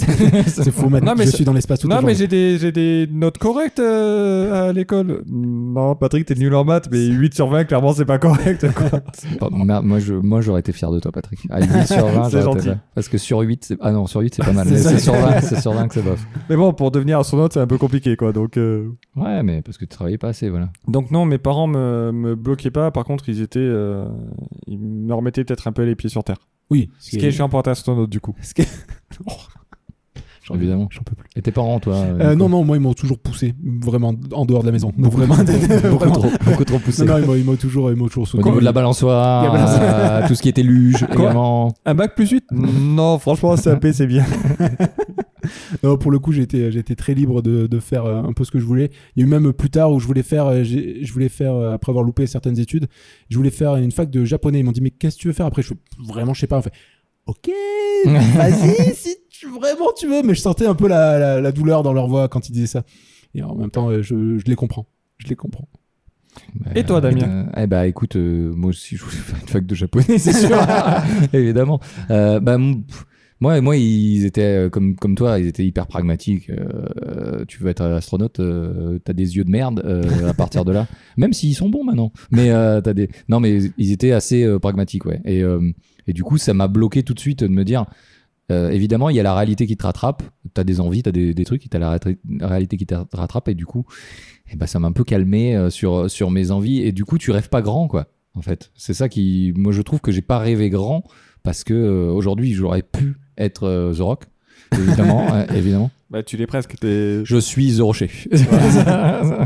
Speaker 3: C'est faux, maintenant
Speaker 2: Non, mais
Speaker 3: je
Speaker 2: c'est-
Speaker 3: suis dans l'espace tout
Speaker 2: non, mais j'ai des, j'ai des notes correctes euh, à l'école. Non, Patrick, t'es nul en maths, mais 8 sur 20, clairement, c'est pas correct, [LAUGHS] quoi.
Speaker 1: Pardon, merde, moi, je, moi, j'aurais été fier de toi, Patrick. À 8 sur 20,
Speaker 3: [LAUGHS]
Speaker 2: C'est
Speaker 1: j'aurais été
Speaker 2: gentil.
Speaker 1: fier. Parce que sur 8, c'est... Ah non, sur 8, c'est pas mal.
Speaker 3: C'est
Speaker 1: mais
Speaker 3: ça.
Speaker 1: c'est sur 20, c'est sur 20 que c'est bof.
Speaker 2: mais bon, pour devenir astronaute, c'est un peu compliqué, quoi. Donc, euh,
Speaker 1: Ouais, mais parce que tu travaillais pas assez, voilà.
Speaker 2: donc non, mes parents me, me bloquaient pas. Par contre, ils étaient, euh, ils me remettaient peut-être un peu les pieds sur terre.
Speaker 3: Oui,
Speaker 2: Ce qui est chiant pour être astronaute, du coup.
Speaker 3: ce qui est-
Speaker 1: Évidemment.
Speaker 3: J'en peux plus.
Speaker 1: Et tes parents, toi euh,
Speaker 3: Euh,
Speaker 1: du
Speaker 3: non,
Speaker 1: coup
Speaker 3: non, moi ils m'ont toujours poussé, vraiment en dehors de la maison. Donc, vraiment,
Speaker 1: Beaucoup
Speaker 3: [LAUGHS] vraiment.
Speaker 1: trop, beaucoup trop poussé.
Speaker 3: Non, non, ils m'ont- ils m'ont toujours, ils m'ont toujours
Speaker 1: Au
Speaker 3: soutenu.
Speaker 1: niveau de la balançoire,
Speaker 3: La balançoire.
Speaker 1: euh, tout ce qui était luge également.
Speaker 2: Un bac plus 8 Non, franchement, CAP, c'est bien.
Speaker 3: Non, pour le coup, j'étais, euh, j'étais très libre de, de faire euh, un peu ce que je voulais. Il y a eu même plus tard où je voulais faire, euh, j'ai- je voulais faire euh, après avoir loupé certaines études, je voulais faire une fac de japonais. Ils m'ont dit mais qu'est-ce que tu veux faire après Je fais, vraiment, je sais pas. On fait,
Speaker 1: [LAUGHS]
Speaker 3: ok, vas-y si tu, vraiment tu veux. Mais je sentais un peu la, la, la douleur dans leur voix quand ils disaient ça. Et en même temps, euh, je, je les comprends. Je les comprends.
Speaker 2: Et toi, Damien
Speaker 1: Euh, Eh bah écoute, euh, moi aussi je voulais [LAUGHS] faire une fac de japonais, c'est
Speaker 2: [LAUGHS]
Speaker 1: sûr, évidemment. Euh, bah, mon- pff, moi, moi, ils étaient euh, comme, comme toi, ils étaient hyper pragmatiques. Euh, euh, tu veux être astronaute, euh, t'as des yeux de merde euh, à partir de là,
Speaker 2: [LAUGHS]
Speaker 1: même s'ils sont bons maintenant. Mais euh, t'as des, non, mais ils étaient assez euh, pragmatiques, ouais. Et, euh, et du coup, ça m'a bloqué tout de suite de me dire. euh, évidemment, il y a la réalité qui te rattrape. T'as des envies, t'as des, des trucs, et t'as la rétri- la réalité qui te rattrape, et du coup, eh ben, ça m'a un peu calmé euh, sur, sur mes envies. Et du coup, tu rêves pas grand, quoi, en fait. C'est ça qui. Moi, je trouve que j'ai pas rêvé grand parce que euh, aujourd'hui, j'aurais pu être euh, The Rock, [LAUGHS] évidemment. euh, évidemment.
Speaker 2: [LAUGHS] Bah, tu l'es presque. T'es...
Speaker 1: Je suis The Rocher.
Speaker 3: Ce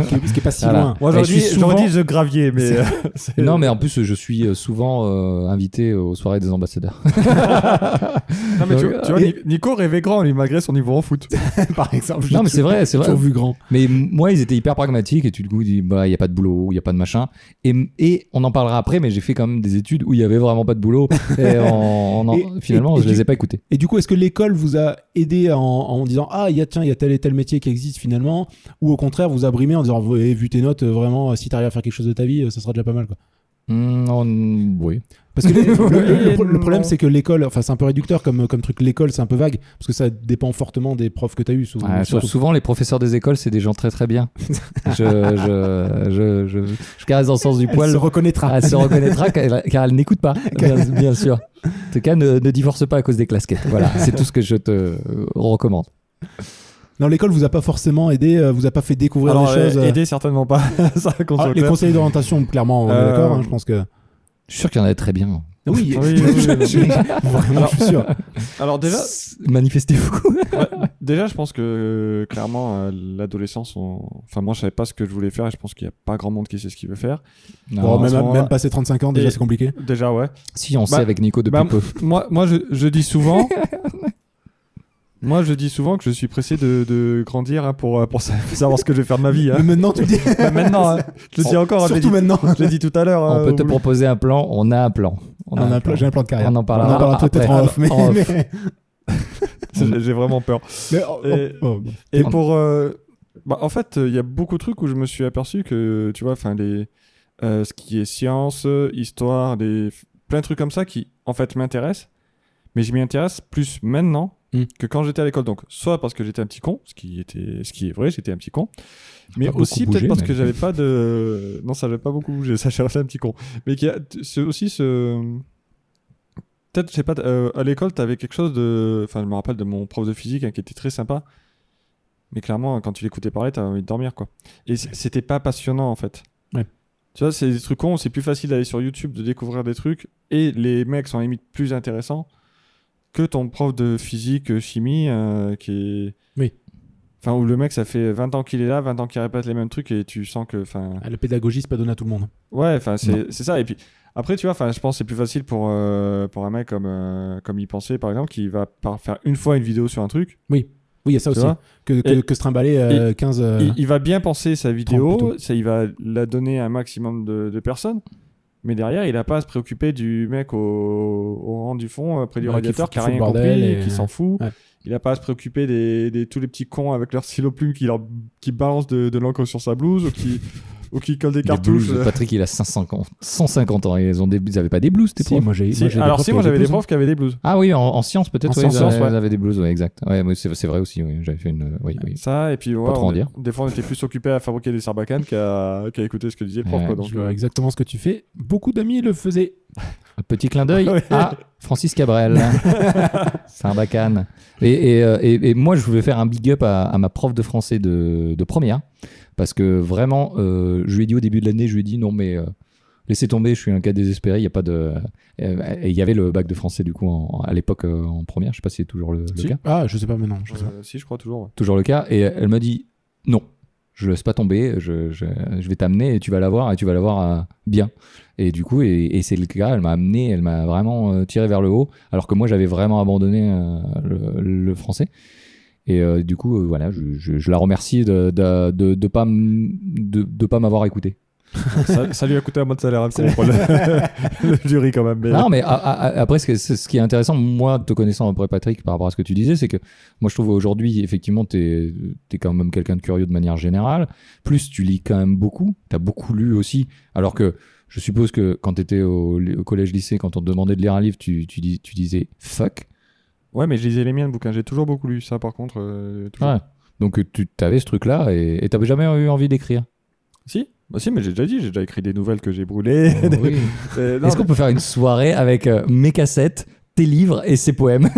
Speaker 3: qui est, ce qui est pas si
Speaker 1: Voilà. [LAUGHS]
Speaker 3: loin.
Speaker 2: Moi,
Speaker 1: Mais je
Speaker 2: aujourd'hui,
Speaker 1: suis souvent-
Speaker 2: j'aurais dit Eh, je gravier, mais. euh, [LAUGHS] c'est-
Speaker 1: [LAUGHS] non, mais en plus, je suis euh, souvent euh, invité aux soirées des ambassadeurs.
Speaker 2: Non, mais tu,
Speaker 1: Donc,
Speaker 2: tu vois, Ni- Nico rêvait grand, il malgré son niveau en foot.
Speaker 3: Par exemple,
Speaker 1: non, mais c'est vrai, c'est
Speaker 3: J'ai
Speaker 1: vrai.
Speaker 3: toujours vu grand.
Speaker 1: Mais m- moi, ils étaient hyper pragmatiques et tu du coup dis bah il y a pas de boulot, il y a pas de machin. Et, et on en parlera après, mais j'ai fait quand même des études où il y avait vraiment pas de [LAUGHS] boulot. Et on- on en-
Speaker 3: Et- et-
Speaker 1: finalement,
Speaker 3: et
Speaker 1: je
Speaker 3: du-
Speaker 1: les ai pas écoutés.
Speaker 3: Et du coup, est-ce que l'école vous a aidé en, en disant ah il y a tiens il y a tel et tel métier qui existe finalement, ou au contraire vous a brimé en disant Eh, vu tes notes euh, vraiment euh, si t'arrives à faire quelque chose de ta vie euh, ça sera déjà pas mal quoi.
Speaker 1: Mm, on- oui.
Speaker 2: [LAUGHS]
Speaker 3: Parce que les- le, le- le- le problème,
Speaker 2: Non.
Speaker 3: c'est que l'école, enfin, c'est un peu réducteur comme, comme truc. L'école, c'est un peu vague, parce que ça dépend fortement des profs que tu as eu. Souvent,
Speaker 1: Ah,
Speaker 3: surtout.
Speaker 1: souvent, les professeurs des écoles, c'est des gens très très
Speaker 3: [LAUGHS]
Speaker 1: bien. je, je, je, je, je caresse dans le sens du
Speaker 3: Elle
Speaker 1: poil.
Speaker 3: se reconnaîtra.
Speaker 1: Elle se reconnaîtra car elle, car elle n'écoute
Speaker 3: [LAUGHS]
Speaker 1: pas, bien, bien sûr. En tout cas, ne, ne divorce pas à cause des clasquettes. Voilà, c'est tout ce que je te euh, recommande.
Speaker 3: Non, l'école vous a pas forcément aidé, euh, vous a pas fait découvrir
Speaker 2: Alors,
Speaker 3: des choses. euh,
Speaker 2: aider certainement pas. [LAUGHS] ça, qu'on
Speaker 3: ah,
Speaker 2: soit
Speaker 3: les
Speaker 2: clair.
Speaker 3: conseils d'orientation, clairement, on est
Speaker 2: Euh,
Speaker 3: d'accord. hein, je pense que
Speaker 1: Je suis sûr qu'il y en a de très bien.
Speaker 3: oui,
Speaker 2: Oui, oui, oui, non. [LAUGHS]
Speaker 3: vraiment, je suis sûr.
Speaker 2: Alors déjà,
Speaker 1: S- Manifestez-vous.
Speaker 2: déjà, je pense que euh, clairement, euh, l'adolescence, on- enfin moi, je savais pas ce que je voulais faire. Et je pense qu'il y a pas grand monde qui sait ce qu'il veut faire.
Speaker 3: Bon,
Speaker 1: Non,
Speaker 2: en ce
Speaker 3: même,
Speaker 2: moment-
Speaker 3: même passer 35 ans, déjà,
Speaker 2: Et-
Speaker 3: c'est compliqué.
Speaker 2: Déjà, ouais.
Speaker 1: Oh, Si, on
Speaker 2: Bah,
Speaker 1: sait avec Nico depuis
Speaker 2: bah,
Speaker 1: peu.
Speaker 2: Moi, moi, je, je dis souvent. Moi, je dis souvent que je suis pressé de, de grandir hein, pour, euh, pour sa- savoir ce que je vais faire de ma vie.
Speaker 3: Mais
Speaker 2: hein.
Speaker 3: maintenant, tu le dis.
Speaker 2: Bah, maintenant, hein, je le dis encore, hein, je l'ai
Speaker 3: Surtout
Speaker 2: dit,
Speaker 3: maintenant.
Speaker 2: je l'ai dit tout à l'heure. hein,
Speaker 1: On peut
Speaker 2: au
Speaker 1: te
Speaker 2: boulot.
Speaker 1: proposer un plan, on a un plan.
Speaker 3: euh, On a un plan- J'ai un plan de carrière.
Speaker 1: Ah, On en parlera après.
Speaker 3: peut-être en off. Mais,
Speaker 1: En off.
Speaker 3: mais-
Speaker 2: J'ai j'ai vraiment peur.
Speaker 3: mais- oh,
Speaker 2: Et-
Speaker 3: oh, bon.
Speaker 2: Et
Speaker 1: Pardon.
Speaker 2: pour. euh, bah, en fait, il y a beaucoup de trucs où je me suis aperçu que, tu vois, enfin, les. euh, ce qui est science, euh, histoire, des, plein de trucs comme ça qui, en fait, m'intéressent. Mais je m'y intéresse plus maintenant
Speaker 1: Hmm.
Speaker 3: Mm.
Speaker 2: que quand j'étais à l'école. Donc, soit parce que j'étais un petit con, ce qui, était, ce qui est vrai, j'étais un petit con. Mais
Speaker 1: beaucoup
Speaker 2: aussi,
Speaker 1: bougé,
Speaker 2: peut-être parce
Speaker 1: mais-
Speaker 2: que
Speaker 1: [LAUGHS]
Speaker 2: j'avais pas de. Non, ça j'avais pas beaucoup bougé, ça [LAUGHS] j'ai resté un petit con. Mais qu'il y a c'est aussi ce. Peut-être, je sais pas, euh, à l'école, t'avais quelque chose de. Enfin, je me rappelle de mon prof de physique hein, qui était très sympa. Mais clairement, quand tu l'écoutais parler, t'avais envie de dormir, quoi. Et c- c'était pas passionnant, en fait.
Speaker 3: Ouais.
Speaker 2: Tu vois, c'est des trucs cons, c'est plus facile d'aller sur YouTube, de découvrir des trucs, et les mecs sont limite plus intéressants que ton prof de physique, euh, chimie, euh, qui est.
Speaker 3: Oui.
Speaker 2: Enfin, où le mec, ça fait 20 ans qu'il est là, 20 ans qu'il répète les mêmes trucs, et tu sens que. Enfin...
Speaker 3: Ah, La pédagogie, c'est pas donné à tout le monde.
Speaker 2: Ouais, enfin,
Speaker 1: Non.
Speaker 2: c'est c'est ça. Et puis, après, tu vois, enfin, je pense que c'est plus facile pour, euh, pour un mec comme, euh, comme y penser, par exemple, qui va par faire une fois une vidéo sur un truc.
Speaker 3: Oui, il y a ça
Speaker 2: Tu
Speaker 3: aussi.
Speaker 2: vois
Speaker 3: Que, que,
Speaker 2: Et-
Speaker 3: que se trimballer euh, 15. euh,
Speaker 2: il, il va bien penser sa
Speaker 3: Trente
Speaker 2: vidéo,
Speaker 3: plutôt.
Speaker 2: ça, il va la donner à un maximum de, de personnes, mais derrière, il n'a pas à se préoccuper du mec au, au rang du fond, euh, près du
Speaker 3: Ouais, qui
Speaker 2: radiateur,
Speaker 3: fout-
Speaker 2: qui n'a
Speaker 3: qui
Speaker 2: rien
Speaker 3: fout le bordel
Speaker 2: compris,
Speaker 3: et-
Speaker 2: qui s'en fout.
Speaker 3: Ouais.
Speaker 2: Il n'a pas à se préoccuper des, des- tous les petits cons avec leur stylo plume qui, leur, qui balancent de, de l'encre sur sa blouse ou qui, ou qui collent
Speaker 1: Les
Speaker 2: des
Speaker 1: blues
Speaker 2: cartouches.
Speaker 3: euh.
Speaker 2: Euh,
Speaker 1: de Patrick, il a 550 150 ans. Ils ont des- ils avaient pas des blues, tes
Speaker 3: si,
Speaker 1: profs
Speaker 3: moi j'ai.
Speaker 2: Si,
Speaker 3: moi, j'ai des
Speaker 2: alors,
Speaker 3: profs
Speaker 2: si,
Speaker 3: qui
Speaker 2: moi
Speaker 3: avaient
Speaker 2: j'avais des
Speaker 3: plus,
Speaker 2: profs qui avaient des blues.
Speaker 1: Ah oui, en, en sciences peut-être.
Speaker 2: En
Speaker 1: ouais, ils
Speaker 2: sciences,
Speaker 1: avaient-
Speaker 2: ouais.
Speaker 1: ils avaient des blues, ouais, exact. Ouais, mais c'est c'est vrai aussi. oui, J'avais fait une. euh, Oui, oui.
Speaker 2: Ça, et puis ouais,
Speaker 1: trop en
Speaker 2: on-
Speaker 1: dire.
Speaker 2: des fois on était plus occupé à fabriquer des sarbacanes qu'à qu'à écouter ce que disait le prof.
Speaker 1: Ouais,
Speaker 2: quoi,
Speaker 3: hein.
Speaker 2: donc,
Speaker 3: Je vois exactement ce que tu fais. Beaucoup d'amis le faisaient.
Speaker 1: Un petit clin [LAUGHS] d'œil
Speaker 2: Ouais.
Speaker 1: à Francis [LAUGHS] Cabrel. C'est un bacane. Et, et, euh, et- et moi, je voulais faire un big up à, à ma prof de français de, de première. Parce que vraiment, euh, je lui ai dit au début de l'année, je lui ai dit non, mais euh, laissez tomber, je suis un cas désespéré. Il y a pas de. euh, et il y avait le bac de français, du coup, en- à l'époque, euh, en première. Je sais pas si c'est toujours Bah, le, le
Speaker 2: Si.
Speaker 1: cas.
Speaker 3: Ah, je sais pas maintenant. Je sais pas.
Speaker 2: euh, si, je crois toujours. ouais.
Speaker 1: toujours le cas. Et elle m'a dit non, je laisse pas tomber, je, je, je vais t'amener et tu vas la voir et tu vas la voir euh, bien. Et du coup, et, et c'est le cas, elle m'a amené, elle m'a vraiment euh, tiré vers le haut, alors que moi j'avais vraiment abandonné euh, le, le français. Et euh, du coup, euh, voilà, je, je- je la remercie de de, de, de pas, m- de, de pas m'avoir écouté.
Speaker 2: ça, ça lui a coûté un mois de salaire, hein, qu'on prend le, [LAUGHS] le jury quand même. mais-
Speaker 1: Non, mais a- a- a- après, ce, que- ce- ce qui est intéressant, moi, te connaissant après Patrick, par rapport à ce que tu disais, c'est que moi, je trouve aujourd'hui, effectivement, t'es es quand même quelqu'un de curieux de manière générale. Plus, tu lis quand même beaucoup. T'as beaucoup lu aussi. Alors que je suppose que quand t'étais au, au collège-lycée, quand on te demandait de lire un livre, tu, tu, dis, tu disais fuck.
Speaker 2: Ouais, mais je lisais les miens de bouquins, j'ai toujours beaucoup lu ça par contre. euh, toujours.
Speaker 1: Ouais. Donc, tu avais ce truc-là et et t'avais jamais eu envie
Speaker 2: [LAUGHS]
Speaker 1: d'écrire.
Speaker 2: Si bah, si, mais j'ai déjà dit, j'ai déjà écrit des nouvelles que j'ai brûlées. des-
Speaker 1: Oui.
Speaker 2: [LAUGHS] euh, non,
Speaker 1: Est-ce qu'on peut faire une soirée avec euh, mes cassettes, tes livres et ses poèmes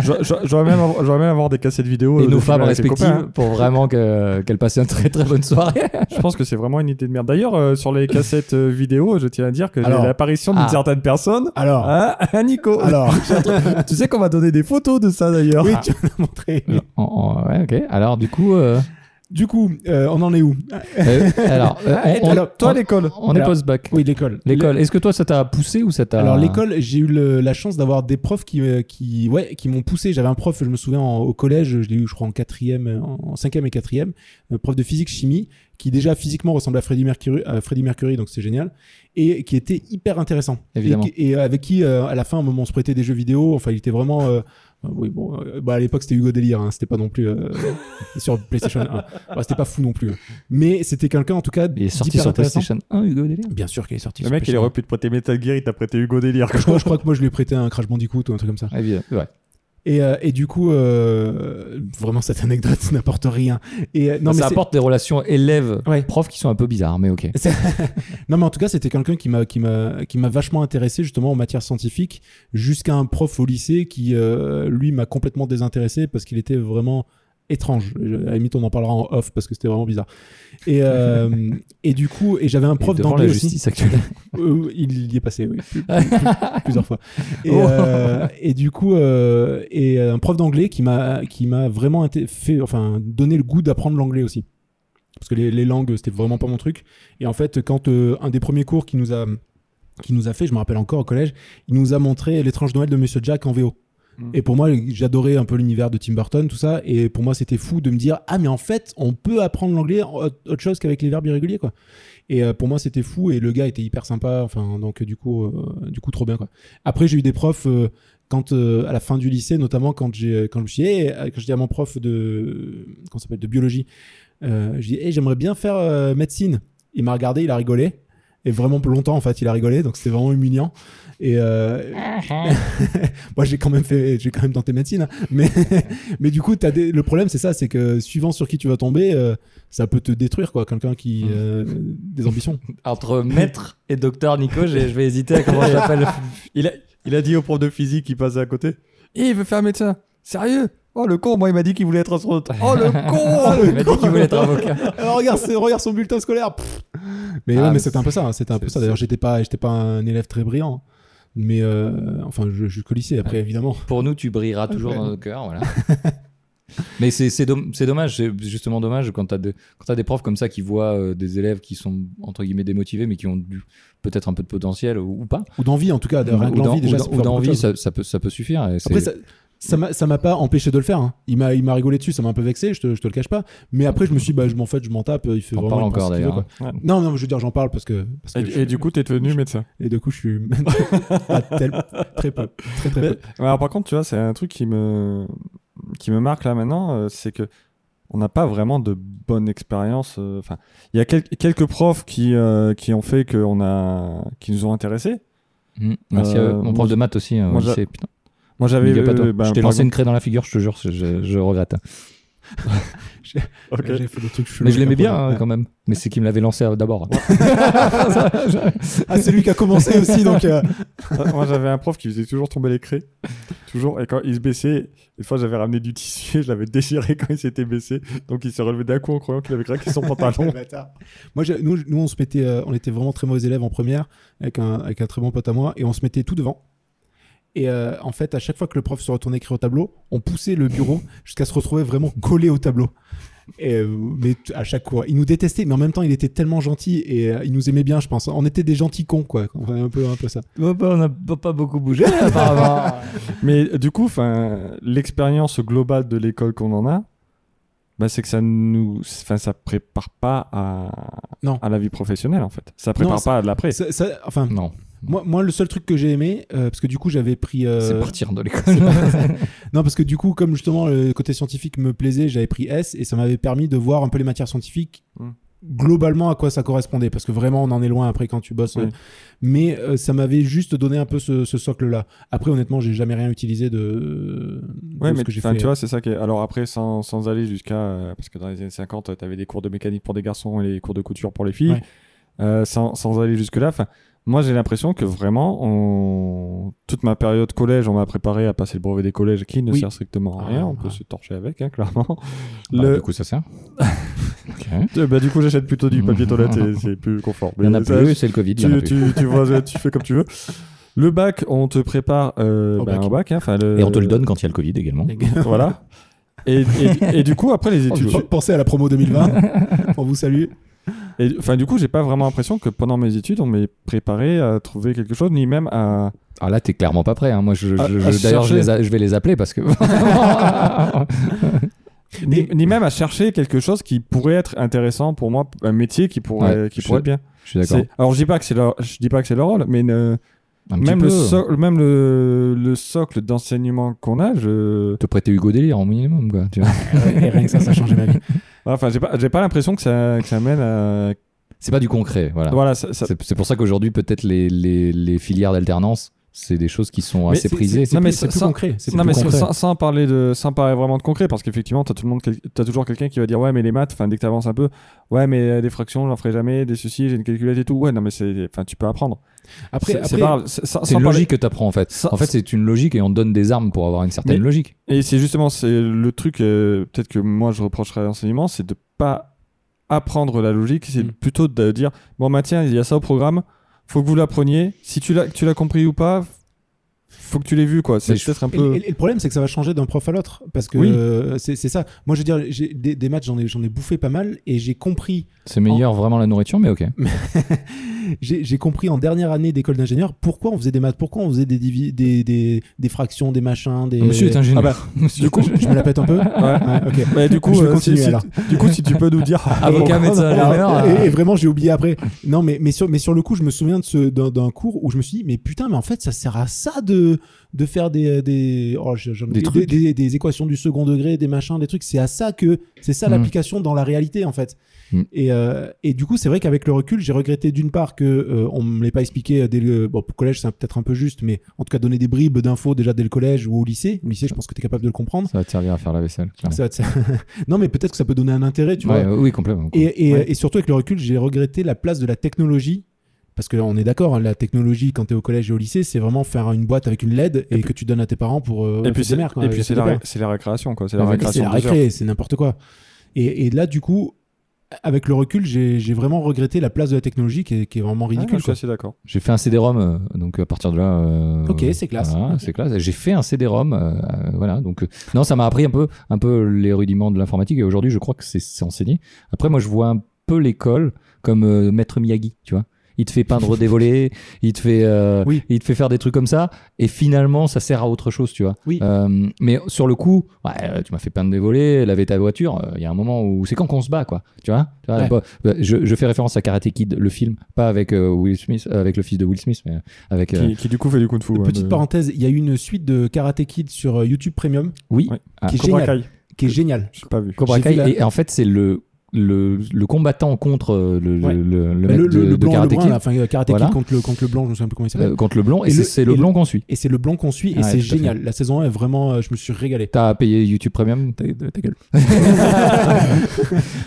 Speaker 2: je- je- J'aurais même, avoir- j'aurais même avoir des cassettes vidéo.
Speaker 1: et
Speaker 2: euh, de
Speaker 1: nos
Speaker 2: films
Speaker 1: femmes
Speaker 2: avec les
Speaker 1: respectives
Speaker 2: copains,
Speaker 1: pour vraiment que- qu'elles passent une très très bonne soirée.
Speaker 2: hein. Je pense que c'est vraiment une idée de merde. D'ailleurs, euh, sur les cassettes euh, vidéo, je tiens à dire que j'ai
Speaker 3: Alors.
Speaker 2: l'apparition d'une
Speaker 1: Ah.
Speaker 2: certaine personne.
Speaker 3: Alors,
Speaker 2: [LAUGHS] Hein, hein, Nico
Speaker 3: [LAUGHS] alors.
Speaker 2: Tu sais qu'on m'a donné des photos de ça d'ailleurs.
Speaker 3: oui, tu me l'as montré.
Speaker 1: En- en- ouais, ok. Alors du coup,
Speaker 3: [LAUGHS]
Speaker 1: euh,
Speaker 3: Du coup, euh, on en est où
Speaker 1: euh, alors, euh, on,
Speaker 3: Ah, Alors,
Speaker 2: Toi,
Speaker 1: on-
Speaker 2: à l'école.
Speaker 1: on est
Speaker 3: alors-
Speaker 1: post-bac.
Speaker 3: Oui, l'école.
Speaker 1: L'école. Est-ce que toi, ça t'a poussé ou ça t'a
Speaker 3: Alors l'école, j'ai eu le- la chance d'avoir des profs qui, euh, qui, ouais, qui m'ont poussé. J'avais un prof, je me souviens, en- au collège, je l'ai eu, je crois, en quatrième, euh, en cinquième et quatrième, un prof de physique chimie, qui déjà physiquement ressemblait à Freddie Mercury, à Freddie Mercury, donc c'est génial, et qui était hyper intéressant.
Speaker 1: Évidemment.
Speaker 3: Et, qui- et, euh, avec qui, euh, à la fin, au moment, on se prêtait des jeux vidéo. Enfin, il était vraiment, euh, Ah Oui, bon, euh, bah à l'époque c'était Hugo Délire, hein, c'était pas non plus euh, [LAUGHS] sur PlayStation 1. Bah, c'était pas fou non plus. Mais c'était quelqu'un en tout cas.
Speaker 1: Il est sorti
Speaker 3: d'hyper
Speaker 1: sur
Speaker 3: intéressant.
Speaker 1: PlayStation 1, Hugo Délire.
Speaker 3: Bien sûr qu'il est sorti
Speaker 2: Le
Speaker 3: sur
Speaker 2: mec, il
Speaker 3: PlayStation
Speaker 2: aurait pu te prêter Metal Gear, il t'a prêté Hugo Délire.
Speaker 3: je crois, je crois que moi je lui ai prêté un Crash Bandicoot ou un truc comme ça.
Speaker 1: Ah, évidemment. Ouais.
Speaker 3: Et, euh, et du coup, euh, vraiment cette anecdote [LAUGHS] n'apporte rien. Et, euh, non, mais
Speaker 1: ça
Speaker 3: c'est-
Speaker 1: apporte des relations
Speaker 3: Ouais.
Speaker 1: élèves-prof qui sont un peu bizarres, mais ok.
Speaker 3: Non, mais en tout cas, c'était quelqu'un qui m'a qui m'a qui m'a vachement intéressé justement en matière scientifique, jusqu'à un prof au lycée qui euh, lui m'a complètement désintéressé parce qu'il était vraiment étrange. Je- À la limite, on en parlera en off parce que c'était vraiment bizarre. Et
Speaker 1: [LAUGHS]
Speaker 3: euh, et du coup, et j'avais un prof
Speaker 1: Et devant la
Speaker 3: d'anglais aussi.
Speaker 1: justice actuelle.
Speaker 3: Euh, il y est passé, oui, plus- plus- plusieurs fois. Et, euh, et du coup, euh, et un prof d'anglais qui m'a qui m'a vraiment été- fait, enfin, donné le goût d'apprendre l'anglais aussi, parce que les, les langues c'était vraiment pas mon truc. Et en fait, quand euh, un des premiers cours qui nous a qui nous a fait, je me rappelle encore au collège, il nous a montré l'étrange Noël de Monsieur Jack en VO.
Speaker 2: Mm.
Speaker 3: Et pour moi, j'adorais un peu l'univers de Tim Burton, tout ça. Et pour moi, c'était fou de me dire ah mais en fait, on peut apprendre l'anglais en- autre chose qu'avec les verbes irréguliers quoi. Et euh, pour moi, c'était fou. Et le gars était hyper sympa. Enfin, donc euh, du coup, euh, du coup, trop bien quoi. Après, j'ai eu des profs euh, quand euh, à la fin du lycée, notamment quand j'ai quand je me suis dit, eh, euh, quand je dis à mon prof de qu'on s'appelle de biologie, euh, je dis eh, j'aimerais bien faire euh, médecine. Il m'a regardé, il a rigolé. Et vraiment longtemps en fait, il a rigolé, donc c'était vraiment humiliant. Et euh, [LAUGHS] moi j'ai quand même fait, j'ai quand même tenté médecine, hein. mais [LAUGHS] mais du coup t'as des... le problème c'est ça, c'est que suivant sur qui tu vas tomber, euh, ça peut te détruire quoi. Quelqu'un
Speaker 1: Mm.
Speaker 3: qui euh, des ambitions.
Speaker 1: Entre maître et docteur Nico, j'ai- je vais hésiter à [LAUGHS] comment j'appelle.
Speaker 2: Il a, il a dit au prof de physique qui passait à côté Eh, il veut faire médecin Sérieux Oh le con, moi il m'a dit qu'il voulait être astronaute. Oh le con
Speaker 1: Il m'a dit qu'il voulait [LAUGHS] être avocat.
Speaker 3: Alors, regarde, ce- regarde son bulletin scolaire. Pff. Mais
Speaker 1: Ah,
Speaker 3: ouais,
Speaker 1: mais
Speaker 3: mais c'était un peu ça. hein, C'était un peu
Speaker 1: c'est-
Speaker 3: ça. D'ailleurs, j'étais pas, j'étais pas un élève très brillant. Mais euh, enfin, je- jusqu'au lycée, après, évidemment.
Speaker 1: Pour nous, tu brilleras toujours
Speaker 3: ouais.
Speaker 1: dans nos cœurs, voilà. [LAUGHS] Mais c'est c'est dom- c'est dommage, c'est justement dommage quand t'as des, quand t'as des profs comme ça qui voient euh, des élèves qui sont entre guillemets démotivés mais qui ont du- peut-être un peu de potentiel ou, ou pas.
Speaker 3: Ou d'envie, en tout cas. Ah, de- Rien que
Speaker 1: Ou d'en-
Speaker 3: l'envie, déjà,
Speaker 1: ou
Speaker 3: ça
Speaker 1: d'en- ou
Speaker 3: peut faire beaucoup de
Speaker 1: d'envie,
Speaker 3: choses.
Speaker 1: ça, ça peut, ça peut suffire. et c'est-
Speaker 3: Après, ça- ça m'a- ça m'a pas empêché de le faire. hein. Il m'a, il m'a rigolé dessus. Ça m'a un peu vexé. Je te, je te le cache pas. Mais après, je me suis, dit, bah, je m'en fait, je m'en tape. Il fait
Speaker 1: on parle
Speaker 3: vraiment. il pense
Speaker 1: encore
Speaker 3: ce qu'il veut,
Speaker 1: d'ailleurs. hein.
Speaker 3: quoi. Non, non, mais je veux dire, j'en parle parce que. parce que je-
Speaker 2: Et, et du coup, t'es devenu médecin.
Speaker 3: et du coup, je suis [LAUGHS] à tel- très peu, très très
Speaker 2: Mais-
Speaker 3: peu.
Speaker 2: Ouais, alors par contre, tu vois, c'est un truc qui me, qui me marque là maintenant, euh, c'est que on n'a pas vraiment de bonne expérience. euh, Enfin, il y a quel- quelques profs qui, euh, qui ont fait que on a, qui nous ont intéressés.
Speaker 1: Mm. Merci
Speaker 2: Euh,
Speaker 1: à eux. Mon
Speaker 2: moi,
Speaker 1: prof de maths aussi euh, au
Speaker 2: moi, j'a-
Speaker 1: lycée, putain.
Speaker 2: Moi, j'avais,
Speaker 1: Big up à toi.
Speaker 2: euh, ben,
Speaker 1: je t'ai
Speaker 2: par
Speaker 1: lancé une craie dans la figure, je te jure, je, je- je regrette.
Speaker 2: exemple-
Speaker 3: J'ai fait des trucs chelous
Speaker 1: Mais je
Speaker 3: avec
Speaker 1: l'aimais
Speaker 3: un
Speaker 1: bien
Speaker 3: projet.
Speaker 1: hein, quand même. Mais c'est qu'il me l'avait lancé euh, d'abord. [LAUGHS]
Speaker 3: Ah, c'est lui qui a [LAUGHS] commencé aussi, donc. euh,
Speaker 2: Ok. moi, j'avais un prof qui faisait toujours tomber les craies, toujours. Et quand il se baissait, une fois, j'avais ramené du tissu, et je l'avais déchiré quand il s'était baissé, donc il s'est relevé d'un coup en croyant qu'il avait craqué son pantalon.
Speaker 3: Moi, j'ai- nous, nous, on se mettait, euh, on était vraiment très mauvais élèves en première avec un, avec un très bon pote à moi et on se mettait tout devant. Et euh, en fait, à chaque fois que le prof se retournait écrire au tableau, on poussait le bureau jusqu'à se retrouver vraiment collé au tableau. Et, euh, mais t- à chaque cours, il nous détestait, mais en même temps, il était tellement gentil et euh, il nous aimait bien, je pense. On était des gentils cons, quoi. Enfin, un peu, un peu ça.
Speaker 1: on n'a pas beaucoup bougé apparemment.
Speaker 2: [LAUGHS] Mais euh, du coup, 'fin, l'expérience globale de l'école qu'on en a, bah, c'est que ça nous, enfin, ça prépare pas à,
Speaker 3: Non.
Speaker 2: à la vie professionnelle en fait. Ça prépare
Speaker 3: ça-
Speaker 2: pas à l'après.
Speaker 3: Ça- ça- enfin,
Speaker 1: non,
Speaker 3: moi, moi, le seul truc que j'ai aimé, euh, parce que du coup, j'avais pris. euh,
Speaker 1: c'est partir de l'école.
Speaker 3: [LAUGHS] Non, parce que du coup, comme justement le côté scientifique me plaisait, j'avais pris S et ça m'avait permis de voir un peu les matières scientifiques
Speaker 2: Mm.
Speaker 3: globalement à quoi ça correspondait. Parce que vraiment, on en est loin après quand tu bosses.
Speaker 2: Oui.
Speaker 3: euh, Mais euh, ça m'avait juste donné un peu ce, ce socle-là. Après, honnêtement, j'ai jamais rien utilisé de, de
Speaker 2: Ouais,
Speaker 3: ce
Speaker 2: mais
Speaker 3: que j'ai
Speaker 2: 'fin,
Speaker 3: fait.
Speaker 2: tu vois, c'est ça qui. est- Alors après, sans, sans aller jusqu'à, euh, parce que dans les années 50, euh, t'avais des cours de mécanique pour des garçons et des cours de couture pour les filles.
Speaker 3: Ouais.
Speaker 2: Euh, sans, sans aller jusque là, 'fin, moi j'ai l'impression que vraiment, on... toute ma période collège, on m'a préparé à passer le brevet des collèges, qui ne
Speaker 3: Oui.
Speaker 2: sert strictement à
Speaker 3: Ah,
Speaker 2: rien. on peut
Speaker 3: ouais.
Speaker 2: se torcher avec, hein, clairement.
Speaker 1: Bah,
Speaker 2: Le- [LAUGHS]
Speaker 1: du coup, [LAUGHS] ça sert. Ok.
Speaker 2: Euh, Bah, du coup, j'achète plutôt du papier toilette et c'est plus confort.
Speaker 1: Il y en a
Speaker 2: Mais ça,
Speaker 1: plus, c'est le Covid. il y en a
Speaker 2: Tu,
Speaker 1: plus.
Speaker 2: tu, tu vois, tu fais comme tu veux. Le bac, on te prépare euh,
Speaker 3: Au
Speaker 2: ben,
Speaker 3: bac.
Speaker 2: au bac. hein, enfin, le-
Speaker 1: Et on te le donne quand il y a le Covid également.
Speaker 2: [LAUGHS] Voilà. Et, et, et du coup, après les
Speaker 1: Oh,
Speaker 2: études.
Speaker 1: le
Speaker 2: su-
Speaker 3: Pensez à la promo 2020. on vous salue.
Speaker 2: et- Enfin, du coup, j'ai pas vraiment l'impression que pendant mes études, on m'ait préparé à trouver quelque chose, ni même à.
Speaker 1: Alors Ah là, t'es clairement pas prêt. hein. Moi, je, je-
Speaker 2: À-
Speaker 1: je-
Speaker 2: à se
Speaker 1: d'ailleurs, je,
Speaker 2: chercher.
Speaker 1: les a- je vais les appeler parce que. [LAUGHS]
Speaker 2: Ni, ni même à chercher quelque chose qui pourrait être intéressant pour moi, un métier qui pourrait,
Speaker 1: Ouais,
Speaker 2: qui
Speaker 1: je-
Speaker 2: pourrait être bien.
Speaker 1: je suis d'accord.
Speaker 2: C'est- Alors, je dis pas que c'est leur, je dis pas que c'est leur rôle, mais ne-
Speaker 1: Un petit
Speaker 2: même
Speaker 1: peu.
Speaker 2: le, so- même le, le socle d'enseignement qu'on a, je.
Speaker 1: te prêter Hugo Délire en minimum, quoi. Tu vois. [LAUGHS]
Speaker 3: Et rien que ça, ça changeait ma vie.
Speaker 2: Enfin, j'ai pas, j'ai pas l'impression que ça, que ça mène à.
Speaker 1: c'est pas du concret, voilà.
Speaker 2: Voilà, ça- ça-
Speaker 1: C'est c'est pour ça qu'aujourd'hui, peut-être les, les, les filières d'alternance, c'est des choses qui sont assez
Speaker 3: c'est-
Speaker 1: prisées.
Speaker 3: C'est
Speaker 2: Non, mais
Speaker 3: plus, c'est
Speaker 2: ça-
Speaker 3: plus
Speaker 2: ça-
Speaker 3: concret. C'est
Speaker 2: Non
Speaker 3: plus
Speaker 2: mais
Speaker 3: concret.
Speaker 2: sans, sans parler de sans parler vraiment de concret parce qu'effectivement t'as tout le monde quel- t'as toujours quelqu'un qui va dire ouais mais les maths enfin dès que t'avances un peu ouais mais euh, des fractions j'en ferai jamais des ceci j'ai une calculette et tout ouais non mais c'est enfin tu peux apprendre
Speaker 3: Après,
Speaker 2: C'est- c'est
Speaker 3: après,
Speaker 2: pas- c'est- sans-
Speaker 1: C'est
Speaker 2: sans
Speaker 1: une
Speaker 2: parler-
Speaker 1: logique que t'apprends, en fait.
Speaker 2: sans-
Speaker 1: En fait, c'est une logique et on te donne des armes pour avoir une certaine
Speaker 2: Mais-
Speaker 1: logique.
Speaker 2: Et c'est justement c'est le truc euh, peut-être que moi je reprocherais à l'enseignement, c'est de pas apprendre la logique, c'est
Speaker 3: Mm.
Speaker 2: plutôt de dire bon bah tiens, il y a ça au programme, faut que vous l'appreniez, si tu l'as que tu l'as compris ou pas, faut que tu l'aies vu quoi, c'est
Speaker 1: Mais je-
Speaker 2: peut-être un
Speaker 3: Et,
Speaker 2: peu
Speaker 3: et- et le problème, c'est que ça va changer d'un prof à l'autre. Parce que
Speaker 2: Oui.
Speaker 3: euh, c'est c'est ça. Moi, je veux dire, j'ai- des, des matchs, j'en ai, j'en ai bouffé pas mal et j'ai compris,
Speaker 1: C'est meilleur vraiment la nourriture, mais ok.
Speaker 3: j'ai j'ai compris en dernière année d'école d'ingénieur pourquoi on faisait des maths, pourquoi on faisait des, divi- des, des, des fractions, des machins. Des...
Speaker 1: Monsieur est ingénieur. [LAUGHS] Monsieur-
Speaker 2: ah bah, du coup-
Speaker 3: Je me la pète un peu [LAUGHS] Ouais, ok.
Speaker 2: Mais du coup,
Speaker 3: Je vais
Speaker 2: euh,
Speaker 3: continuer,
Speaker 2: si, si-
Speaker 3: alors.
Speaker 2: du coup, si tu peux
Speaker 3: [LAUGHS]
Speaker 2: nous dire
Speaker 1: Avocat, médecin, ingénieur.
Speaker 3: et, et vraiment, j'ai oublié après. Non, mais, mais, sur, mais sur le coup, je me souviens de ce- d'un d'un cours où je me suis dit, mais putain, mais en fait, ça sert à ça de, de faire des, des, oh, j'en- j'en
Speaker 1: Des
Speaker 3: oublie-
Speaker 1: trucs.
Speaker 3: des- des équations du second degré, des machins, des trucs. C'est à ça que c'est ça
Speaker 1: Mm.
Speaker 3: l'application dans la réalité, en fait.
Speaker 1: Mm.
Speaker 3: Et, euh, et du coup, c'est vrai qu'avec le recul, j'ai regretté d'une part que euh, on me l'ait pas expliqué dès le bon, au collège, c'est peut-être un peu juste, mais en tout cas donner des bribes d'infos déjà dès le collège ou au lycée. Au lycée, je pense que tu es capable de le comprendre.
Speaker 1: Ça va te servir à faire la vaisselle. clairement.
Speaker 3: Ça- ça- [LAUGHS] non, mais peut-être que ça peut donner un intérêt, tu vois.
Speaker 1: Ouais, euh, oui, complètement.
Speaker 3: Et, et-
Speaker 2: Ouais.
Speaker 3: et surtout avec le recul, j'ai regretté la place de la technologie. Parce qu'on est d'accord, hein, la technologie quand t'es au collège et au lycée, c'est vraiment faire une boîte avec une LED et, que tu donnes à tes parents pour. euh,
Speaker 2: et
Speaker 3: fête
Speaker 2: puis
Speaker 3: des
Speaker 2: c'est
Speaker 3: mères, quoi,
Speaker 2: et puis
Speaker 3: fête
Speaker 2: c'est
Speaker 3: des
Speaker 2: la,
Speaker 3: pères.
Speaker 2: ré- c'est la récréation quoi, c'est la
Speaker 1: Ouais, mais
Speaker 3: Et C'est
Speaker 2: récréation.
Speaker 3: la
Speaker 2: de deux heures.
Speaker 3: récré, c'est n'importe quoi. Et, et là, du coup, avec le recul, j'ai j'ai vraiment regretté la place de la technologie qui est, qui est vraiment
Speaker 2: Ah,
Speaker 3: ridicule.
Speaker 2: je suis assez d'accord.
Speaker 1: J'ai fait un CD-ROM, euh, donc à partir de là. euh,
Speaker 3: Ok, c'est classe.
Speaker 1: voilà,
Speaker 3: Ok.
Speaker 1: c'est classe. J'ai fait un CD-ROM, euh, euh, voilà. Donc euh, non, ça m'a appris un peu, un peu les rudiments de l'informatique. Et aujourd'hui, je crois que c'est- c'est enseigné. Après, moi, je vois un peu l'école comme euh, maître Miyagi, tu vois. Il te fait peindre des volets, il te fait, euh,
Speaker 3: Oui.
Speaker 1: il te fait faire des trucs comme ça, et finalement, ça sert à autre chose, tu vois.
Speaker 3: Oui.
Speaker 1: Euh, mais sur le coup, ouais, euh, tu m'as fait peindre des volets, laver ta voiture. euh, Il y a un moment où c'est quand qu'on se bat, quoi. Tu vois, Tu vois,
Speaker 3: Ouais.
Speaker 1: bah, bah, je, je fais référence à Karate Kid, le film, pas avec euh, Will Smith, euh, avec le fils de Will Smith, mais avec. euh,
Speaker 2: Qui, qui, du coup fait du kung fu. hein,
Speaker 3: Petite
Speaker 2: de-
Speaker 3: parenthèse, il y a eu une suite de Karate Kid sur euh, YouTube Premium
Speaker 1: Oui,
Speaker 2: Ouais.
Speaker 1: Ah,
Speaker 3: qui est
Speaker 2: Cobra
Speaker 3: géniale.
Speaker 2: Kai,
Speaker 3: Qui est géniale.
Speaker 2: j'ai pas vu.
Speaker 1: Cobra
Speaker 3: J'ai
Speaker 1: Kai.
Speaker 3: vu la-
Speaker 1: Et en fait, c'est le, le le combattant contre euh, le
Speaker 3: Ouais.
Speaker 1: le, le, le
Speaker 3: Bah,
Speaker 1: mec
Speaker 3: Le,
Speaker 1: de,
Speaker 3: le- le
Speaker 1: de
Speaker 3: blanc, le
Speaker 1: Karate
Speaker 3: brun,
Speaker 1: Kid,
Speaker 3: là, enfin, euh, Karate
Speaker 1: Voilà.
Speaker 3: Kid contre le, contre le blanc, je me souviens plus comment il s'appelle.
Speaker 1: euh, contre le blanc, et,
Speaker 3: Et le-
Speaker 1: c'est- c'est le
Speaker 3: et le-
Speaker 1: blanc qu'on suit.
Speaker 3: Et c'est le blanc qu'on suit et
Speaker 1: Ah Ouais,
Speaker 3: c'est
Speaker 1: tout à fait.
Speaker 3: génial. La saison 1 est vraiment, euh, je me suis régalé.
Speaker 1: T'as payé YouTube Premium
Speaker 3: Ta, ta gueule.
Speaker 1: [LAUGHS]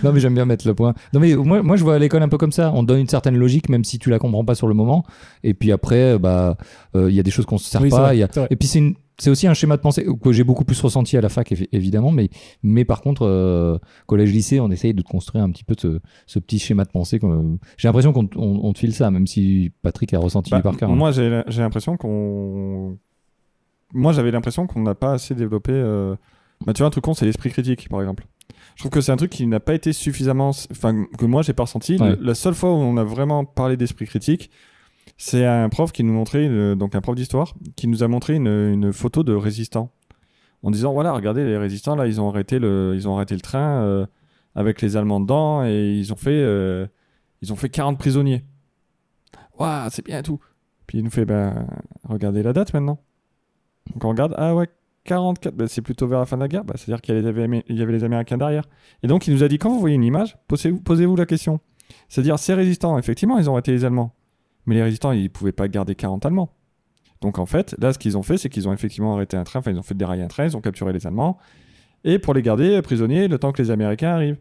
Speaker 1: non mais j'aime bien mettre le point. Non mais moi, moi je vois à l'école un peu comme ça. On te donne une certaine logique même si tu la comprends pas sur le moment. Et puis après bah euh, il y a des choses qu'on se sert
Speaker 3: Oui, c'est
Speaker 1: pas.
Speaker 3: vrai,
Speaker 1: il y a-
Speaker 3: c'est vrai.
Speaker 1: Et puis c'est une- c'est aussi un schéma de pensée que j'ai beaucoup plus ressenti à la fac évi- évidemment. Mais mais par contre euh, collège lycée on essaye de te construire un petit peu ce, ce petit schéma de pensée. qu'on- euh, J'ai l'impression qu'on t- on- on te file ça même si Patrick a ressenti hein.
Speaker 2: Bah,
Speaker 1: par cœur.
Speaker 2: Moi, j'ai la- j'ai l'impression qu'on. Moi, j'avais l'impression qu'on n'a pas assez développé. euh, bah, tu vois, un truc con, c'est l'esprit critique, par exemple. Je trouve que c'est un truc qui n'a pas été suffisamment. Enfin, que moi, j'ai pas ressenti.
Speaker 1: Ouais.
Speaker 2: Le- La seule fois où on a vraiment parlé d'esprit critique, c'est un prof qui nous montrait. une- Donc, un prof d'histoire, qui nous a montré une, une photo de résistants. En disant, voilà, regardez, les résistants, là, ils ont arrêté le, ils ont arrêté le train euh, avec les Allemands dedans et ils ont fait, euh, ils ont fait 40 prisonniers. Waouh, c'est bien et tout. Puis il nous fait, ben, regardez la date maintenant. Donc on regarde, ah ouais, 44, ben, c'est plutôt vers la fin de la guerre, Ben, c'est-à-dire qu'il y avait les Amé- il y avait les Américains derrière. Et donc il nous a dit, quand vous voyez une image, posez-vous posez-vous la question. C'est-à-dire, ces résistants, effectivement, ils ont arrêté les Allemands. Mais les résistants, ils ne pouvaient pas garder 40 Allemands. Donc en fait, là, ce qu'ils ont fait, c'est qu'ils ont effectivement arrêté un train, enfin, ils ont fait dérailler un train, ils ont capturé les Allemands. Et pour les garder euh, prisonniers, le temps que les Américains arrivent.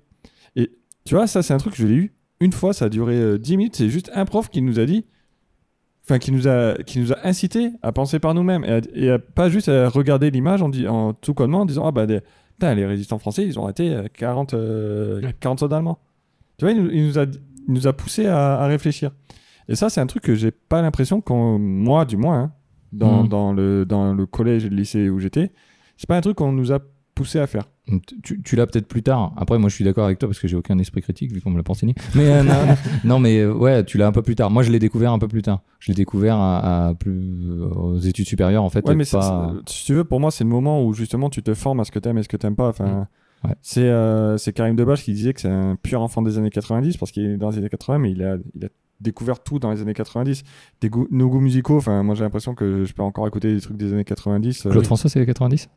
Speaker 2: Et tu vois, ça, c'est un truc, je l'ai eu une fois, ça a duré euh, 10 minutes, c'est juste un prof qui nous a dit, enfin qui nous a qui nous a incité à penser par nous-mêmes et, à- et à pas juste à regarder l'image en, dit- en tout connement en disant ah bah des- putain, les résistants français ils ont arrêté euh, 40 euh,
Speaker 3: Ouais.
Speaker 2: 40 soldats allemands tu vois il, nous- il nous a il nous a poussé à, à réfléchir et ça c'est un truc que j'ai pas l'impression qu'on moi du moins hein, dans,
Speaker 1: Mhm.
Speaker 2: dans le dans le collège et le lycée où j'étais c'est pas un truc qu'on nous a poussé à faire
Speaker 1: Donc, tu- Tu, tu l'as peut-être plus tard. Après, moi, je suis d'accord avec toi parce que j'ai aucun esprit critique vu qu'on me l'a pas enseigné. Mais euh, non, non, mais euh, ouais, tu l'as un peu plus tard. Moi, je l'ai découvert un peu plus tard. Je l'ai découvert à, à plus aux études supérieures en fait.
Speaker 2: Ouais,
Speaker 1: et
Speaker 2: mais ça- euh,
Speaker 1: pas-
Speaker 2: ça- si tu veux, pour moi, c'est le moment où justement tu te formes à ce que t'aimes et ce que t'aimes pas. Enfin,
Speaker 1: Mm. Ouais.
Speaker 2: C'est euh, c'est Karim Debache qui disait que c'est un pur enfant des années 90 parce qu'il est dans les années 80, mais il a, il a découvert tout dans les années 90. Des goûts- nos goûts musicaux, enfin, moi j'ai l'impression que je peux encore écouter des trucs des années 90. euh,
Speaker 1: Claude François, c'est les 90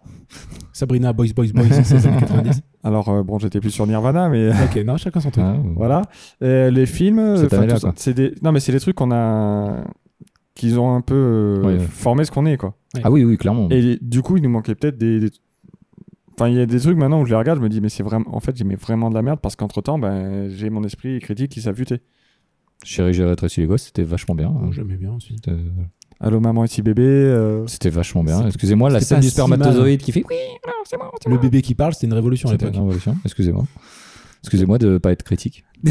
Speaker 3: Sabrina, Boys, Boys,
Speaker 1: [LAUGHS]
Speaker 3: Boys, c'est les années 90.
Speaker 2: Alors, euh, bon, j'étais plus sur Nirvana, mais. euh,
Speaker 3: Ok, non, chacun son truc.
Speaker 1: Ah, ouais.
Speaker 2: [LAUGHS] Voilà. Euh, les films, euh,
Speaker 1: Cette
Speaker 2: enfin,
Speaker 1: année-là,
Speaker 2: tout ça,
Speaker 1: quoi.
Speaker 2: c'est des... non mais c'est des trucs qu'on a, qu'ils ont un peu euh,
Speaker 1: Ouais, ouais.
Speaker 2: formé ce qu'on est quoi.
Speaker 1: Ah oui, oui, clairement.
Speaker 2: Et du coup, il nous manquait peut-être des, des- enfin il y a des trucs maintenant où je les regarde, je me dis mais c'est vraiment, en fait j'aimais vraiment de la merde parce qu'entre temps, ben j'ai mon esprit critique qui s'affûtait.
Speaker 1: Chérie, j'ai rétréci les gosses, c'était vachement bien. hein.
Speaker 3: Bon, J'aimais bien aussi.
Speaker 1: C'était- euh,
Speaker 2: Allô maman et si bébé. euh,
Speaker 1: C'était vachement bien.
Speaker 3: C'était-
Speaker 1: Excusez-moi, la
Speaker 3: c'était
Speaker 1: scène
Speaker 3: pas
Speaker 1: du
Speaker 3: si
Speaker 1: spermatozoïde qui fait oui, non, c'est moi, c'est
Speaker 3: Le
Speaker 1: moi.
Speaker 3: bébé qui parle, c'était une révolution à
Speaker 1: C'était
Speaker 3: l'époque.
Speaker 1: une révolution. Excusez-moi. Excusez-moi de pas être critique.
Speaker 3: [LAUGHS]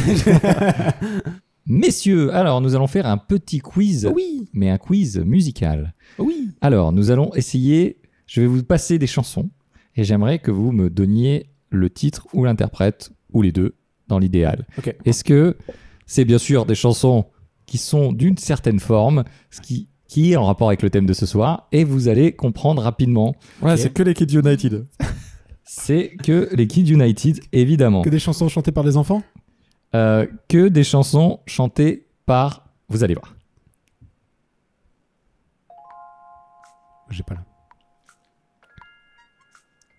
Speaker 1: Messieurs, alors nous allons faire un petit quiz,
Speaker 3: Oui,
Speaker 1: mais un quiz musical.
Speaker 3: oui.
Speaker 1: Alors, nous allons essayer. Je vais vous passer des chansons et j'aimerais que vous me donniez le titre ou l'interprète ou les deux dans l'idéal.
Speaker 3: Ok.
Speaker 1: Est-ce que c'est bien sûr des chansons qui sont d'une certaine forme, ce qui, qui est en rapport avec le thème de ce soir, et vous allez comprendre rapidement.
Speaker 2: Ouais,
Speaker 3: Ok.
Speaker 2: c'est que les Kids United.
Speaker 1: C'est que les Kids United, évidemment,
Speaker 3: Que des chansons chantées par des enfants
Speaker 1: Euh, que des chansons chantées par. Vous allez voir.
Speaker 3: J'ai pas là.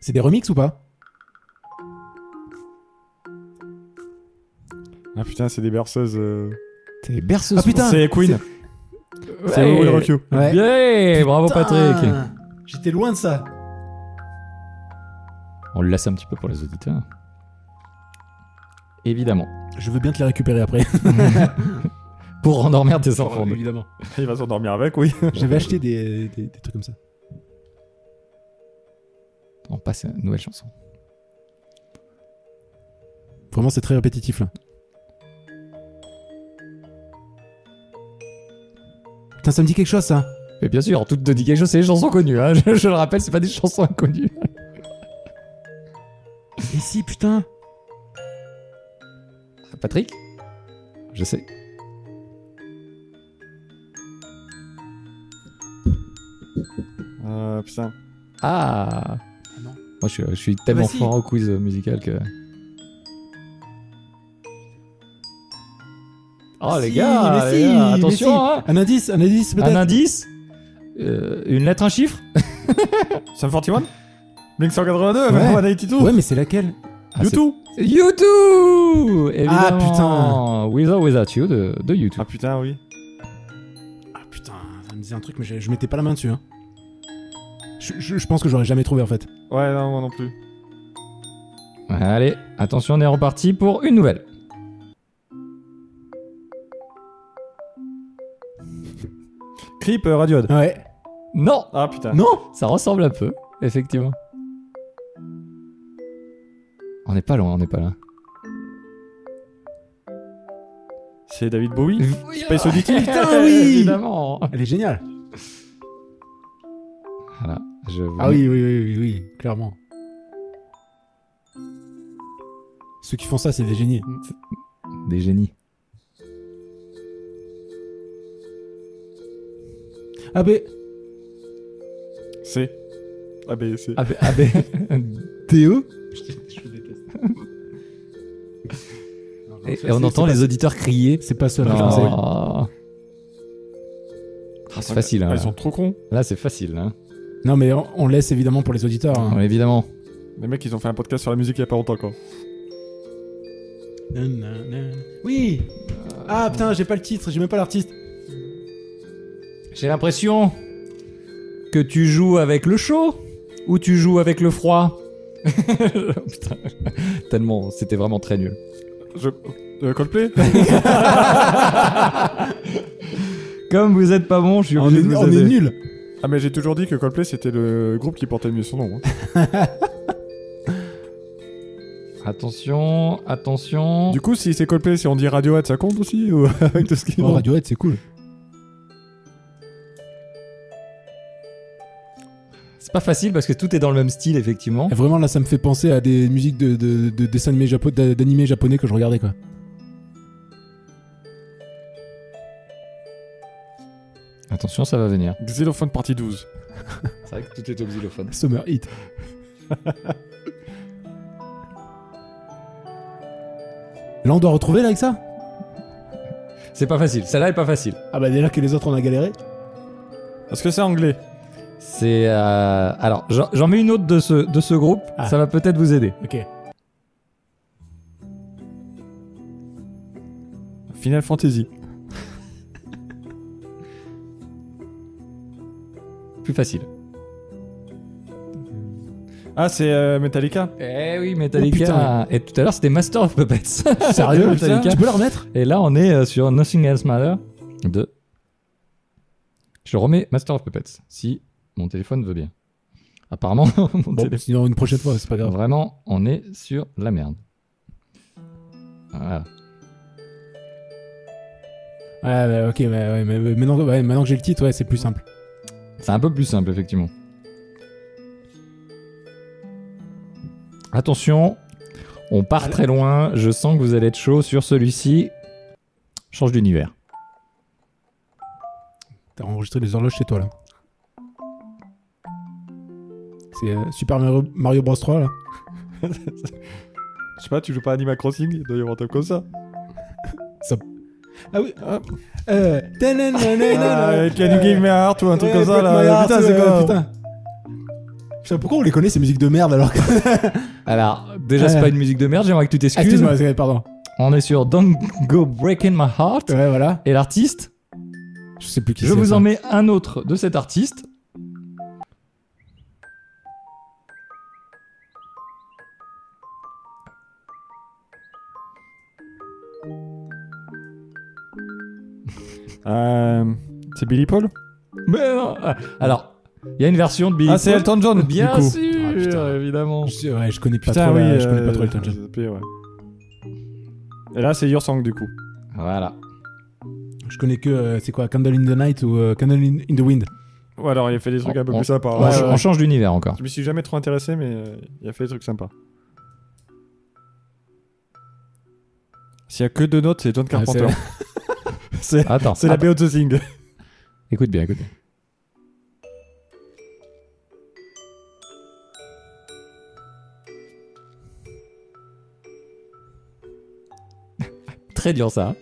Speaker 3: C'est des remixes ou pas
Speaker 2: Ah putain, c'est des berceuses. euh,
Speaker 1: C'est berceuse.
Speaker 3: Ah, putain
Speaker 2: c'est Queen. C'est
Speaker 1: Ouais.
Speaker 2: Will Rock You. [LAUGHS]
Speaker 3: Ouais.
Speaker 1: Yeah, bravo
Speaker 3: Putain,
Speaker 1: Oh, Patrick.
Speaker 3: J'étais loin de ça.
Speaker 1: On le laisse un petit peu pour les auditeurs. Évidemment.
Speaker 3: Je veux bien te les récupérer après.
Speaker 1: Pour endormir tes enfants.
Speaker 3: Évidemment.
Speaker 2: Il va s'endormir avec, oui. [LAUGHS]
Speaker 3: J'avais acheté des, des- des trucs comme ça.
Speaker 1: On passe à une nouvelle chanson.
Speaker 3: Vraiment, c'est très répétitif là. Putain, ça me dit quelque chose ça.
Speaker 1: Mais bien sûr, toutes te dit quelque chose, c'est des chansons connues. hein. [LAUGHS] Je, je le rappelle, c'est pas des chansons inconnues.
Speaker 3: Et si, putain.
Speaker 1: Patrick Je sais.
Speaker 2: Euh, putain.
Speaker 1: Ah
Speaker 3: non.
Speaker 1: Moi, je, suis- je suis tellement
Speaker 3: Ah bah si.
Speaker 1: fort au quiz musical que. Oh
Speaker 3: Ah
Speaker 1: les
Speaker 3: si,
Speaker 1: gars,
Speaker 3: mais
Speaker 1: les
Speaker 3: si,
Speaker 1: gars,
Speaker 3: mais
Speaker 1: attention
Speaker 3: si.
Speaker 1: hein.
Speaker 3: Un indice, un indice
Speaker 1: Un
Speaker 3: peut-être.
Speaker 1: indice Euh, Une lettre, un chiffre
Speaker 2: Sum 41 Blink 182
Speaker 3: Ouais.
Speaker 2: One Eighty Two
Speaker 3: Ouais, mais c'est laquelle
Speaker 1: Ah, c'est-
Speaker 2: YouTube
Speaker 1: YouTube évidemment.
Speaker 3: Ah, putain.
Speaker 1: With or Without You de, de YouTube.
Speaker 2: Ah putain, oui.
Speaker 3: Ah putain, ça me disait un truc, mais je, je mettais pas la main dessus. Hein. Je, je- je pense que j'aurais jamais trouvé en fait.
Speaker 2: Ouais, non, moi non plus.
Speaker 1: Allez, attention, on est reparti pour une nouvelle.
Speaker 2: Creep euh, Radiohead.
Speaker 3: Ouais.
Speaker 1: Non
Speaker 2: Ah putain.
Speaker 3: Non
Speaker 1: Ça ressemble un peu, effectivement. On n'est pas loin, on n'est pas là.
Speaker 2: C'est David Bowie. Space Oddity.
Speaker 1: [LAUGHS]
Speaker 3: Putain, oui
Speaker 1: Évidemment
Speaker 3: Elle est géniale.
Speaker 1: Voilà, je vous-
Speaker 3: Ah oui, oui, oui, oui, oui, clairement. Ceux qui font ça, c'est des génies.
Speaker 1: Des génies.
Speaker 3: Ah ben,
Speaker 2: [LAUGHS] C'est. Ah ben c'est.
Speaker 1: Ah, ben- ah ben- Théo
Speaker 3: [LAUGHS]
Speaker 1: Et, et on entend les auditeurs crier.
Speaker 3: C'est pas cela.
Speaker 2: Non.
Speaker 3: là
Speaker 1: Ah, c'est facile, hein,
Speaker 2: Ah,
Speaker 1: là.
Speaker 2: ils sont trop cons.
Speaker 1: Là, c'est facile, hein.
Speaker 3: Non, mais on, on laisse évidemment pour les auditeurs. hein.
Speaker 1: Ouais, évidemment.
Speaker 2: Les mecs, ils ont fait un podcast sur la musique il y a pas longtemps, quoi.
Speaker 3: Nan, nan, nan. Oui Ah putain, j'ai pas le titre, j'ai même pas l'artiste.
Speaker 1: J'ai l'impression que tu joues avec le chaud ou tu joues avec le froid. [LAUGHS] Putain, tellement, c'était vraiment très nul.
Speaker 2: Je. Euh,
Speaker 3: [LAUGHS]
Speaker 2: Coldplay
Speaker 1: Comme vous êtes pas bon, je suis
Speaker 3: Ah, On
Speaker 1: obligé
Speaker 3: est,
Speaker 1: de vous
Speaker 3: on est
Speaker 1: aider.
Speaker 3: nuls
Speaker 2: Ah, mais j'ai toujours dit que Coldplay c'était le groupe qui portait le mieux son nom. hein.
Speaker 1: Attention, attention.
Speaker 2: du coup, si c'est Coldplay, si on dit Radiohead, ça compte aussi ou [LAUGHS] Avec tout ce qui.
Speaker 3: Oh, Radiohead, c'est cool.
Speaker 1: C'est pas facile parce que tout est dans le même style, effectivement.
Speaker 3: Et vraiment, là, ça me fait penser à des musiques de, de, de dessins animés japo- d'a- d'animés japonais que je regardais, quoi.
Speaker 1: Attention, ça va venir.
Speaker 2: Xylophone partie 12.
Speaker 1: C'est vrai que tout est au xylophone.
Speaker 3: Summer [LAUGHS] Hit. là, on doit retrouver, là, avec ça
Speaker 1: C'est pas facile. Celle-là est pas facile.
Speaker 3: Ah bah déjà que les autres on a galéré.
Speaker 2: Est-ce que c'est anglais
Speaker 1: C'est euh, alors j'en j'en mets une autre de ce de ce groupe.
Speaker 3: Ah.
Speaker 1: Ça va peut-être vous aider.
Speaker 3: Ok.
Speaker 2: Final Fantasy.
Speaker 1: Plus facile.
Speaker 2: Ah, c'est euh, Metallica
Speaker 1: Eh oui,
Speaker 3: Oh, putain,
Speaker 1: Metallica. et tout à l'heure c'était Master of Puppets. [LAUGHS]
Speaker 3: Sérieux
Speaker 1: Metallica.
Speaker 3: Tu peux le remettre
Speaker 1: Et là on est euh, sur Nothing Else Matter de. Je le remets Master of Puppets si mon téléphone veut bien. Apparemment [LAUGHS] mon
Speaker 3: Bon,
Speaker 1: téléphone.
Speaker 3: sinon une prochaine fois, c'est pas grave.
Speaker 1: Vraiment, on est sur la merde. Voilà.
Speaker 3: Ouais, bah, ok, mais, ouais, mais- mais maintenant, ouais, maintenant que j'ai le titre, ouais, c'est plus simple.
Speaker 1: C'est un peu plus simple, effectivement. Attention, on part
Speaker 3: Allez.
Speaker 1: très loin. Je sens que vous allez être chaud sur celui-ci. Change d'univers.
Speaker 3: T'as enregistré les horloges chez toi là. C'est euh, Super Mario, Mario Bros 3 là.
Speaker 2: Je sais pas, tu joues pas à Animal Crossing Il doit y avoir un truc comme
Speaker 3: [LAUGHS]
Speaker 2: ça.
Speaker 3: Ah oui.
Speaker 2: Ah.
Speaker 3: Euh,
Speaker 2: Ah, Can you give me a heart ou un truc
Speaker 3: Ouais,
Speaker 2: comme ça
Speaker 3: Break My
Speaker 2: là
Speaker 3: Heart,
Speaker 2: Putain, c'est
Speaker 3: ouais,
Speaker 2: quoi
Speaker 3: putain. Putain, pourquoi on les connaît ces musiques de merde alors que...
Speaker 1: Alors, déjà, c'est
Speaker 3: Ouais.
Speaker 1: pas une musique de merde. J'aimerais que tu t'excuses.
Speaker 3: Euh. Ah, Excuse-moi, c'est- pardon.
Speaker 1: on est sur Don't Go Breaking My Heart.
Speaker 3: Ouais, voilà.
Speaker 1: Et l'artiste,
Speaker 3: Je sais plus qui
Speaker 1: je
Speaker 3: c'est,
Speaker 1: vous
Speaker 3: ça.
Speaker 1: en mets un autre de cet artiste.
Speaker 2: Euh, C'est Billy Paul
Speaker 1: Mais non. Alors, il y a une version de Billy
Speaker 2: Ah, c'est
Speaker 1: Paul.
Speaker 2: Elton John du
Speaker 1: Bien
Speaker 2: coup.
Speaker 1: sûr,
Speaker 3: Ah, putain.
Speaker 1: évidemment.
Speaker 3: Je, sais- ouais, je connais pas
Speaker 2: Putain,
Speaker 3: trop,
Speaker 2: oui,
Speaker 3: la- je connais
Speaker 2: euh,
Speaker 3: pas trop Elton John.
Speaker 2: j'ai zappé, ouais. Et là, c'est Your Song du coup.
Speaker 1: Voilà.
Speaker 3: Je connais que, euh, c'est quoi, Candle in the Night ou euh, Candle in, in the Wind.
Speaker 2: Ou alors, il a fait des trucs
Speaker 3: Oh,
Speaker 1: On-
Speaker 2: un peu
Speaker 1: on-
Speaker 2: plus sympas.
Speaker 1: on,
Speaker 2: Ouais,
Speaker 1: ch-
Speaker 2: ouais.
Speaker 1: on change d'univers encore.
Speaker 2: Je me suis jamais trop intéressé, mais euh, il a fait des trucs sympas. S'il y a que deux notes, c'est Ah. John Carpenter.
Speaker 3: Ah,
Speaker 2: [LAUGHS] c'est
Speaker 1: Attends,
Speaker 2: c'est la
Speaker 1: attends.
Speaker 2: BO de The Thing.
Speaker 1: écoute bien, [LAUGHS] écoute bien. Très dur ça.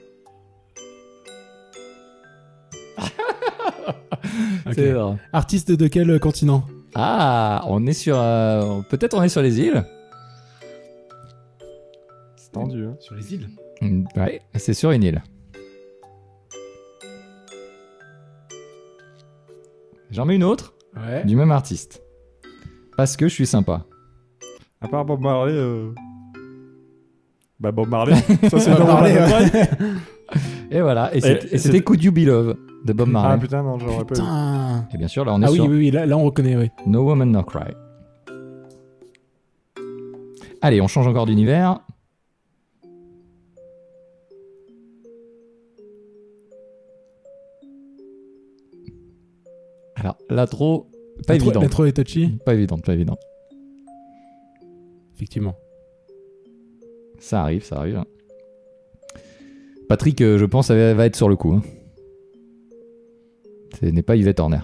Speaker 3: Ok.
Speaker 1: C'est dur.
Speaker 3: euh, Artiste de quel euh, continent
Speaker 1: Ah, on est sur. euh, Peut-être on est sur les îles.
Speaker 2: C'est tendu. Hein.
Speaker 3: Sur les îles.
Speaker 1: Mm, Ouais, c'est sur une île. J'en mets une autre
Speaker 3: Ouais.
Speaker 1: du même artiste. Parce que je suis sympa.
Speaker 2: À part Bob Marley. euh, Bah, Bob [LAUGHS] Marley. ça, c'est
Speaker 3: Bob
Speaker 2: dans
Speaker 3: Marley,
Speaker 2: Bob Marley.
Speaker 1: Et voilà, et, c'est-
Speaker 2: et
Speaker 1: et c'était
Speaker 2: c'est-
Speaker 1: Could You Be Love de Bob
Speaker 2: Ah
Speaker 1: Marley.
Speaker 2: putain, non, j'aurais pas eu.
Speaker 3: [LAUGHS] Putain.
Speaker 1: et bien sûr, là on est
Speaker 3: Ah oui,
Speaker 1: sur
Speaker 3: oui, oui, là, là, on reconnaît, oui.
Speaker 1: No Woman No Cry. Allez, on change encore d'univers. Alors, l'intro, pas Mm.
Speaker 3: L'intro-
Speaker 1: évidente.
Speaker 3: L'intro est touchy.
Speaker 1: Pas évidente, pas évidente.
Speaker 3: Effectivement.
Speaker 1: Ça arrive, ça arrive. Patrick, euh, je pense, va va être sur le coup. hein. Ce n'est pas Yvette Horner.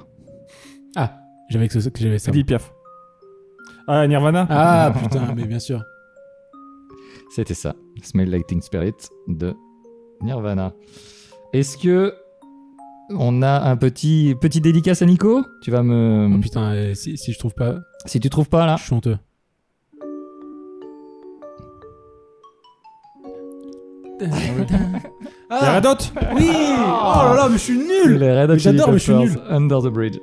Speaker 3: Ah, j'avais que, ce- que j'avais ça.
Speaker 2: Edith Piaf. Ah, Nirvana
Speaker 1: [LAUGHS]
Speaker 3: Ah putain, mais bien sûr.
Speaker 1: C'était ça, Smell Lighting Spirit de Nirvana. Est-ce que on a un petit petit dédicace à Nico Tu vas
Speaker 3: Oh,
Speaker 1: me
Speaker 3: putain, euh, si, si je trouve pas,
Speaker 1: si tu trouves pas là.
Speaker 3: je suis honteux.
Speaker 2: Il y a rien d'autre
Speaker 3: Ah. oui Oh là là, mais je suis nul
Speaker 1: Les Red Hot
Speaker 3: Mais j'adore,
Speaker 1: Chili
Speaker 3: mais je suis
Speaker 1: Peppers, Under the Bridge.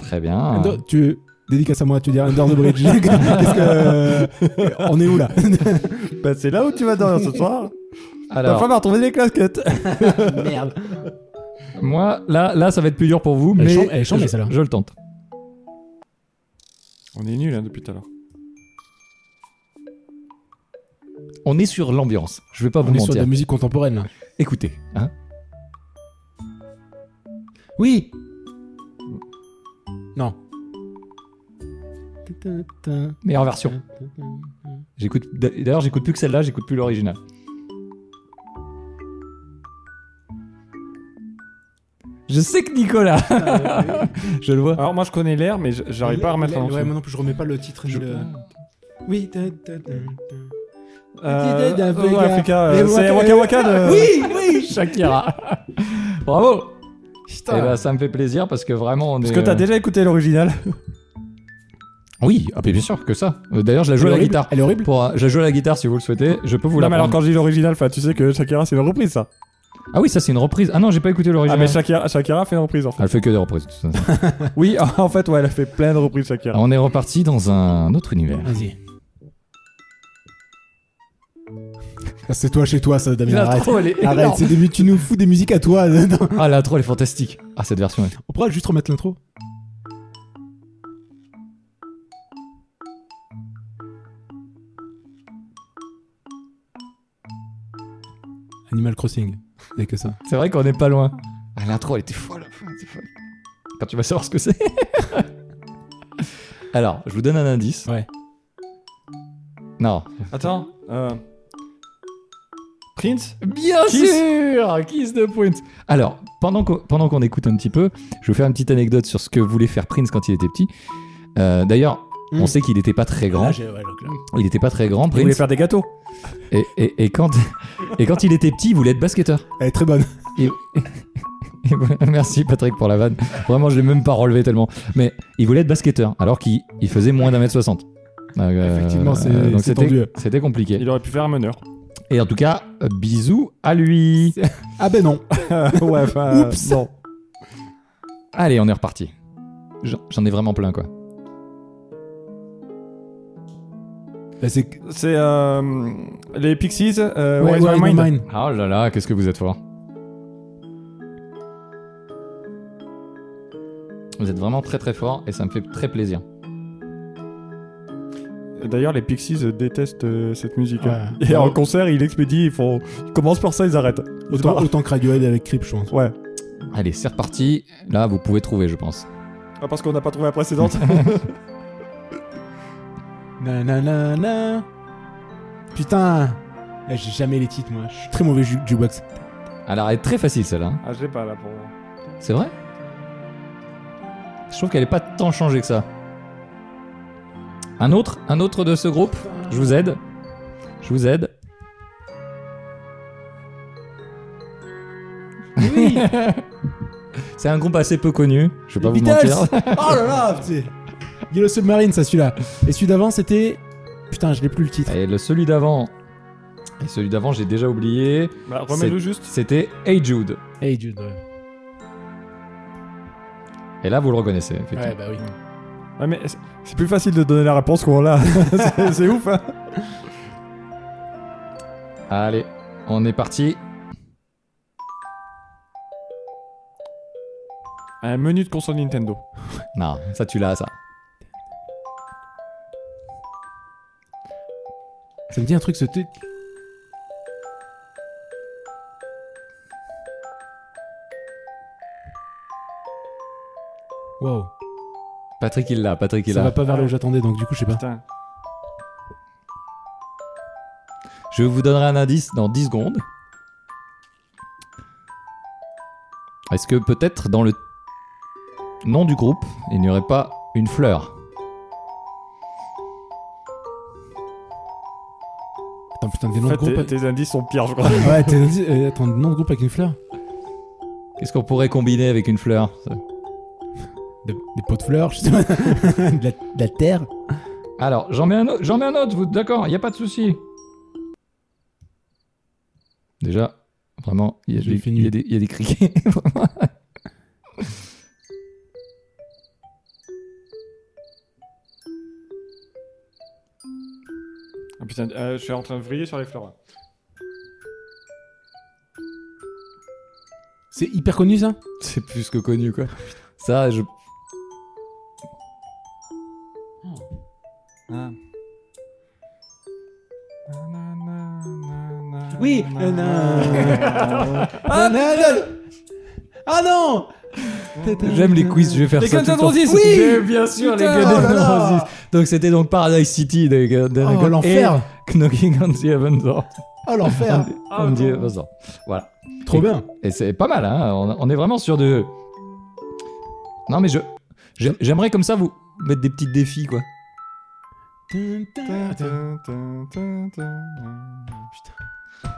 Speaker 1: Très bien.
Speaker 3: Under- Tu dédicace à moi, tu dis Under the
Speaker 1: [LAUGHS]
Speaker 3: Bridge. Qu'est-ce que on est où là
Speaker 2: Bah, c'est là où tu vas dormir ce soir. Ta
Speaker 1: Alors
Speaker 2: femme a retrouvé les casquettes.
Speaker 3: Merde.
Speaker 1: moi là là ça va être plus dur pour vous
Speaker 3: Elle est
Speaker 1: mais
Speaker 3: cham- elle est chambée,
Speaker 1: je-
Speaker 3: celle-là.
Speaker 1: je, le tente.
Speaker 2: On est nuls hein, depuis tout à l'heure.
Speaker 1: On est sur l'ambiance. Je vais pas vous
Speaker 3: On est sur de
Speaker 1: mentir.
Speaker 3: la musique contemporaine là.
Speaker 1: Écoutez, hein.
Speaker 3: Oui Non.
Speaker 1: meilleure version. J'écoute d'ailleurs j'écoute plus que celle-là, j'écoute plus l'original. Je sais que Nicolas, [LAUGHS] je le vois.
Speaker 2: Alors, moi, je connais l'air, mais je- j'arrive pas à remettre un
Speaker 3: Ouais,
Speaker 2: morceau.
Speaker 3: moi non plus, je remets pas le titre. ni
Speaker 2: Je-
Speaker 3: le- Oui.
Speaker 2: Euh,
Speaker 3: Petit date
Speaker 2: euh,
Speaker 3: d'Africa.
Speaker 2: Africa,
Speaker 3: Et
Speaker 2: euh, c'est
Speaker 3: Waka-
Speaker 2: Waka Waka de.
Speaker 1: Oui, oui, Shakira. [LAUGHS] Bravo. Et
Speaker 3: Putain.
Speaker 1: ça me fait plaisir parce que vraiment on
Speaker 2: Parce
Speaker 1: est,
Speaker 2: que t'as
Speaker 1: euh,
Speaker 2: déjà écouté l'original
Speaker 1: Oui, ah, mais bien sûr que ça. Euh, D'ailleurs, je la joue à la
Speaker 3: Elle est horrible.
Speaker 1: guitare.
Speaker 3: Elle est horrible.
Speaker 1: Pour, euh, je la joue à la guitare si vous le souhaitez. Je peux vous
Speaker 2: Non,
Speaker 1: la.
Speaker 2: mais alors
Speaker 1: prendre.
Speaker 2: quand je dis l'original, enfin, tu sais que Shakira c'est une reprise ça.
Speaker 1: Ah oui, ça c'est une reprise. Ah non, j'ai pas écouté
Speaker 2: Ah,
Speaker 1: l'original.
Speaker 2: mais Shakira, Shakira fait une
Speaker 1: [LAUGHS]
Speaker 2: reprise en fait.
Speaker 1: Elle fait que des reprises. de toute façon.
Speaker 2: Oui, en fait, ouais, elle a fait plein de reprises Shakira.
Speaker 1: Alors, on est reparti dans un autre univers.
Speaker 3: Vas-y. Ah, C'est toi chez toi, ça, Damien. Arrête.
Speaker 1: elle est
Speaker 3: Arrête, c'est des mu- tu nous fous des musiques à toi. [LAUGHS] Non.
Speaker 1: Ah l'intro elle est fantastique. Ah cette version. elle-
Speaker 3: On pourra juste remettre l'intro. Animal Crossing, c'est que ça.
Speaker 1: C'est vrai qu'on est pas loin. Ah l'intro elle était folle. elle était Ah, folle. Quand tu vas savoir ce que c'est. [LAUGHS] Alors, je vous donne un indice.
Speaker 3: Ouais.
Speaker 1: Non.
Speaker 2: Attends. euh, Prince
Speaker 1: Bien
Speaker 2: Kiss.
Speaker 1: sûr Kiss de Point Alors, pendant qu'on, pendant qu'on écoute un petit peu, je vais vous faire une petite anecdote sur ce que voulait faire Prince quand il était petit. Euh, d'ailleurs,
Speaker 3: Mm.
Speaker 1: on sait qu'il n'était pas très grand.
Speaker 3: Là, Ah, j'ai- ouais, donc là.
Speaker 1: Il n'était pas très grand,
Speaker 2: Il voulait
Speaker 1: Prince.
Speaker 2: faire des gâteaux.
Speaker 1: Et, et- et quand, et quand il était petit, il voulait être basketteur.
Speaker 3: Elle est très bonne.
Speaker 1: Et- et voilà, Merci Patrick pour la vanne. Vraiment, je l'ai même pas relevé tellement. Mais il voulait être basketteur, alors qu'il il faisait moins d'un mètre soixante. Donc, euh,
Speaker 3: Effectivement, c'est-
Speaker 1: donc
Speaker 3: c'est tendu.
Speaker 1: c'était, c'était compliqué.
Speaker 2: Il aurait pu faire un meneur.
Speaker 1: Et en tout cas, euh, bisous à lui.
Speaker 3: Ah ben non.
Speaker 2: ouais, enfin. euh,
Speaker 3: Oups.
Speaker 2: Non.
Speaker 1: Allez, on est reparti. J'en j'en ai vraiment plein, quoi.
Speaker 3: Là, c'est
Speaker 2: C'est euh, les Pixies, euh,
Speaker 3: Ouais,
Speaker 2: Where's
Speaker 3: ouais,
Speaker 2: My Mind.
Speaker 3: no mind.
Speaker 1: Ah, Oh là là, qu'est-ce que vous êtes fort. Vous êtes vraiment très très fort et ça me fait très plaisir.
Speaker 2: D'ailleurs, les Pixies euh, détestent euh, cette musique. hein.
Speaker 3: Ouais.
Speaker 2: Et en concert, ils expédient, ils font. Ils commencent par ça, ils arrêtent. Ils se
Speaker 3: Autant,
Speaker 2: barrent.
Speaker 3: autant que Radiohead avec Creep, je pense.
Speaker 2: [LAUGHS] Ouais.
Speaker 1: Allez, c'est reparti. Là, vous pouvez trouver, je pense.
Speaker 2: Ah, parce qu'on n'a pas trouvé la précédente.
Speaker 3: Na na na na. Putain. Là, j'ai jamais les titres, moi. Je suis très mauvais ju- jukebox.
Speaker 1: Alors, elle est très facile celle-là. hein.
Speaker 2: ah, je l'ai pas là pour.
Speaker 1: C'est vrai Je trouve qu'elle est pas tant changée que ça. Un autre Un autre de ce groupe Je vous aide. Je vous aide.
Speaker 3: [LAUGHS]
Speaker 1: C'est un groupe assez peu connu. Je vais pas
Speaker 3: Les
Speaker 1: vous
Speaker 3: Beatles
Speaker 1: mentir.
Speaker 3: Oh là là putain. Yellow Submarine, ça, celui-là. Et celui d'avant, c'était. Putain, je n'ai plus le titre.
Speaker 1: Et le, celui d'avant. Et celui d'avant, j'ai déjà oublié.
Speaker 2: Bah, remets-le juste.
Speaker 1: C'était Hey Jude.
Speaker 3: Hey Jude, ouais.
Speaker 1: Et là, vous le reconnaissez. effectivement.
Speaker 3: Ouais, bah oui.
Speaker 2: Ouais, mais c'est- c'est plus facile de donner la réponse qu'on l'a. [LAUGHS] c'est, c'est ouf, hein.
Speaker 1: Allez, on est parti.
Speaker 2: Un menu de console Nintendo.
Speaker 1: Non, ça tu l'as, ça.
Speaker 3: Ça me dit un truc, ce titre. Wow.
Speaker 1: Patrick, il l'a. Patrick, il
Speaker 3: Ça va
Speaker 1: l'a.
Speaker 3: pas vers là où j'attendais, donc du coup, je sais pas.
Speaker 2: Putain.
Speaker 1: Je vous donnerai un indice dans 10 secondes. Est-ce que peut-être dans le nom du groupe, il n'y aurait pas une fleur
Speaker 3: Attends, putain, des
Speaker 2: En
Speaker 3: noms de
Speaker 2: fait,
Speaker 3: groupe. hein.
Speaker 2: tes, tes indices sont pires, je crois.
Speaker 3: [LAUGHS] Ouais, t'es dit- euh, attends, nom de groupe avec une fleur
Speaker 1: Qu'est-ce qu'on pourrait combiner avec une fleur
Speaker 3: Des- Des pots de fleurs, je sais pas. [LAUGHS] de, la, de la terre
Speaker 1: Alors, j'en mets un autre, j'en mets un autre, vous- d'accord, il n'y a pas de souci. Déjà, vraiment, il y, a
Speaker 3: Je
Speaker 1: des-
Speaker 3: fais
Speaker 1: il y a des- il y a des [LAUGHS] criquets. vraiment.
Speaker 2: Ah, putain, euh, je suis en train de vriller sur les fleurs.
Speaker 3: C'est hyper connu ça
Speaker 1: C'est plus que connu, quoi. Ça, je...
Speaker 2: [LAUGHS]
Speaker 3: Oui, na, na. Ah, Ah non
Speaker 1: J'aime les quiz, je vais faire
Speaker 2: Les
Speaker 1: ça. tout le temps.
Speaker 2: Guns N' Roses
Speaker 1: Oui,
Speaker 2: J'aime
Speaker 1: bien sûr,
Speaker 2: Putain,
Speaker 1: les Guns
Speaker 2: oh
Speaker 1: N'
Speaker 3: là là.
Speaker 1: Roses. Donc c'était donc Paradise City de Guns N'
Speaker 3: Oh
Speaker 1: Roses
Speaker 3: l'enfer
Speaker 1: et Knocking on the Heaven's Door.
Speaker 3: Oh l'enfer
Speaker 1: On the Heaven's Door. Voilà.
Speaker 3: Trop bien
Speaker 1: Et c'est pas mal, hein. On, on est vraiment sur de. Non, mais je. j'ai- J'aimerais comme ça vous mettre des petits défis, quoi.
Speaker 2: Tin, tin, tin, tin, tin.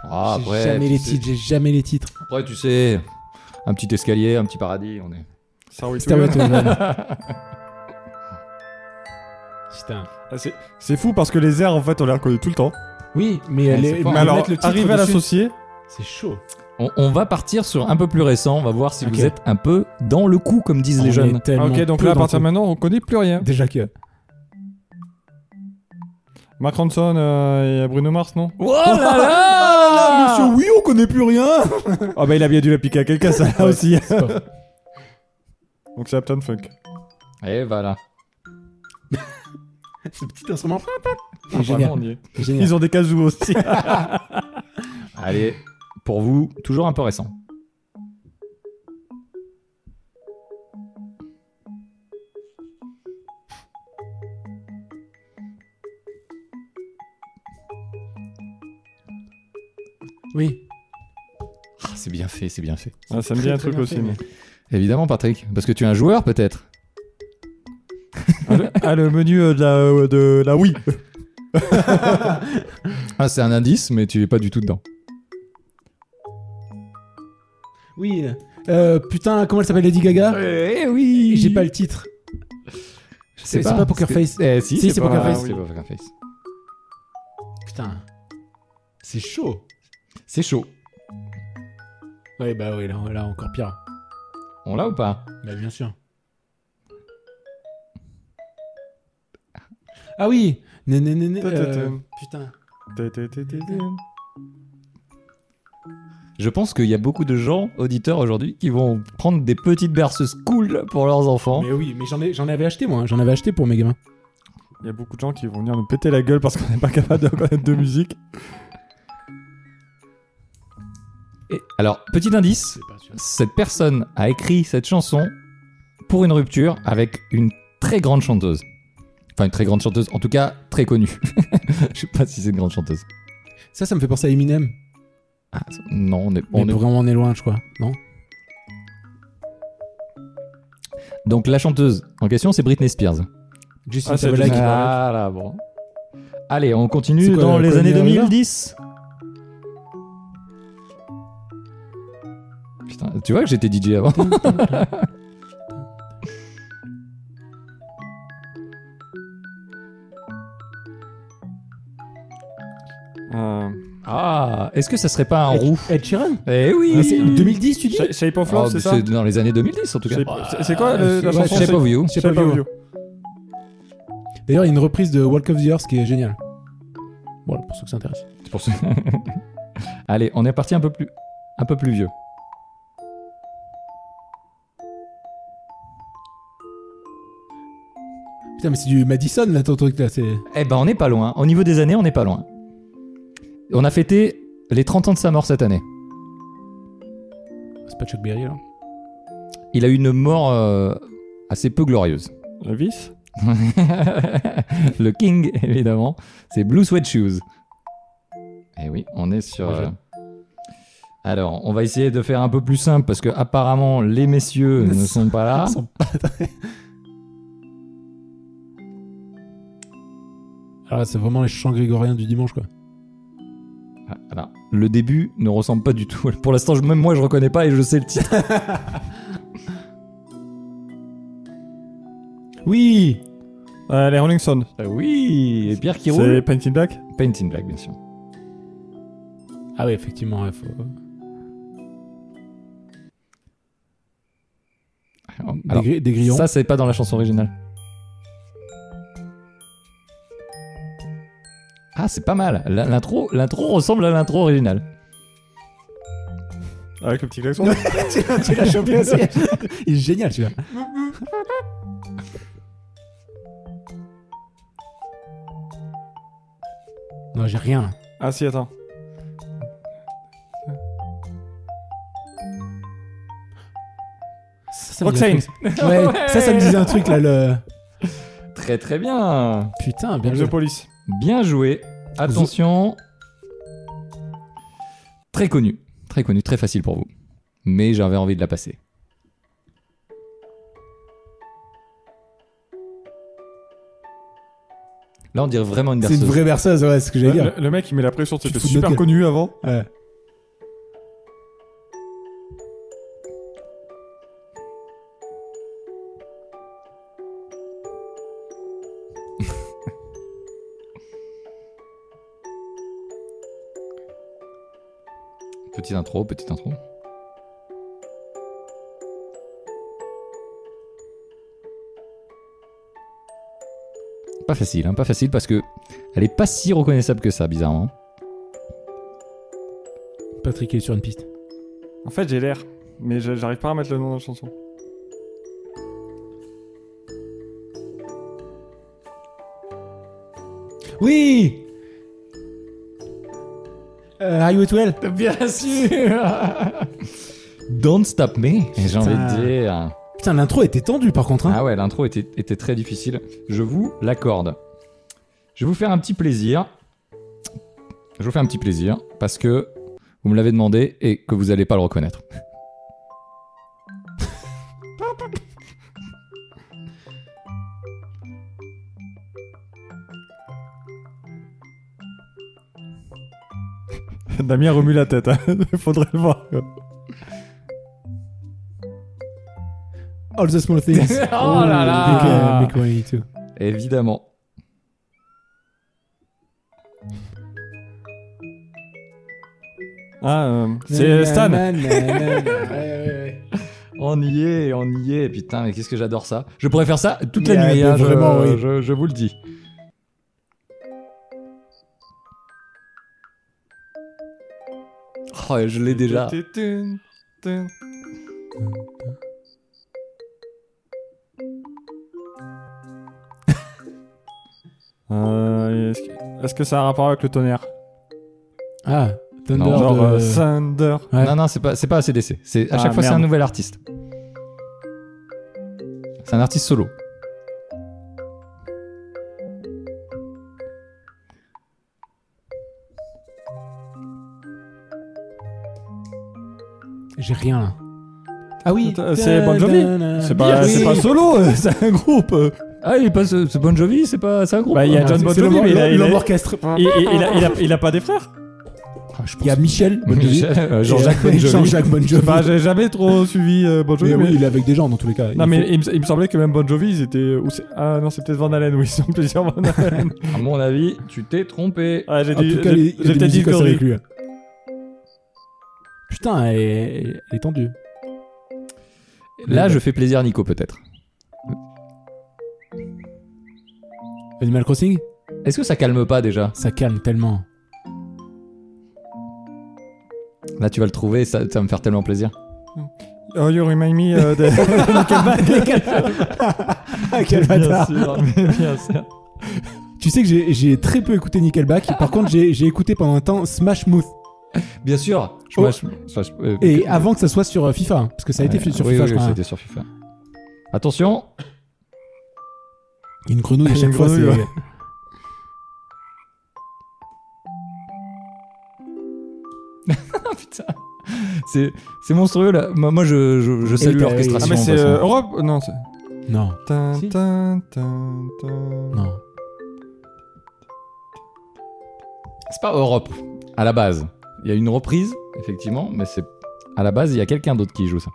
Speaker 1: Ah,
Speaker 3: j'ai
Speaker 1: après,
Speaker 3: jamais
Speaker 1: tu
Speaker 3: les
Speaker 1: sais-
Speaker 3: titres, j'ai jamais les titres.
Speaker 1: Après, tu sais, un petit escalier, un petit paradis, on est.
Speaker 2: Sorry to
Speaker 3: Star
Speaker 2: you. [LAUGHS]
Speaker 3: Wars, ouais, voilà. Putain.
Speaker 2: Ah, c'est- C'est fou parce que les airs en fait on les reconnaît tout le temps.
Speaker 3: Oui, mais,
Speaker 1: Ouais,
Speaker 3: les-
Speaker 1: c'est fort.
Speaker 3: mais
Speaker 2: Mais alors
Speaker 3: mettre le titre
Speaker 2: arriver à
Speaker 3: dessus,
Speaker 2: l'associer,
Speaker 3: c'est chaud.
Speaker 1: On, on va partir sur un peu plus récent. On va voir si
Speaker 3: Ok.
Speaker 1: vous êtes un peu dans le coup, comme disent les
Speaker 3: On
Speaker 1: jeunes.
Speaker 3: est tellement
Speaker 2: Ah, ok donc
Speaker 3: peu
Speaker 2: là à
Speaker 3: dans le
Speaker 2: partir de
Speaker 3: coup.
Speaker 2: maintenant on connaît plus rien.
Speaker 3: Déjà que.
Speaker 2: Mark Ronson euh, et Bruno Mars non
Speaker 1: Oh [LAUGHS] là là
Speaker 3: oui, on connaît plus rien.
Speaker 2: Ah bah il a bien dû la piquer à quelqu'un ça là aussi.
Speaker 3: C'est pas faux.
Speaker 2: Donc c'est Uptown Funk.
Speaker 1: Et voilà.
Speaker 3: Ce petit instrument.
Speaker 2: Ah,
Speaker 3: génial.
Speaker 2: vraiment, on y est.
Speaker 3: Génial.
Speaker 2: Ils ont des casous [LAUGHS] aussi.
Speaker 1: Allez, pour vous, toujours un peu récent.
Speaker 3: Oui.
Speaker 1: Ah, c'est bien fait, c'est bien fait.
Speaker 2: Ah, ça me dit un
Speaker 3: Très, très
Speaker 2: truc
Speaker 3: bien
Speaker 2: aussi.
Speaker 3: fait,
Speaker 2: mais-
Speaker 1: Évidemment, Patrick, parce que tu es un joueur peut-être.
Speaker 2: Ah, le- ah le menu euh, de la euh, de la Wii.
Speaker 1: Ah, c'est un indice, mais tu es pas du tout dedans.
Speaker 3: Oui. Euh, putain, comment elle s'appelle Lady Gaga
Speaker 1: Eh oui
Speaker 3: J'ai pas le titre.
Speaker 1: Je
Speaker 3: c'est- c'est pas Poker
Speaker 1: c'est-
Speaker 3: Face.
Speaker 1: Eh, si,
Speaker 3: Si,
Speaker 1: c'est
Speaker 3: c'est
Speaker 1: Poker
Speaker 3: Poker
Speaker 1: Face.
Speaker 2: Face.
Speaker 1: C'est pas Poker Face.
Speaker 3: Putain. C'est chaud.
Speaker 1: C'est chaud.
Speaker 3: Ouais, bah oui, là, là encore pire.
Speaker 1: On l'a ou pas
Speaker 3: Bah bien sûr. Ah oui né, né, né, né, euh, Putain.
Speaker 1: Je pense qu'il y a beaucoup de gens, auditeurs aujourd'hui, qui vont prendre des petites berceuses cool pour leurs enfants.
Speaker 3: Mais oui, mais j'en ai- j'en avais acheté moi, hein. j'en avais acheté pour mes gamins.
Speaker 2: Il y a beaucoup de gens qui vont venir nous péter la gueule parce qu'on n'est pas capable de reconnaître de musique.
Speaker 1: Et- alors, petit indice, cette personne a écrit cette chanson pour une rupture avec une très grande chanteuse. Enfin, une très grande chanteuse, en tout cas très connue. [LAUGHS] Je sais pas si c'est une grande chanteuse.
Speaker 3: Ça, ça me fait penser à Eminem.
Speaker 1: Ah, ça- non, on est,
Speaker 3: On
Speaker 1: on est-
Speaker 3: vraiment on est loin, je crois. Non
Speaker 1: Donc la chanteuse en question, c'est Britney Spears.
Speaker 3: Justin
Speaker 2: Ah, c'est
Speaker 3: Timberlake.
Speaker 2: Justin.
Speaker 1: Ah là, bon. Allez, on continue
Speaker 3: C'est quoi,
Speaker 1: dans
Speaker 3: le
Speaker 1: les
Speaker 3: Colin
Speaker 1: années
Speaker 3: River
Speaker 1: 2010. Putain, tu vois que j'étais DJ avant.
Speaker 2: Euh,
Speaker 1: Ah, est-ce que ça serait pas un
Speaker 3: Ed-
Speaker 1: roux
Speaker 3: Ed Sheeran
Speaker 1: Eh oui
Speaker 3: Ah, c'est 2010, tu dis Ah,
Speaker 2: Sha- Shape of
Speaker 1: Oh,
Speaker 2: Love, c'est ça
Speaker 1: C'est dans les années 2010 en tout cas.
Speaker 2: Shape- c'est- C'est quoi le- la
Speaker 3: Ouais,
Speaker 1: Ouais,
Speaker 2: chanson
Speaker 1: Shape of You.
Speaker 3: Je sais pas, vieux. D'ailleurs, il y a une reprise de Walk of the Earth qui est géniale. Voilà, pour ceux que ça intéresse.
Speaker 1: C'est pour ça. [LAUGHS] Allez, on est parti un peu plus, un peu plus vieux.
Speaker 3: Putain, mais c'est du Madison là, ton truc là. C'est.
Speaker 1: Eh ben, on n'est pas loin. Au niveau des années, on n'est pas loin. On a fêté les 30 ans de sa mort cette année.
Speaker 3: C'est pas Chuck Berry là.
Speaker 1: Il a eu une mort euh, assez peu glorieuse.
Speaker 2: Le vice
Speaker 1: [LAUGHS] le King, évidemment, c'est Blue Sweat Shoes. Eh oui, on est sur.
Speaker 3: Moi, j'aime.
Speaker 1: euh, Alors, on va essayer de faire un peu plus simple parce que apparemment les
Speaker 3: [LAUGHS]
Speaker 1: messieurs ne sont pas là.
Speaker 3: Ils sont pas [LAUGHS] très- Alors là, Ah, c'est vraiment les chants grégoriens du dimanche quoi.
Speaker 1: Ah, voilà. Le début ne ressemble pas du tout. [LAUGHS] Pour l'instant, je- même moi, je reconnais pas et je sais le
Speaker 3: [LAUGHS]
Speaker 1: titre.
Speaker 3: Oui
Speaker 2: Euh, Les Rolling Stones.
Speaker 1: Ah oui, et Pierre qui
Speaker 2: C'est
Speaker 1: roule.
Speaker 2: Painting Black
Speaker 1: Painting Black, bien sûr.
Speaker 3: Ah ouais, effectivement, il faut.
Speaker 1: Alors,
Speaker 3: des, gri- des grillons.
Speaker 1: ça, c'est pas dans la chanson originale. Ah, c'est pas mal. La- L'intro, l'intro ressemble à l'intro originale.
Speaker 2: Avec le petit klaxon
Speaker 3: tu l'as- tu l'as chopé aussi. il est génial celui-là. non, j'ai rien. là.
Speaker 2: Ah si, attends.
Speaker 3: Ça, ça me dit un
Speaker 2: Roxane
Speaker 3: truc. Ouais, ça, ça me disait un truc là. Le...
Speaker 1: Très très bien.
Speaker 3: Putain, bien joué.
Speaker 2: The Police.
Speaker 1: Bien joué. Attention. Très connu. Très connu, très facile pour vous. Mais j'avais envie de la passer. Là, on dirait vraiment une
Speaker 3: C'est
Speaker 1: berceuse.
Speaker 3: une vraie berceuse, ouais, c'est ce que j'allais
Speaker 2: Le,
Speaker 3: dire.
Speaker 2: le mec, il met la pression,
Speaker 3: Tu te
Speaker 2: c'était
Speaker 3: fous de notre
Speaker 2: super
Speaker 3: gueule.
Speaker 2: connu avant.
Speaker 3: Ouais.
Speaker 1: Petite intro, petite intro. Pas facile, hein, pas facile parce que elle est pas si reconnaissable que ça, bizarrement.
Speaker 3: Patrick est sur une piste.
Speaker 2: En fait, j'ai l'air, mais je- j'arrive pas à mettre le nom de la chanson.
Speaker 3: [LAUGHS] Oui euh, Are you at well
Speaker 1: Bien sûr [LAUGHS] Don't stop me, j'ai envie de dire.
Speaker 3: Putain, l'intro était tendue par contre. Hein.
Speaker 1: Ah ouais, l'intro était, était très difficile. Je vous l'accorde. Je vais vous faire un petit plaisir. Je vous fais un petit plaisir parce que vous me l'avez demandé et que vous n'allez pas le reconnaître.
Speaker 2: Damien remue la tête, hein. [LAUGHS] faudrait le voir.
Speaker 3: All the small things.
Speaker 1: Oh là là.
Speaker 3: Big, uh, big one, too.
Speaker 1: Évidemment.
Speaker 2: Ah, euh, c'est Stan.
Speaker 3: Na, na, na, na. Ouais, ouais, ouais.
Speaker 1: On y est, on y est. Putain, mais qu'est-ce que j'adore ça. Je pourrais faire ça toute la
Speaker 3: Mais,
Speaker 1: nuit,
Speaker 3: euh,
Speaker 1: hein, je,
Speaker 3: vraiment, oui.
Speaker 1: je- je vous le dis. Oh, je l'ai déjà.
Speaker 2: [LAUGHS] Euh, Est-ce que- est-ce que ça a un rapport avec le tonnerre
Speaker 3: Ah, Thunder.
Speaker 1: Non,
Speaker 2: Genre
Speaker 3: de-
Speaker 2: euh, Thunder.
Speaker 3: Ouais.
Speaker 1: Non, non, c'est pas, c'est pas ACDC. C'est, à
Speaker 2: Ah,
Speaker 1: chaque fois, c'est un
Speaker 2: merde.
Speaker 1: nouvel artiste. C'est un artiste solo.
Speaker 3: J'ai rien là. Ah oui,
Speaker 2: Attends, Euh, c'est Bon Jovi. C'est pas,
Speaker 3: Bien
Speaker 2: c'est
Speaker 3: joué.
Speaker 2: pas solo, euh, c'est un groupe. euh.
Speaker 1: Ah, il est pas, c'est Bon Jovi, c'est pas, c'est un groupe.
Speaker 2: Bah, il y a
Speaker 3: Ah,
Speaker 2: John
Speaker 3: c'est-
Speaker 2: Bon
Speaker 3: c'est
Speaker 2: Jovi,
Speaker 3: l'homme-
Speaker 2: mais il a- il
Speaker 3: l'homme
Speaker 2: est-
Speaker 3: orchestre.
Speaker 2: Et- et- il, a, il, a, il a pas des frères
Speaker 3: Il y a Michel Bon Jovi.
Speaker 1: Michel- euh, Jean-Jacques Bon
Speaker 3: Et
Speaker 1: Jovi.
Speaker 3: Jean-Jacques Bon
Speaker 2: [LAUGHS]
Speaker 3: Jovi.
Speaker 2: Bah, j'ai jamais trop suivi euh, Bon Jovi.
Speaker 3: Mais
Speaker 2: mais-
Speaker 3: oui, il est avec des gens dans tous les cas.
Speaker 2: Non,
Speaker 3: Il
Speaker 2: mais
Speaker 3: faut-
Speaker 2: il, me- il me semblait que même Bon Jovi, ils étaient. ou c'est- ah non, c'est peut-être Van Halen, oui, ils ont plusieurs Van
Speaker 3: [LAUGHS]
Speaker 2: Halen.
Speaker 1: À mon avis, tu t'es trompé.
Speaker 2: Ah, j'ai
Speaker 3: en
Speaker 2: dit-
Speaker 3: tout cas,
Speaker 2: j'ai-
Speaker 3: il y a
Speaker 2: j'ai
Speaker 3: des
Speaker 2: peut-être dit
Speaker 3: musicos
Speaker 2: connerie.
Speaker 3: avec lui. Putain, elle est, elle est tendue.
Speaker 1: Là, je fais plaisir, Nico, peut-être.
Speaker 3: Animal Crossing
Speaker 1: Est-ce que ça calme pas déjà
Speaker 3: Ça calme
Speaker 2: [LAUGHS]
Speaker 3: tellement.
Speaker 1: Là, tu vas le trouver, ça, ça va me faire tellement plaisir.
Speaker 2: Oh, you remind me euh,
Speaker 3: [LAUGHS]
Speaker 2: de. [LAUGHS]
Speaker 3: Ah, quel bâtard
Speaker 1: sûr, mais bien sûr.
Speaker 3: Tu sais que j'ai- j'ai très peu écouté Nickelback. Par contre, j'ai j'ai écouté pendant un temps Smash Mouth.
Speaker 1: Bien sûr. Je-
Speaker 3: Oh.
Speaker 1: moi, je- enfin, je- euh,
Speaker 3: Et
Speaker 1: que-
Speaker 3: avant que ça soit sur euh, FIFA. hein, Parce que ça a été
Speaker 1: Ouais,
Speaker 3: fait sur
Speaker 1: oui,
Speaker 3: FIFA,
Speaker 1: oui,
Speaker 3: je
Speaker 1: oui,
Speaker 3: crois. hein.
Speaker 1: c'était sur FIFA. Attention,
Speaker 3: Il y a une grenouille à
Speaker 2: Il y a
Speaker 3: chaque
Speaker 2: une
Speaker 3: fois.
Speaker 2: grenouille,
Speaker 3: c'est-
Speaker 1: Putain. C'est, c'est monstrueux là. Moi, moi, je, je, je salue
Speaker 3: Et t'as-
Speaker 2: Ah,
Speaker 1: l'orchestration.
Speaker 2: mais
Speaker 1: en
Speaker 2: c'est
Speaker 1: passant.
Speaker 2: euh, Europe Non, c'est.
Speaker 3: Non,
Speaker 2: Tin,
Speaker 3: Si.
Speaker 2: tin, tin, tin.
Speaker 3: non.
Speaker 1: C'est pas Europe à la base. Il y a une reprise, effectivement, mais c'est à la base, il y a quelqu'un d'autre qui joue ça.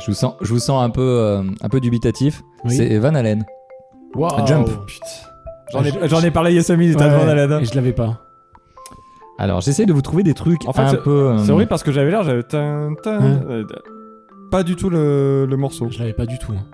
Speaker 1: Je vous sens, je vous sens un peu, euh, un peu dubitatif.
Speaker 3: Oui.
Speaker 1: C'est Van Halen.
Speaker 3: Wow.
Speaker 1: Jump.
Speaker 2: Putain. J'en ai, j'en ai parlé il y a 5 minutes
Speaker 3: Ouais,
Speaker 2: à Van
Speaker 3: ouais,
Speaker 2: Halen.
Speaker 3: et je l'avais pas.
Speaker 1: Alors, j'essaie de vous trouver des trucs
Speaker 2: En fait,
Speaker 1: un
Speaker 2: c'est-
Speaker 1: peu. euh,
Speaker 2: C'est horrible parce que j'avais l'air, j'avais. tin, tin,
Speaker 3: Hein
Speaker 2: euh, Pas du tout le, le morceau.
Speaker 3: Je l'avais pas du tout. hein.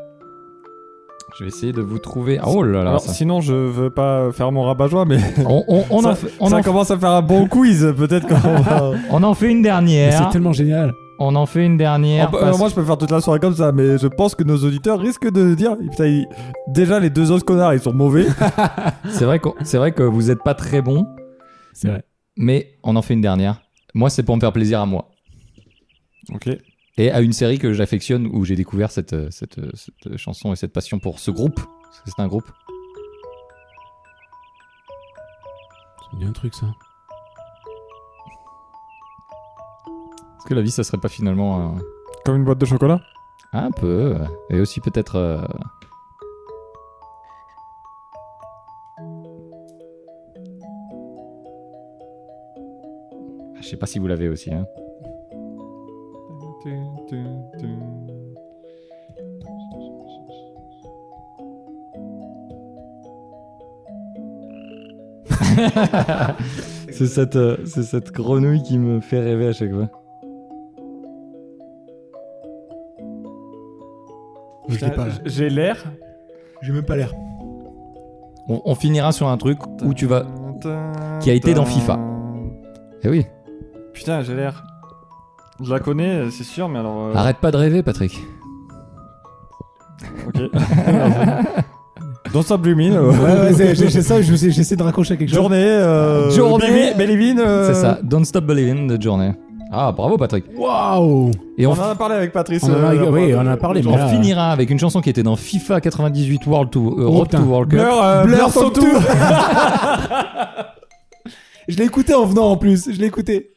Speaker 1: Je vais essayer de vous trouver. Oh là là.
Speaker 2: Alors,
Speaker 1: ça-
Speaker 2: sinon, je veux pas faire mon rabat-joie, mais
Speaker 1: On, on- on en, fait- on,
Speaker 2: ça
Speaker 1: en,
Speaker 2: commence à faire un bon quiz. Peut-être
Speaker 1: [LAUGHS]
Speaker 2: qu'on va.
Speaker 1: on en fait une
Speaker 3: Mais C'est
Speaker 1: dernière.
Speaker 3: tellement génial.
Speaker 1: On en fait une dernière.
Speaker 2: On peut-
Speaker 1: parce-
Speaker 2: euh, moi, je peux faire toute la soirée comme ça, mais je pense que nos auditeurs risquent de dire Putain, ils- déjà les deux autres connards, ils sont
Speaker 1: [LAUGHS]
Speaker 2: mauvais.
Speaker 1: C'est vrai, qu'on- c'est vrai que vous n'êtes pas très bon.
Speaker 3: C'est vrai.
Speaker 1: Mais on en fait une dernière. Moi, c'est pour me faire plaisir à moi.
Speaker 2: ok.
Speaker 1: Et à une série que j'affectionne, où j'ai découvert cette, euh, cette, euh, cette, euh, chanson et cette passion pour ce groupe. Parce que c'est un groupe.
Speaker 3: C'est bien un truc ça.
Speaker 1: Est-ce que la vie, ça serait pas finalement. euh,
Speaker 2: Comme une boîte de chocolat.
Speaker 1: Un peu. Et aussi peut-être. euh, Ah, Je sais pas si vous l'avez aussi. hein. c'est cette, euh, c'est cette grenouille qui me fait rêver à chaque fois.
Speaker 3: Je l'ai pas là.
Speaker 2: J'ai l'air.
Speaker 3: J'ai même pas l'air.
Speaker 1: On, on finira sur un truc où tu vas. Qui a été dans FIFA. Eh oui.
Speaker 2: Putain, j'ai l'air. Je la connais, c'est sûr, mais alors. euh,
Speaker 1: Arrête pas de rêver, Patrick.
Speaker 2: Ok. [LAUGHS] dans Sublumine.
Speaker 3: [LAUGHS] Ouais, ouais, c'est- j'ai j'ai ça, je me suis- j'essaie de raccrocher à quelque chose.
Speaker 2: euh, Journée. Euh,
Speaker 1: Journée.
Speaker 2: Believe- Believe in, euh,
Speaker 1: C'est ça. Don't stop believing de journée. Ah, bravo, Patrick.
Speaker 3: Waouh
Speaker 1: Et
Speaker 2: On
Speaker 1: on,
Speaker 2: en a parlé avec Patrice.
Speaker 3: On en a-
Speaker 2: euh,
Speaker 3: oui,
Speaker 2: la-
Speaker 3: on en a parlé,
Speaker 1: on
Speaker 3: mais là-
Speaker 1: finira avec une chanson qui était dans FIFA 98 World to, euh,
Speaker 3: Oh,
Speaker 1: Road to
Speaker 3: putain.
Speaker 1: World Cup.
Speaker 2: Blur, euh, Blur,
Speaker 3: Blur
Speaker 2: son
Speaker 3: son
Speaker 2: tout.
Speaker 3: [LAUGHS] Je l'ai écouté en venant en plus, je l'ai écouté.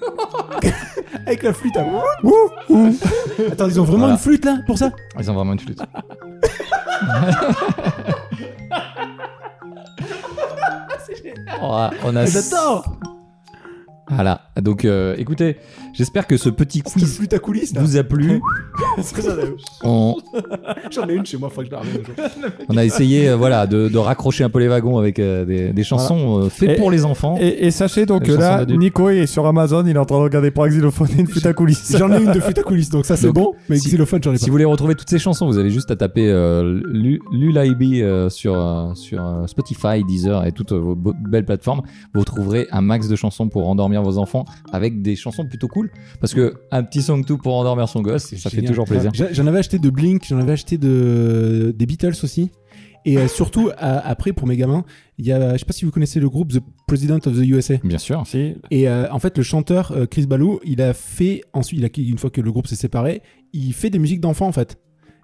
Speaker 3: [LAUGHS] Avec la flûte à... Ouh, ouh. Attends, ils ont vraiment
Speaker 1: Voilà.
Speaker 3: une flûte là pour ça
Speaker 1: Ils ont vraiment une flûte. on a, Oh, on a-
Speaker 3: J'adore
Speaker 1: Voilà. Donc, euh, écoutez, j'espère que ce petit
Speaker 3: Cette
Speaker 1: quiz
Speaker 3: flûte à coulisses là
Speaker 1: vous a plu. On,
Speaker 3: euh, J'en ai une chez moi, faut que je la ramène un jour.
Speaker 1: on a essayé, euh, voilà, de, de raccrocher un peu les wagons avec euh, des, des chansons euh, faites
Speaker 2: Et-
Speaker 1: pour les enfants.
Speaker 2: Et, et sachez donc
Speaker 1: La
Speaker 2: que
Speaker 1: chanson
Speaker 2: là,
Speaker 1: d'adulte.
Speaker 2: Nico est sur Amazon, il est en train de regarder pour Xylophone une flûte à coulisses. [LAUGHS]
Speaker 3: J'en ai une de flûte à coulisses, donc ça c'est
Speaker 1: Donc,
Speaker 3: bon, mais
Speaker 1: si-
Speaker 3: xylophone j'en ai
Speaker 1: Si vous
Speaker 3: pas.
Speaker 1: voulez retrouver toutes ces chansons, vous avez juste à taper euh, Lu- Lullaby euh, sur, euh, sur euh, Spotify, Deezer et toutes euh, vos be- belles plateformes. Vous trouverez un max de chansons pour endormir vos enfants avec des chansons plutôt cool. Parce que un petit song tout pour endormir son gosse, ça fait
Speaker 3: Génial.
Speaker 1: toujours plaisir.
Speaker 3: J'a- J'en avais acheté de Blink, j'en avais acheté de des Beatles aussi. Et euh, surtout, à- après, pour mes gamins, il y a, je sais pas si vous connaissez le groupe The President of the USA.
Speaker 1: Bien sûr.
Speaker 3: Et euh, en fait, le chanteur euh, Chris Ballou, il a fait ensuite, il a, une fois que le groupe s'est séparé, il fait des musiques d'enfants en fait.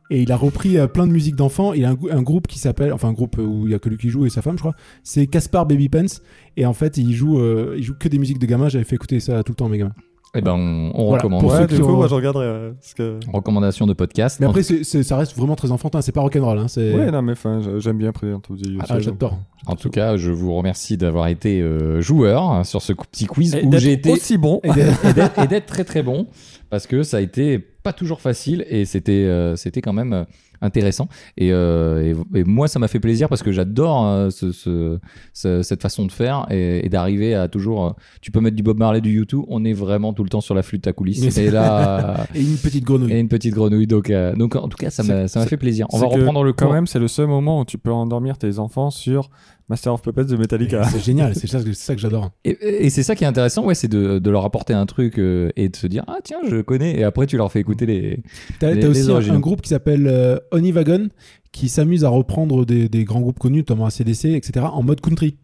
Speaker 3: Et il a repris euh, plein de musiques d'enfants. Il a un, gou- un groupe qui s'appelle, enfin un groupe où il y a que lui qui joue et sa femme, je crois. C'est Caspar Baby Pants. Et en fait, il joue, euh, il joue que des musiques de gamins. J'avais fait écouter ça tout le temps à mes gamins.
Speaker 1: Et ben, on, on
Speaker 3: Voilà,
Speaker 1: recommande.
Speaker 3: pour
Speaker 2: Ouais,
Speaker 3: ceux
Speaker 2: du
Speaker 3: qui
Speaker 2: coup,
Speaker 3: ont-
Speaker 2: moi je regarderai. euh, parce que...
Speaker 1: Recommandation de podcast.
Speaker 3: Mais après, c'est- c'est- ça reste vraiment très enfantin. C'est pas rock'n'roll. Hein, c'est...
Speaker 2: Ouais, non, mais enfin, je- j'aime bien President of the
Speaker 3: Ah, j'adore.
Speaker 1: en, en tout cas, je vous remercie d'avoir été euh, joueur hein, sur ce cou- petit quiz
Speaker 2: Et
Speaker 1: où
Speaker 2: d'être
Speaker 1: j'ai été
Speaker 2: aussi bon.
Speaker 1: et
Speaker 3: euh,
Speaker 1: d'être- et d'être- et d'être très très bon parce que ça a été pas toujours facile et c'était euh, c'était quand même euh, intéressant et, euh, et- et moi ça m'a fait plaisir parce que j'adore euh, ce- ce- ce- cette façon de faire et, et d'arriver à toujours euh, tu peux mettre du Bob Marley du U2 on est vraiment tout le temps sur la flûte à
Speaker 3: Mais
Speaker 1: coulisses
Speaker 3: c'est-
Speaker 1: et là euh,
Speaker 2: [LAUGHS]
Speaker 3: Et une petite grenouille.
Speaker 1: et une petite grenouille donc euh, donc en tout cas ça m'a
Speaker 2: C'est-
Speaker 1: ça m'a
Speaker 2: c'est-
Speaker 1: fait plaisir on va
Speaker 2: c'est que,
Speaker 1: reprendre le cours
Speaker 2: Quand même, c'est le seul moment où tu peux endormir tes enfants sur Master of Puppets de Metallica.
Speaker 3: C'est génial. C'est ça, que- c'est ça que j'adore.
Speaker 1: Et, et c'est ça qui est intéressant, ouais, c'est de, de leur apporter un truc euh, et de se dire ah tiens je connais et après tu leur fais écouter les
Speaker 3: T'as
Speaker 1: Les- les
Speaker 3: t'as aussi un,
Speaker 1: originaux.
Speaker 3: un groupe qui s'appelle euh, Wagon qui s'amuse à reprendre des, des grands groupes connus, notamment ACDC, etc., en mode country.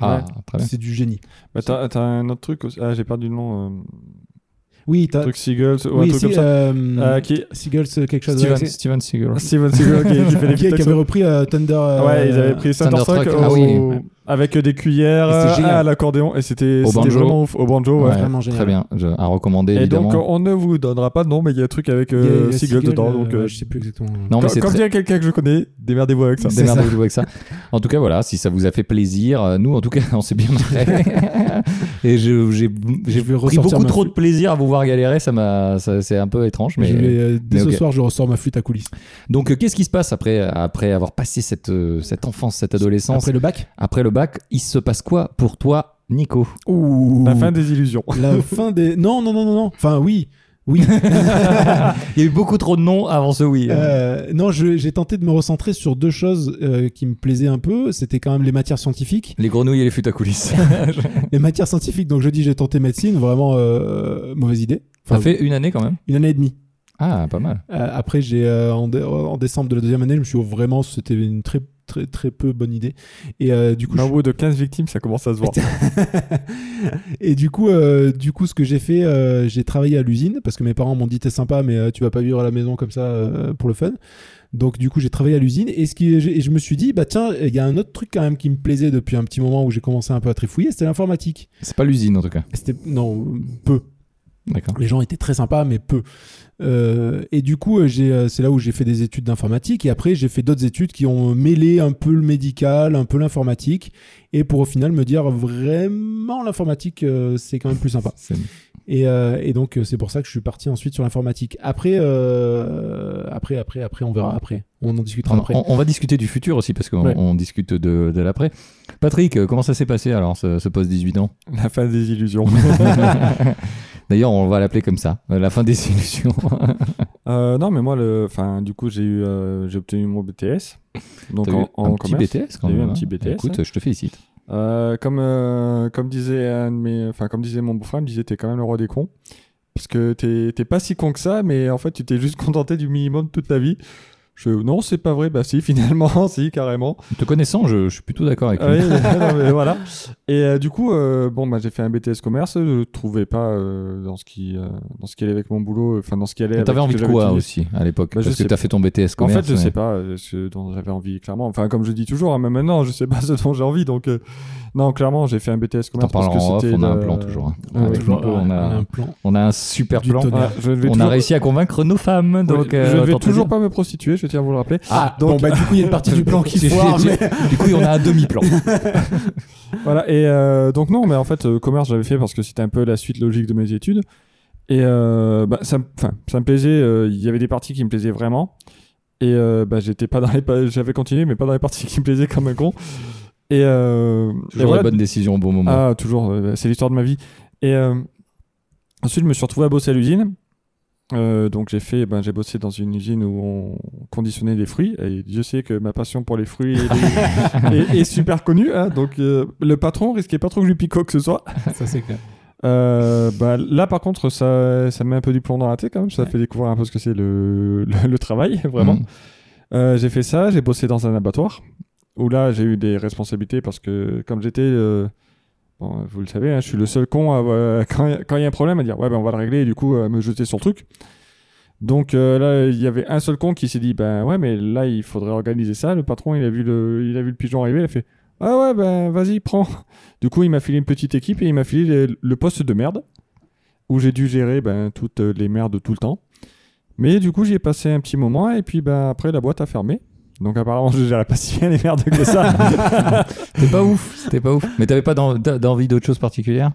Speaker 1: ah très bien.
Speaker 3: C'est du génie.
Speaker 2: Bah, t'as t'as un autre truc aussi. Ah, j'ai perdu le nom.
Speaker 3: Oui,
Speaker 2: euh,
Speaker 3: t'as.
Speaker 2: truc Seagulls ou un
Speaker 3: Oui,
Speaker 2: truc
Speaker 3: si,
Speaker 2: comme ça.
Speaker 3: euh,
Speaker 2: Euh, qui...
Speaker 3: Seagulls, euh, quelque chose.
Speaker 1: Steven,
Speaker 3: ouais, c'est-
Speaker 1: Steven Seagal.
Speaker 2: [LAUGHS] Steven Seagal [LAUGHS] qui, qui fait des
Speaker 3: qui, qui
Speaker 2: flûtes
Speaker 3: avait repris euh, Thunder. euh,
Speaker 2: Ouais, ils avaient pris Thunderstruck
Speaker 1: Thunderstruck,
Speaker 2: au-
Speaker 1: ah oui.
Speaker 2: avec des cuillères
Speaker 3: Et c'était
Speaker 2: euh,
Speaker 3: génial.
Speaker 2: à l'accordéon et c'était
Speaker 1: Au
Speaker 2: c'était
Speaker 1: banjo.
Speaker 2: vraiment ouf au banjo. ouais.
Speaker 1: Ouais,
Speaker 3: vraiment génial.
Speaker 1: Très bien, je- à recommander
Speaker 2: Et
Speaker 1: évidemment.
Speaker 2: donc on ne vous donnera pas de nom, mais il y a un truc avec
Speaker 3: Il y a- il y a
Speaker 2: euh, Seagull dedans.
Speaker 3: euh,
Speaker 2: Donc euh,
Speaker 3: ouais, je sais plus exactement.
Speaker 1: non mais
Speaker 2: Comme
Speaker 1: c'est
Speaker 2: comme
Speaker 1: très...
Speaker 2: dirait quelqu'un que je connais, démerdez-vous avec ça.
Speaker 3: C'est ça.
Speaker 1: démerdez-vous avec ça. En tout cas voilà, si ça vous a fait plaisir, euh, nous en tout cas [LAUGHS] on s'est bien [LAUGHS] marré. Et je- j'ai j'ai
Speaker 3: Je vais
Speaker 1: pris
Speaker 3: ressortir
Speaker 1: beaucoup
Speaker 3: ma
Speaker 1: trop de
Speaker 3: flûte.
Speaker 1: plaisir à vous voir galérer, ça m'a ça- c'est un peu étrange mais.
Speaker 3: Je vais, euh, dès
Speaker 1: mais
Speaker 3: ce
Speaker 1: ok.
Speaker 3: soir, je ressors ma flûte à coulisses.
Speaker 1: Donc euh, qu'est-ce qui se passe après après avoir passé cette euh, cette enfance, cette adolescence,
Speaker 3: Après le bac
Speaker 1: après le bac, il se passe quoi pour toi Nico
Speaker 3: Ouh.
Speaker 2: La fin des illusions. [LAUGHS]
Speaker 3: La fin des. Non, non, non, non, non. Enfin, oui. Oui.
Speaker 1: Il y a eu beaucoup trop de noms avant ce oui. hein.
Speaker 3: Euh, non, je- j'ai tenté de me recentrer sur deux choses euh, qui me plaisaient un peu. C'était quand même les
Speaker 1: [LAUGHS]
Speaker 3: matières scientifiques.
Speaker 1: Les grenouilles et les fûts à [LAUGHS] coulisses.
Speaker 3: Les matières scientifiques, donc je dis j'ai tenté médecine, vraiment euh, mauvaise idée.
Speaker 1: ça
Speaker 3: Enfin,
Speaker 1: fait une année quand même.
Speaker 3: une année et demie.
Speaker 1: Ah, pas mal.
Speaker 3: Euh, après, j'ai euh, en, dé- en décembre de la deuxième année, je me suis dit, oh, vraiment, c'était une très très très peu bonne idée. Et euh, du coup,
Speaker 2: Au
Speaker 3: je-
Speaker 2: bout de 15 victimes, ça commence à se voir.
Speaker 3: et du coup, euh, du coup, ce que j'ai fait, euh, j'ai travaillé à l'usine parce que mes parents m'ont dit t'es sympa, mais euh, tu vas pas vivre à la maison comme ça euh, pour le fun. Donc du coup, j'ai travaillé à l'usine et ce qui, j'ai- et je me suis dit bah tiens, il y a un autre truc quand même qui me plaisait depuis un petit moment où j'ai commencé un peu à trifouiller, c'était l'informatique.
Speaker 1: C'est pas l'usine en tout cas.
Speaker 3: C'était non peu.
Speaker 1: D'accord.
Speaker 3: Les gens étaient très sympas, mais peu. Euh, et du coup, euh, j'ai, euh, c'est là où j'ai fait des études d'informatique. Et après, j'ai fait d'autres études qui ont mêlé un peu le médical, un peu l'informatique. Et pour au final me dire vraiment l'informatique, euh, c'est quand même plus sympa.
Speaker 1: C'est-
Speaker 3: Et, euh, et donc, euh, c'est pour ça que je suis parti ensuite sur l'informatique. Après, euh, après, après, après, on verra après. On en discutera
Speaker 1: On,
Speaker 3: après.
Speaker 1: on- on va discuter du futur aussi parce qu'on
Speaker 3: Ouais.
Speaker 1: on discute de, de l'après. Patrick, euh, comment ça s'est passé alors ce, ce post 18
Speaker 2: [LAUGHS]
Speaker 1: ans
Speaker 2: La fin des illusions.
Speaker 1: D'ailleurs, on va l'appeler comme ça, euh, la fin des
Speaker 2: [LAUGHS]
Speaker 1: illusions.
Speaker 2: Euh, non, mais moi, le, enfin, du coup, j'ai eu, euh, j'ai obtenu mon BTS. Donc
Speaker 1: T'as eu
Speaker 2: en, en
Speaker 1: un petit
Speaker 2: commerce.
Speaker 1: BTS quand
Speaker 2: J'ai eu
Speaker 1: même.
Speaker 2: un
Speaker 1: hein.
Speaker 2: petit BTS,
Speaker 1: Écoute, je te félicite.
Speaker 2: Euh, comme, euh, comme disait un de mes, enfin, comme disait mon beau-frère, il me disait t'es quand même le roi des cons. Parce que t'es, t'es pas si con que ça, mais en fait, tu t'es juste [LAUGHS] contenté du minimum toute ta vie. Je, non, c'est pas vrai. Bah si, finalement, [LAUGHS] si, carrément.
Speaker 1: [LAUGHS] Te connaissant, je, je suis plutôt d'accord avec
Speaker 2: Ah
Speaker 1: lui.
Speaker 2: oui, [LAUGHS] non, mais voilà. Et euh, du coup, euh, bon, bah, j'ai fait un BTS commerce. Je ne trouvais pas euh, dans ce qui, euh, dans ce qui allait avec mon boulot. euh, Enfin, dans ce qui allait.
Speaker 1: Mais T'avais
Speaker 2: avec
Speaker 1: envie
Speaker 2: ce
Speaker 1: de
Speaker 2: que j'avais
Speaker 1: quoi
Speaker 2: étudié.
Speaker 1: aussi à l'époque
Speaker 2: Bah, je
Speaker 1: Parce que
Speaker 2: sais
Speaker 1: t'as fait ton BTS
Speaker 2: En
Speaker 1: commerce.
Speaker 2: fait, je
Speaker 1: mais-
Speaker 2: sais pas euh, ce dont j'avais envie, clairement. Enfin, comme je dis toujours, hein, même maintenant, je sais pas [LAUGHS] ce dont j'ai envie. Donc, euh, non, clairement, j'ai fait un BTS
Speaker 1: T'en
Speaker 2: commerce. parce
Speaker 1: parles
Speaker 2: que
Speaker 1: en off,
Speaker 2: c'était
Speaker 1: on a un
Speaker 2: le-
Speaker 1: plan toujours. hein.
Speaker 2: ouais,
Speaker 1: Avec
Speaker 3: Toujours,
Speaker 1: Nico,
Speaker 3: euh,
Speaker 1: on a,
Speaker 3: un plan.
Speaker 1: on a un super
Speaker 3: Du
Speaker 1: plan.
Speaker 3: tonnerre.
Speaker 2: Ah, je ne vais
Speaker 1: On a
Speaker 2: toujours-
Speaker 1: réussi à convaincre nos femmes. Donc,
Speaker 2: je
Speaker 1: euh,
Speaker 2: ne vais
Speaker 1: autant te
Speaker 2: toujours
Speaker 1: dire.
Speaker 2: pas me prostituer, je tiens à vous le rappeler.
Speaker 3: Ah,
Speaker 2: donc-
Speaker 3: bon, bah, du coup, il y a une partie du [LAUGHS]
Speaker 1: [LAUGHS]
Speaker 3: plan qui se
Speaker 1: Tu-
Speaker 3: foire.
Speaker 1: tu-
Speaker 3: mais-
Speaker 1: Du coup, on a un demi-plan.
Speaker 2: voilà, et euh, donc non, mais en fait, euh, commerce, j'avais fait parce que c'était un peu la suite logique de mes études. Et euh, bah, ça, me- enfin, ça me plaisait, euh, il y avait des parties qui me plaisaient vraiment. Et euh, bah, j'étais pas dans les pa- j'avais continué, mais pas dans les parties [LAUGHS] qui me plaisaient comme un con. Et, euh, et
Speaker 1: Toujours la
Speaker 2: voilà.
Speaker 1: bonne décision au bon moment.
Speaker 2: Ah, toujours, euh, c'est l'histoire de ma vie. Et euh, ensuite, je me suis retrouvé à bosser à l'usine. Euh, donc j'ai fait, ben, j'ai bossé dans une usine où on conditionnait des fruits. Et Dieu sait que ma passion pour les fruits
Speaker 1: [LAUGHS]
Speaker 2: est, est- est super connue. hein. donc euh, le patron risquait pas trop que je lui pique quoi que ce soit.
Speaker 3: Ça, c'est clair.
Speaker 2: Euh, bah, là par contre, ça, ça me met un peu du plomb dans la tête quand même. Ça fait découvrir un peu ce que c'est le, le- le travail [LAUGHS] vraiment.
Speaker 1: Mm.
Speaker 2: Euh, j'ai fait ça, j'ai bossé dans un abattoir où là j'ai eu des responsabilités parce que comme j'étais, euh, bon, vous le savez, hein, je suis le seul con à, euh, quand quand il y a un problème à dire ouais ben on va le régler et du coup euh, me jeter sur le truc. Donc euh, là il y avait un seul con qui s'est dit ben ouais mais là il faudrait organiser ça. Le patron il a vu le, il a vu le pigeon arriver, il a fait ah ouais ben vas-y prends. [LAUGHS] Du coup il m'a filé une petite équipe et il m'a filé le, le poste de merde où j'ai dû gérer ben toutes les merdes tout le temps. Mais du coup, j'y ai passé un petit moment et puis bah, après, la boîte a fermé. Donc apparemment, [LAUGHS] je gère pas si bien les merdes que ça.
Speaker 1: C'était pas ouf. C'était pas ouf. Mais t'avais pas d'en- d'en- d'envie d'autre chose particulière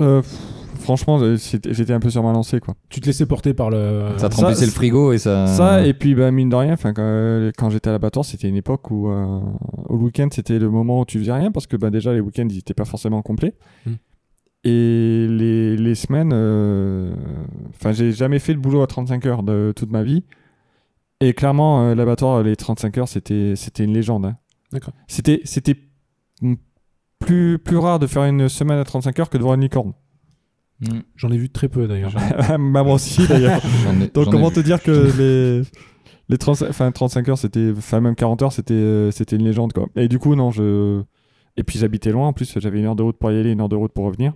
Speaker 2: Euh, pff, franchement, euh, c'était- j'étais un peu sur ma lancée. Quoi.
Speaker 3: Tu te laissais porter par le.
Speaker 1: Ça trempait
Speaker 2: ça-
Speaker 1: le frigo et ça.
Speaker 2: Ça, et puis bah, mine de rien, 'fin, quand, euh, quand j'étais à l'abattoir, c'était une époque où euh, au week-end, c'était le moment où tu faisais rien parce que bah, déjà, les week-ends, ils n'étaient pas forcément complets.
Speaker 3: Mm.
Speaker 2: Et les, les semaines, euh, enfin, j'ai jamais fait le boulot à 35 heures de toute ma vie. Et clairement, euh, l'abattoir, les 35 heures, c'était c'était une légende. hein.
Speaker 3: D'accord.
Speaker 2: C'était c'était mm, plus plus rare de faire une semaine à 35 heures que de voir une licorne. [LAUGHS]
Speaker 1: Mm.
Speaker 3: J'en ai vu très peu d'ailleurs.
Speaker 2: bah moi aussi d'ailleurs.
Speaker 1: J'en ai- [LAUGHS]
Speaker 2: Donc
Speaker 1: j'en ai
Speaker 2: comment
Speaker 1: vu.
Speaker 2: te dire que les les 35 enfin 35 heures c'était enfin même 40 heures c'était euh, c'était une légende quoi. Et du coup non, je et puis j'habitais loin en plus, j'avais une heure de route pour y aller, une heure de route pour revenir.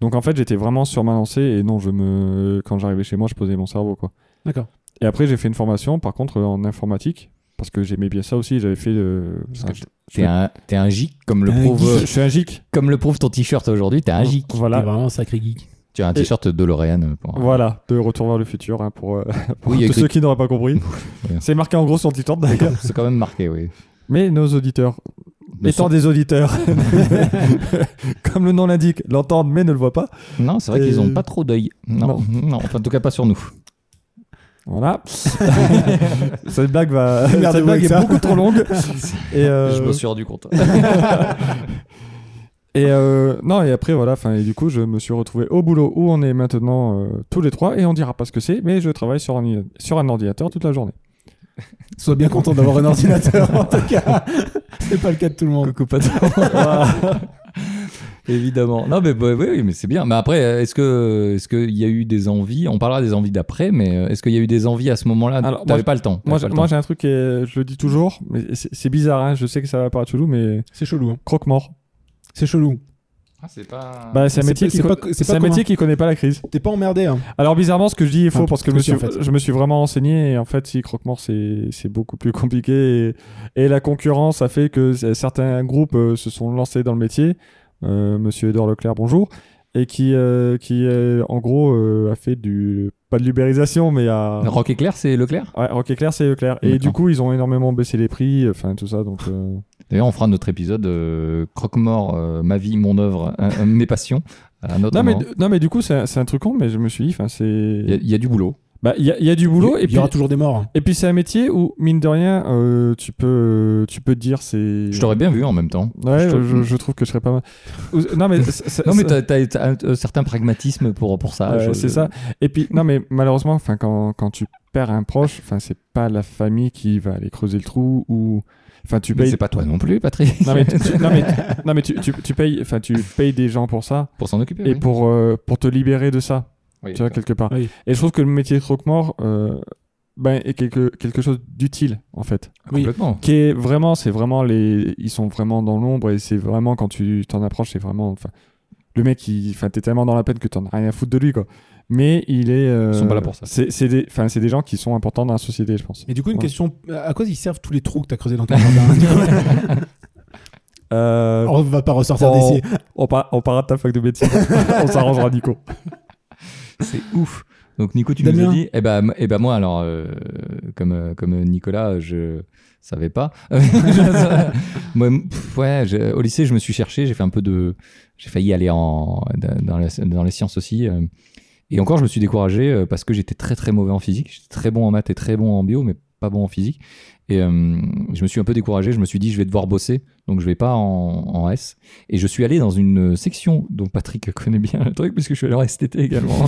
Speaker 2: Donc en fait, j'étais vraiment sur ma lancée et non, je me quand j'arrivais chez moi, je posais mon cerveau quoi.
Speaker 3: D'accord.
Speaker 2: Et après, j'ai fait une formation par contre en informatique parce que j'aimais bien ça aussi, j'avais fait euh,
Speaker 3: que
Speaker 2: enfin,
Speaker 1: T'es un, t'es un geek, comme le
Speaker 3: Un
Speaker 1: prouve,
Speaker 2: je, je suis
Speaker 1: [LAUGHS]
Speaker 2: un geek. Mm.
Speaker 1: comme le prouve ton t-shirt aujourd'hui, t'es un geek.
Speaker 2: Voilà.
Speaker 3: T'es vraiment un sacré geek.
Speaker 1: Tu as un t-shirt de euh, Lorraine.
Speaker 2: Voilà, de Retour vers le futur hein, pour, euh, [LAUGHS] pour
Speaker 1: Oui,
Speaker 2: tous
Speaker 1: écrit-
Speaker 2: ceux qui n'auraient pas compris.
Speaker 1: Ouais.
Speaker 2: C'est marqué en gros sur le t-shirt d'ailleurs.
Speaker 1: [LAUGHS] C'est quand même marqué, oui.
Speaker 2: Mais nos auditeurs,
Speaker 1: Le
Speaker 2: étant
Speaker 1: son-
Speaker 2: des auditeurs, comme le nom l'indique, l'entendent mais ne le voient pas.
Speaker 1: Non, c'est vrai qu'ils
Speaker 2: Euh,
Speaker 1: ont pas trop d'œil. Non, non. enfin, en tout cas pas sur nous.
Speaker 2: Voilà. cette blague, va...
Speaker 3: Merde,
Speaker 2: cette
Speaker 3: ouais,
Speaker 2: blague est
Speaker 3: ça.
Speaker 2: beaucoup trop longue. Et, euh,
Speaker 1: Je me suis rendu
Speaker 2: [LAUGHS]
Speaker 1: compte.
Speaker 2: et euh, non, et après voilà, enfin, et du coup, je me suis retrouvé au boulot où on est maintenant euh, tous les trois et on dira pas ce que c'est, mais je travaille sur un, sur un ordinateur toute la journée.
Speaker 3: Sois bien content d'avoir un ordinateur en tout cas. [LAUGHS] C'est pas le cas de tout le monde.
Speaker 1: Coucou [LAUGHS] Patron. Évidemment. Non, mais bah, oui, oui, mais c'est bien. Mais après, euh, est-ce que, est-ce qu'il y a eu des envies On parlera des envies d'après, mais euh, est-ce qu'il y a eu des envies à ce moment-là
Speaker 2: Alors, moi,
Speaker 1: T'avais
Speaker 2: j'ai-
Speaker 1: pas le temps. t'avais
Speaker 2: Moi, j'ai-
Speaker 1: pas le
Speaker 2: moi
Speaker 1: temps.
Speaker 2: j'ai un truc, et je le dis toujours, mais c'est c'est bizarre, hein, je sais que ça va paraître chelou, mais
Speaker 3: C'est chelou. hein.
Speaker 2: croque-mort.
Speaker 3: C'est chelou.
Speaker 1: Ah, c'est pas.
Speaker 2: Bah, c'est un
Speaker 3: C'est
Speaker 2: métier,
Speaker 3: pas-
Speaker 2: qui,
Speaker 3: c'est
Speaker 2: co-
Speaker 3: pas- c'est
Speaker 2: c'est
Speaker 3: pas
Speaker 2: un
Speaker 3: commun.
Speaker 2: métier qui connaît pas la crise.
Speaker 3: T'es pas emmerdé. Hein.
Speaker 2: Alors bizarrement, ce que je dis est faux
Speaker 3: Enfin,
Speaker 2: parce que je
Speaker 3: tout
Speaker 2: me,
Speaker 3: ce
Speaker 2: suis,
Speaker 3: que tu en fait.
Speaker 2: je me suis vraiment renseigné et en fait, si croque-mort, c'est c'est beaucoup plus [LAUGHS] compliqué et, et la concurrence a fait que c- certains groupes euh, se sont lancés dans le métier. Euh, Monsieur Edouard Leclerc, bonjour. et qui, euh, qui euh, en gros, euh, a fait du. Pas de l'ubérisation, mais a.
Speaker 1: Rock Éclair, c'est Leclerc
Speaker 2: Ouais, Rock Éclair, c'est Leclerc. Et
Speaker 1: D'accord.
Speaker 2: du coup, ils ont énormément baissé les prix, enfin, tout ça. Donc, euh,
Speaker 1: D'ailleurs, on fera notre épisode euh, Croque-mort, euh, ma vie, mon œuvre, euh, euh, mes passions. à notre
Speaker 2: non, mais,
Speaker 1: moment.
Speaker 2: non, mais du coup, c'est un- c'est un truc con, mais je me suis dit, enfin,
Speaker 1: Il y a-
Speaker 2: c'est.
Speaker 1: il y, a du boulot.
Speaker 2: Bah, Il y, a- il y a du boulot,
Speaker 3: il
Speaker 2: et
Speaker 3: y
Speaker 2: puis,
Speaker 3: aura toujours des morts. [LAUGHS] hein.
Speaker 2: et puis c'est un métier où, mine de rien, euh, tu peux, tu peux dire, c'est.
Speaker 1: Je t'aurais bien vu en même temps.
Speaker 2: Ouais,
Speaker 1: je te-
Speaker 2: je, je trouve que je serais pas mal. Ou- euh, Non, mais. c'est- c'est-
Speaker 1: Non, mais
Speaker 2: c'est-
Speaker 1: t'as, t'as- t'as un un certain pragmatisme pour, pour ça.
Speaker 2: Euh,
Speaker 1: je-
Speaker 2: c'est ça. Et puis, non, mais malheureusement, enfin, quand, quand tu perds un proche, enfin, c'est pas la famille qui va aller creuser le trou ou, enfin, tu
Speaker 1: Mais
Speaker 2: payes.
Speaker 1: c'est pas toi non plus, Patrick.
Speaker 2: Non mais, tu, tu- non, mais, non, mais tu, tu- tu payes, enfin, tu payes des gens pour ça
Speaker 1: pour s'en occuper.
Speaker 2: et
Speaker 1: oui.
Speaker 2: pour euh, pour te libérer de ça,
Speaker 1: Oui,
Speaker 2: tu vois
Speaker 1: d'accord.
Speaker 2: quelque part.
Speaker 3: Oui.
Speaker 2: Et je trouve que le métier de croque-mort, euh, ben, est quelque quelque chose d'utile en fait.
Speaker 3: Oui.
Speaker 1: Complètement.
Speaker 2: Qui est vraiment, c'est vraiment les, ils sont vraiment dans l'ombre et c'est vraiment quand tu t'en approches, c'est vraiment, enfin, le mec, il, enfin, t'es tellement dans la peine que t'en as rien à foutre de lui, quoi. Mais il est. euh,
Speaker 1: Ils sont pas là pour ça.
Speaker 2: C'est, c'est des, enfin, c'est des gens qui sont importants dans la société, je pense.
Speaker 3: Et du coup, une
Speaker 2: Ouais.
Speaker 3: question à quoi ils servent tous les trous que t'as creusés [LAUGHS] dans ton jardin
Speaker 2: Euh,
Speaker 3: On va pas ressortir
Speaker 2: on,
Speaker 3: d'ici.
Speaker 2: on, par- on parlera de ta fac de [LAUGHS] médecine. on s'arrangera, Nico.
Speaker 1: C'est ouf. Donc Nico, tu nous
Speaker 3: Damien.
Speaker 1: as dit, eh ben, m- eh ben moi alors, euh, comme euh, comme Nicolas, euh, je savais [LAUGHS] pas. moi, m- pff, ouais, j'ai- au lycée, je me suis cherché, j'ai fait un peu de, j'ai failli aller en dans- dans, les- dans les sciences aussi. euh, et encore, je me suis découragé euh, parce que j'étais très très mauvais en physique. J'étais très bon en maths et très bon en bio, mais pas bon en physique. Et euh, je me suis un peu découragé. Je me suis dit, je vais devoir bosser, donc je vais pas en, en S. Et je suis allé dans une section dont Patrick connaît bien le truc, puisque je suis allé en STT également.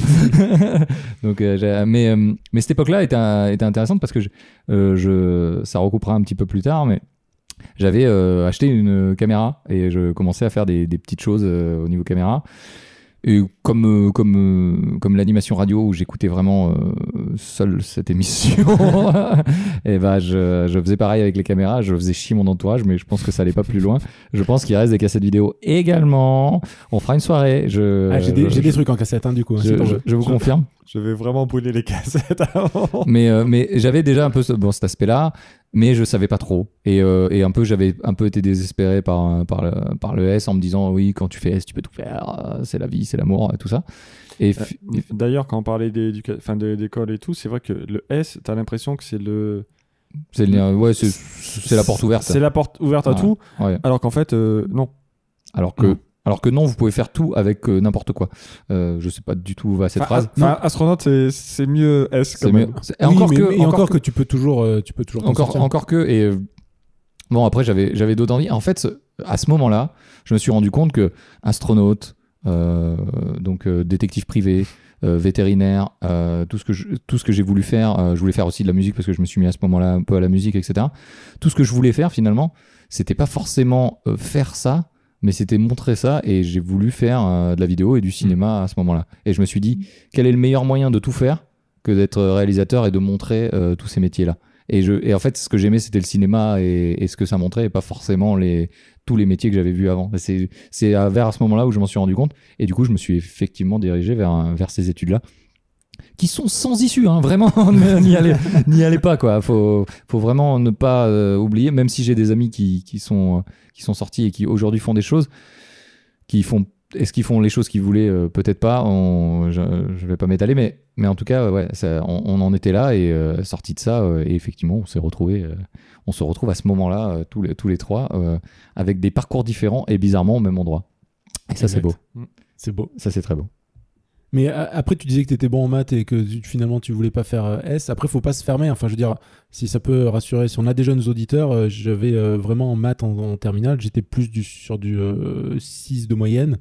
Speaker 1: donc, euh, j'ai- mais, euh, mais cette époque-là était, un- était intéressante parce que je, euh, je- ça recoupera un petit peu plus tard, mais j'avais euh, acheté une caméra et je commençais à faire des, des petites choses euh, au niveau caméra. Et comme, euh, comme, euh, comme l'animation radio où j'écoutais vraiment euh, seul cette émission, [LAUGHS] et ben je, je faisais pareil avec les caméras, je faisais chier mon entourage, mais je pense que ça allait pas plus loin. Je pense qu'il reste des cassettes vidéo également. On fera une soirée. Je,
Speaker 3: Ah, j'ai
Speaker 1: je-
Speaker 3: des, j'ai des trucs en cassette, hein, du coup. hein,
Speaker 1: Euh, je-
Speaker 3: c'est pour
Speaker 1: je-
Speaker 3: le-
Speaker 1: je vous
Speaker 2: Je-
Speaker 1: confirme
Speaker 2: Je vais vraiment brûler les cassettes avant.
Speaker 1: mais euh, mais j'avais déjà un peu ce- bon cet aspect là mais je savais pas trop et, euh, et un peu j'avais un peu été désespéré par euh, par le, par le S en me disant oui quand tu fais S tu peux tout faire euh, c'est la vie c'est l'amour euh, tout ça et fi- et fi-
Speaker 2: D'ailleurs, quand on parlait d'éduca- enfin, de- d'école et tout, c'est vrai que le S, t'as l'impression que c'est le.
Speaker 1: c'est le- ouais c'est c'est la porte ouverte
Speaker 2: C'est la porte ouverte à
Speaker 1: Ouais.
Speaker 2: tout.
Speaker 1: Ouais.
Speaker 2: Alors qu'en fait, euh, non.
Speaker 1: alors que
Speaker 2: Non.
Speaker 1: alors que non vous pouvez faire tout avec euh, n'importe quoi Euh, je sais pas du tout où va cette
Speaker 2: Enfin,
Speaker 1: phrase
Speaker 2: a- enfin, astronaute, c'est- c'est mieux S quand
Speaker 1: c'est
Speaker 2: même.
Speaker 1: mieux C'est- et
Speaker 3: Oui,
Speaker 1: encore
Speaker 3: mais-
Speaker 1: que
Speaker 3: mais
Speaker 1: encore
Speaker 3: encore
Speaker 1: que-
Speaker 3: que tu peux toujours, euh, tu peux toujours. t'en
Speaker 1: encore,
Speaker 3: sortir.
Speaker 1: encore que et euh, bon après j'avais j'avais d'autres envies en fait ce- à ce moment là je me suis rendu compte que astronaute euh, donc euh, détective privé euh, vétérinaire euh, tout ce que je- tout ce que j'ai voulu faire euh, je voulais faire aussi de la musique parce que je me suis mis à ce moment là un peu à la musique etc tout ce que je voulais faire finalement c'était pas forcément euh, faire ça mais c'était montrer ça et j'ai voulu faire euh, de la vidéo et du cinéma à ce moment là et je me suis dit quel est le meilleur moyen de tout faire que d'être réalisateur et de montrer euh, tous ces métiers là et, je, et en fait, ce que j'aimais, c'était le cinéma et, et ce que ça montrait, et pas forcément les, tous les métiers que j'avais vus avant. Et C'est c'est à- vers à ce moment-là où je m'en suis rendu compte. Et du coup, je me suis effectivement dirigé vers, un- vers ces études-là, qui sont sans issue, hein, vraiment. [LAUGHS] N'y allez, n'y allez pas, quoi. Faut, faut vraiment ne pas euh, oublier, même si j'ai des amis qui, qui, sont, euh, qui sont sortis et qui aujourd'hui font des choses, qui font. Est-ce qu'ils font les choses qu'ils voulaient euh, Peut-être pas. on- je ne vais pas m'étaler, mais, mais en tout cas, ouais, ça- on, on en était là et euh, sorti de ça. euh, et effectivement, on s'est retrouvé. on se retrouve à ce moment-là, euh, tous, les, tous les trois, euh, avec des parcours différents et bizarrement au même endroit. Et ça, c'est
Speaker 3: Exact.
Speaker 1: beau.
Speaker 3: C'est beau.
Speaker 1: Ça, c'est très beau.
Speaker 3: Mais euh, après, tu disais que t'étais bon en maths et que tu- finalement tu voulais pas faire euh, S. Après, faut pas se fermer. Enfin, je veux dire, si ça peut rassurer, si on a des jeunes auditeurs, euh, j'avais euh, vraiment en maths en, en terminale, j'étais plus du, sur du euh, 6 de moyenne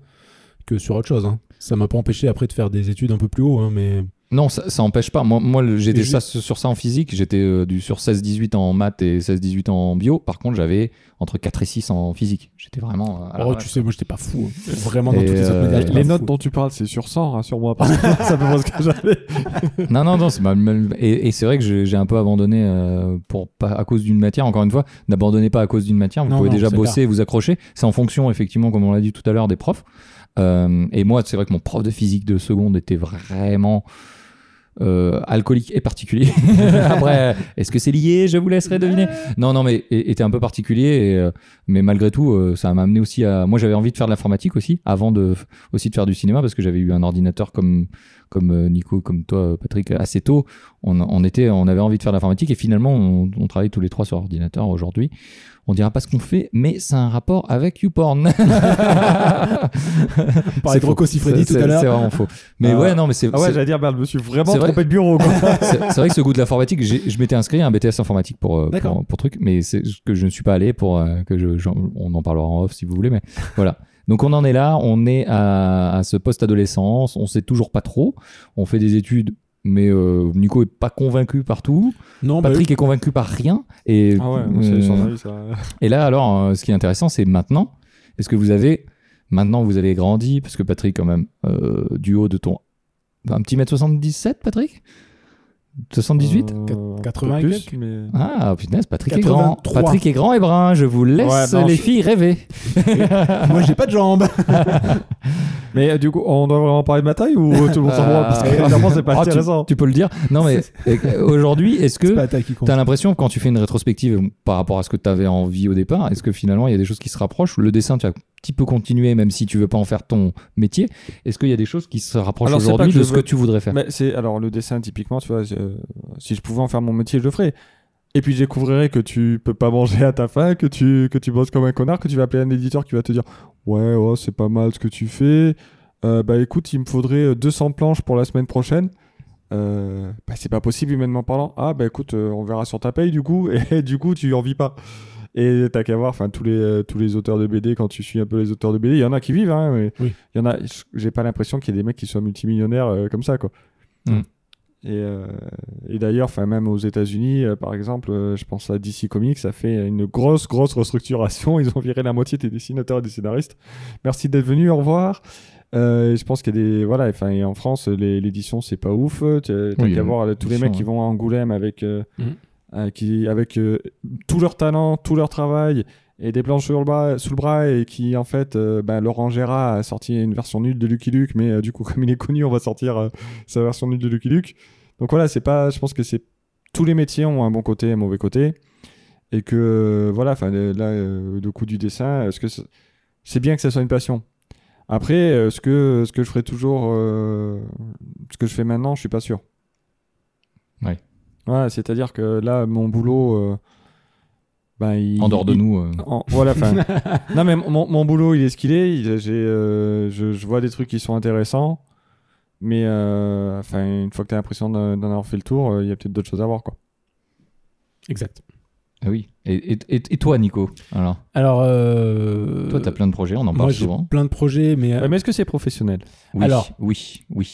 Speaker 3: que sur autre chose. hein. Ça m'a pas empêché après de faire des études un peu plus haut, hein, mais
Speaker 1: Non, ça, ça empêche pas. Moi, moi le- j'étais
Speaker 3: Et je-
Speaker 1: ça- sur ça en physique. J'étais euh, du sur 16-18 en maths et 16-18 en bio. Par contre, j'avais entre 4 et 6 en physique. J'étais vraiment. euh, à la
Speaker 3: oh,
Speaker 1: ramasse.
Speaker 3: tu sais, moi j'étais pas fou. hein. Vraiment dans
Speaker 1: Et,
Speaker 3: toutes les autres
Speaker 1: euh, Ouais,
Speaker 2: Les,
Speaker 3: matières,
Speaker 1: je
Speaker 3: j'étais
Speaker 2: les
Speaker 3: pas
Speaker 2: notes
Speaker 3: fou.
Speaker 2: dont tu parles, c'est sur 100, rassure-moi. [LAUGHS] parce que ça peut ce que j'avais.
Speaker 1: non, non, non. c'est pas le même- et et c'est vrai que j'ai j'ai un peu abandonné euh, pour pas, à cause d'une matière. Encore une fois, n'abandonnez pas à cause d'une matière. Vous
Speaker 3: Non,
Speaker 1: pouvez
Speaker 3: non,
Speaker 1: déjà
Speaker 3: c'est
Speaker 1: bosser et vous accrocher. C'est en fonction, effectivement, comme on l'a dit tout à l'heure, des profs. Euh, et moi, c'est vrai que mon prof de physique de seconde était vraiment euh, alcoolique et
Speaker 3: [LAUGHS]
Speaker 1: particulier. Après, est-ce que c'est lié Je vous laisserai deviner. Non, non, mais et- était un peu particulier. et, euh, mais malgré tout, euh, ça m'a amené aussi à. Moi, j'avais envie de faire de l'informatique aussi, avant de aussi de faire du cinéma, parce que j'avais eu un ordinateur comme comme euh, Nico, comme toi, euh, Patrick, assez tôt. On, on était, on avait envie de faire de l'informatique, et finalement, on, on travaille tous les trois sur ordinateur aujourd'hui. On dira pas ce qu'on fait, mais c'est un rapport avec
Speaker 3: [LAUGHS]
Speaker 1: YouPorn.
Speaker 3: On parlait de
Speaker 1: faux.
Speaker 3: Rocco Siffredi
Speaker 1: C'est-
Speaker 3: tout à
Speaker 1: c'est-
Speaker 3: l'heure.
Speaker 1: C'est vraiment faux. Mais
Speaker 2: Ah.
Speaker 1: ouais, non, mais c'est
Speaker 2: Ah ouais,
Speaker 1: c'est-
Speaker 2: j'allais dire, merde, je me suis vraiment
Speaker 1: C'est vrai.
Speaker 2: trompé de bureau. Quoi.
Speaker 1: c'est c'est vrai que ce goût de l'informatique, j'ai- je m'étais inscrit à un BTS informatique pour, euh,
Speaker 3: D'accord.
Speaker 1: pour, pour truc, mais c'est ce que je ne suis pas allé pour euh, que je, j'en- on en parlera en off si vous voulez, mais voilà. Donc on en est là, on est à, à ce post-adolescence, on sait toujours pas trop, on fait des études, mais euh, Nico est pas convaincu partout,
Speaker 3: Non, bah,
Speaker 1: Patrick est convaincu par rien, et,
Speaker 2: Ah ouais,
Speaker 1: euh,
Speaker 2: c'est sans avis, ça.
Speaker 1: et là alors, euh, ce qui est intéressant, c'est maintenant, est-ce que vous avez, maintenant vous avez grandi, parce que Patrick quand même, euh, du haut de ton, un petit mètre 77 Patrick 78
Speaker 2: Euh,
Speaker 3: 80
Speaker 2: un
Speaker 3: et
Speaker 2: peu plus,
Speaker 3: quelques.
Speaker 2: mais...
Speaker 1: ah putain, Patrick est
Speaker 3: 83.
Speaker 1: grand. Patrick est grand et brun. Je vous laisse
Speaker 2: Ouais, non,
Speaker 1: les
Speaker 2: je-
Speaker 1: filles
Speaker 2: [LAUGHS]
Speaker 1: rêver.
Speaker 3: moi j'ai pas
Speaker 1: [LAUGHS]
Speaker 3: de jambes.
Speaker 2: mais euh, du coup, on doit vraiment parler de ma taille ou tout le monde s'en
Speaker 1: Euh,
Speaker 2: branle
Speaker 1: [LAUGHS]
Speaker 2: Parce que
Speaker 1: euh,
Speaker 2: clairement, c'est pas
Speaker 1: Ah, tu-
Speaker 2: intéressant.
Speaker 1: Tu peux le dire. Non
Speaker 2: [LAUGHS]
Speaker 1: mais euh, aujourd'hui, est-ce
Speaker 3: C'est pas
Speaker 1: que
Speaker 3: la taille qui compte.
Speaker 1: t'as l'impression quand tu fais une rétrospective euh, par rapport à ce que t'avais envie au départ, est-ce que finalement il y a des choses qui se rapprochent Le dessin, tu as un petit peu continué, même si tu veux pas en faire ton métier. Est-ce qu'il y a des choses qui se rapprochent
Speaker 2: Alors, c'est pas
Speaker 1: aujourd'hui
Speaker 2: que
Speaker 1: de
Speaker 2: je
Speaker 1: ce
Speaker 2: veux-
Speaker 1: que tu voudrais faire
Speaker 2: Mais c'est alors le dessin typiquement, tu vois, euh, si je pouvais en faire mon métier, je le ferais. Et puis je découvrirais que tu peux pas manger à ta faim, que tu que tu bosses comme un connard, que tu vas appeler un éditeur qui va te dire ouais ouais c'est pas mal ce que tu fais. Euh, bah écoute, il me faudrait euh, 200 planches pour la semaine prochaine. Euh, bah c'est pas possible humainement parlant. Ah bah écoute, euh, on verra sur ta paye du coup. [LAUGHS] Et du coup tu en vis pas. Et t'as qu'à voir, enfin tous les euh, tous les auteurs de BD quand tu suis un peu les auteurs de BD, il y en a qui vivent, hein, mais il
Speaker 3: Oui.
Speaker 2: y en a. J'ai pas l'impression qu'il y ait des mecs qui soient multimillionnaires euh, comme ça quoi.
Speaker 1: Mm.
Speaker 2: Et, euh, et d'ailleurs, enfin même aux États-Unis, euh, par exemple, euh, je pense à DC Comics, ça fait une grosse, grosse restructuration. [LAUGHS] Ils ont viré la moitié des dessinateurs et des scénaristes. Merci d'être venu, au revoir. Euh, et je pense qu'il y a des voilà, enfin et en France, les- l'édition c'est pas ouf. Euh, T'as t'as
Speaker 1: Oui,
Speaker 2: qu'à
Speaker 1: euh,
Speaker 2: voir euh, tous les
Speaker 1: l'édition,
Speaker 2: mecs qui
Speaker 1: ouais.
Speaker 2: vont à Angoulême avec euh,
Speaker 3: Mhm.
Speaker 2: euh, qui avec euh, tout leur talent, tout leur travail et des planches sur le bras, sous le bras et qui en fait, euh, ben, Laurent Gérard a sorti une version nulle de Lucky Luke, mais euh, du coup [LAUGHS] comme il est connu, on va sortir euh, sa version nulle de Lucky Luke. Donc voilà, c'est pas, je pense que c'est tous les métiers ont un bon côté et un mauvais côté, et que euh, voilà, enfin euh, là, euh, le coup du dessin, est-ce que c'est c'est bien que ça soit une passion. Après, euh, ce que ce que je ferai toujours, euh, ce que je fais maintenant, je suis pas sûr.
Speaker 1: Ouais.
Speaker 2: Voilà, c'est-à-dire que là, mon boulot, euh, ben, il,
Speaker 1: En dehors de
Speaker 2: il-
Speaker 1: nous. euh,
Speaker 2: en- voilà, enfin. non, mais mon, mon boulot, il est ce qu'il est. Il- j'ai, euh, je, je vois des trucs qui sont intéressants. Mais euh, enfin, une fois que tu as l'impression d'en d'en avoir fait le tour, euh, il y a peut-être d'autres choses à voir. Quoi.
Speaker 3: Exact.
Speaker 1: ah oui. Et, et, et- et toi, Nico Alors,
Speaker 3: Alors, euh,
Speaker 1: toi, t'as plein de projets. On en
Speaker 3: moi
Speaker 1: parle
Speaker 3: j'ai
Speaker 1: souvent.
Speaker 3: plein de projets, mais euh,
Speaker 2: mais est-ce que c'est professionnel
Speaker 1: Oui,
Speaker 3: Alors-
Speaker 1: oui, oui,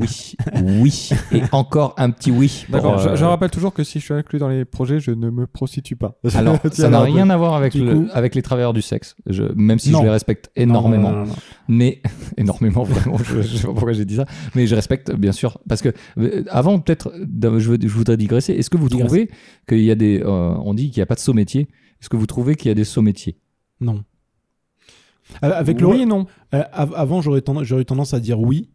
Speaker 1: oui, oui, et encore un petit oui. pour,
Speaker 2: D'accord. je,
Speaker 1: euh,
Speaker 2: je rappelle toujours que si je suis inclus dans les projets, je ne me prostitue
Speaker 3: [LAUGHS]
Speaker 2: pas.
Speaker 1: Alors,
Speaker 2: Tiens,
Speaker 1: ça n'a rien à voir avec,
Speaker 3: Du
Speaker 1: le-
Speaker 3: coup-
Speaker 1: avec les travailleurs du sexe, je, même si
Speaker 3: Non.
Speaker 1: je les respecte
Speaker 3: Non, non, non,
Speaker 1: énormément.
Speaker 3: non, non.
Speaker 1: Mais, [LAUGHS] énormément, vraiment, je, je sais pas pourquoi j'ai dit ça, mais je respecte, bien sûr. Parce que, euh, avant, peut-être, d'av- je, veux- je voudrais digresser. Est-ce que vous
Speaker 3: Digresser.
Speaker 1: trouvez qu'il y a des. euh, on dit qu'il n'y a pas de sous-métier. Est-ce que vous trouvez qu'il y a des sous-métiers
Speaker 3: Non. Euh, Avec le
Speaker 2: oui et
Speaker 3: [LAUGHS]
Speaker 2: non.
Speaker 3: Euh, av- avant, j'aurais tendance, j'aurais eu tendance à dire oui,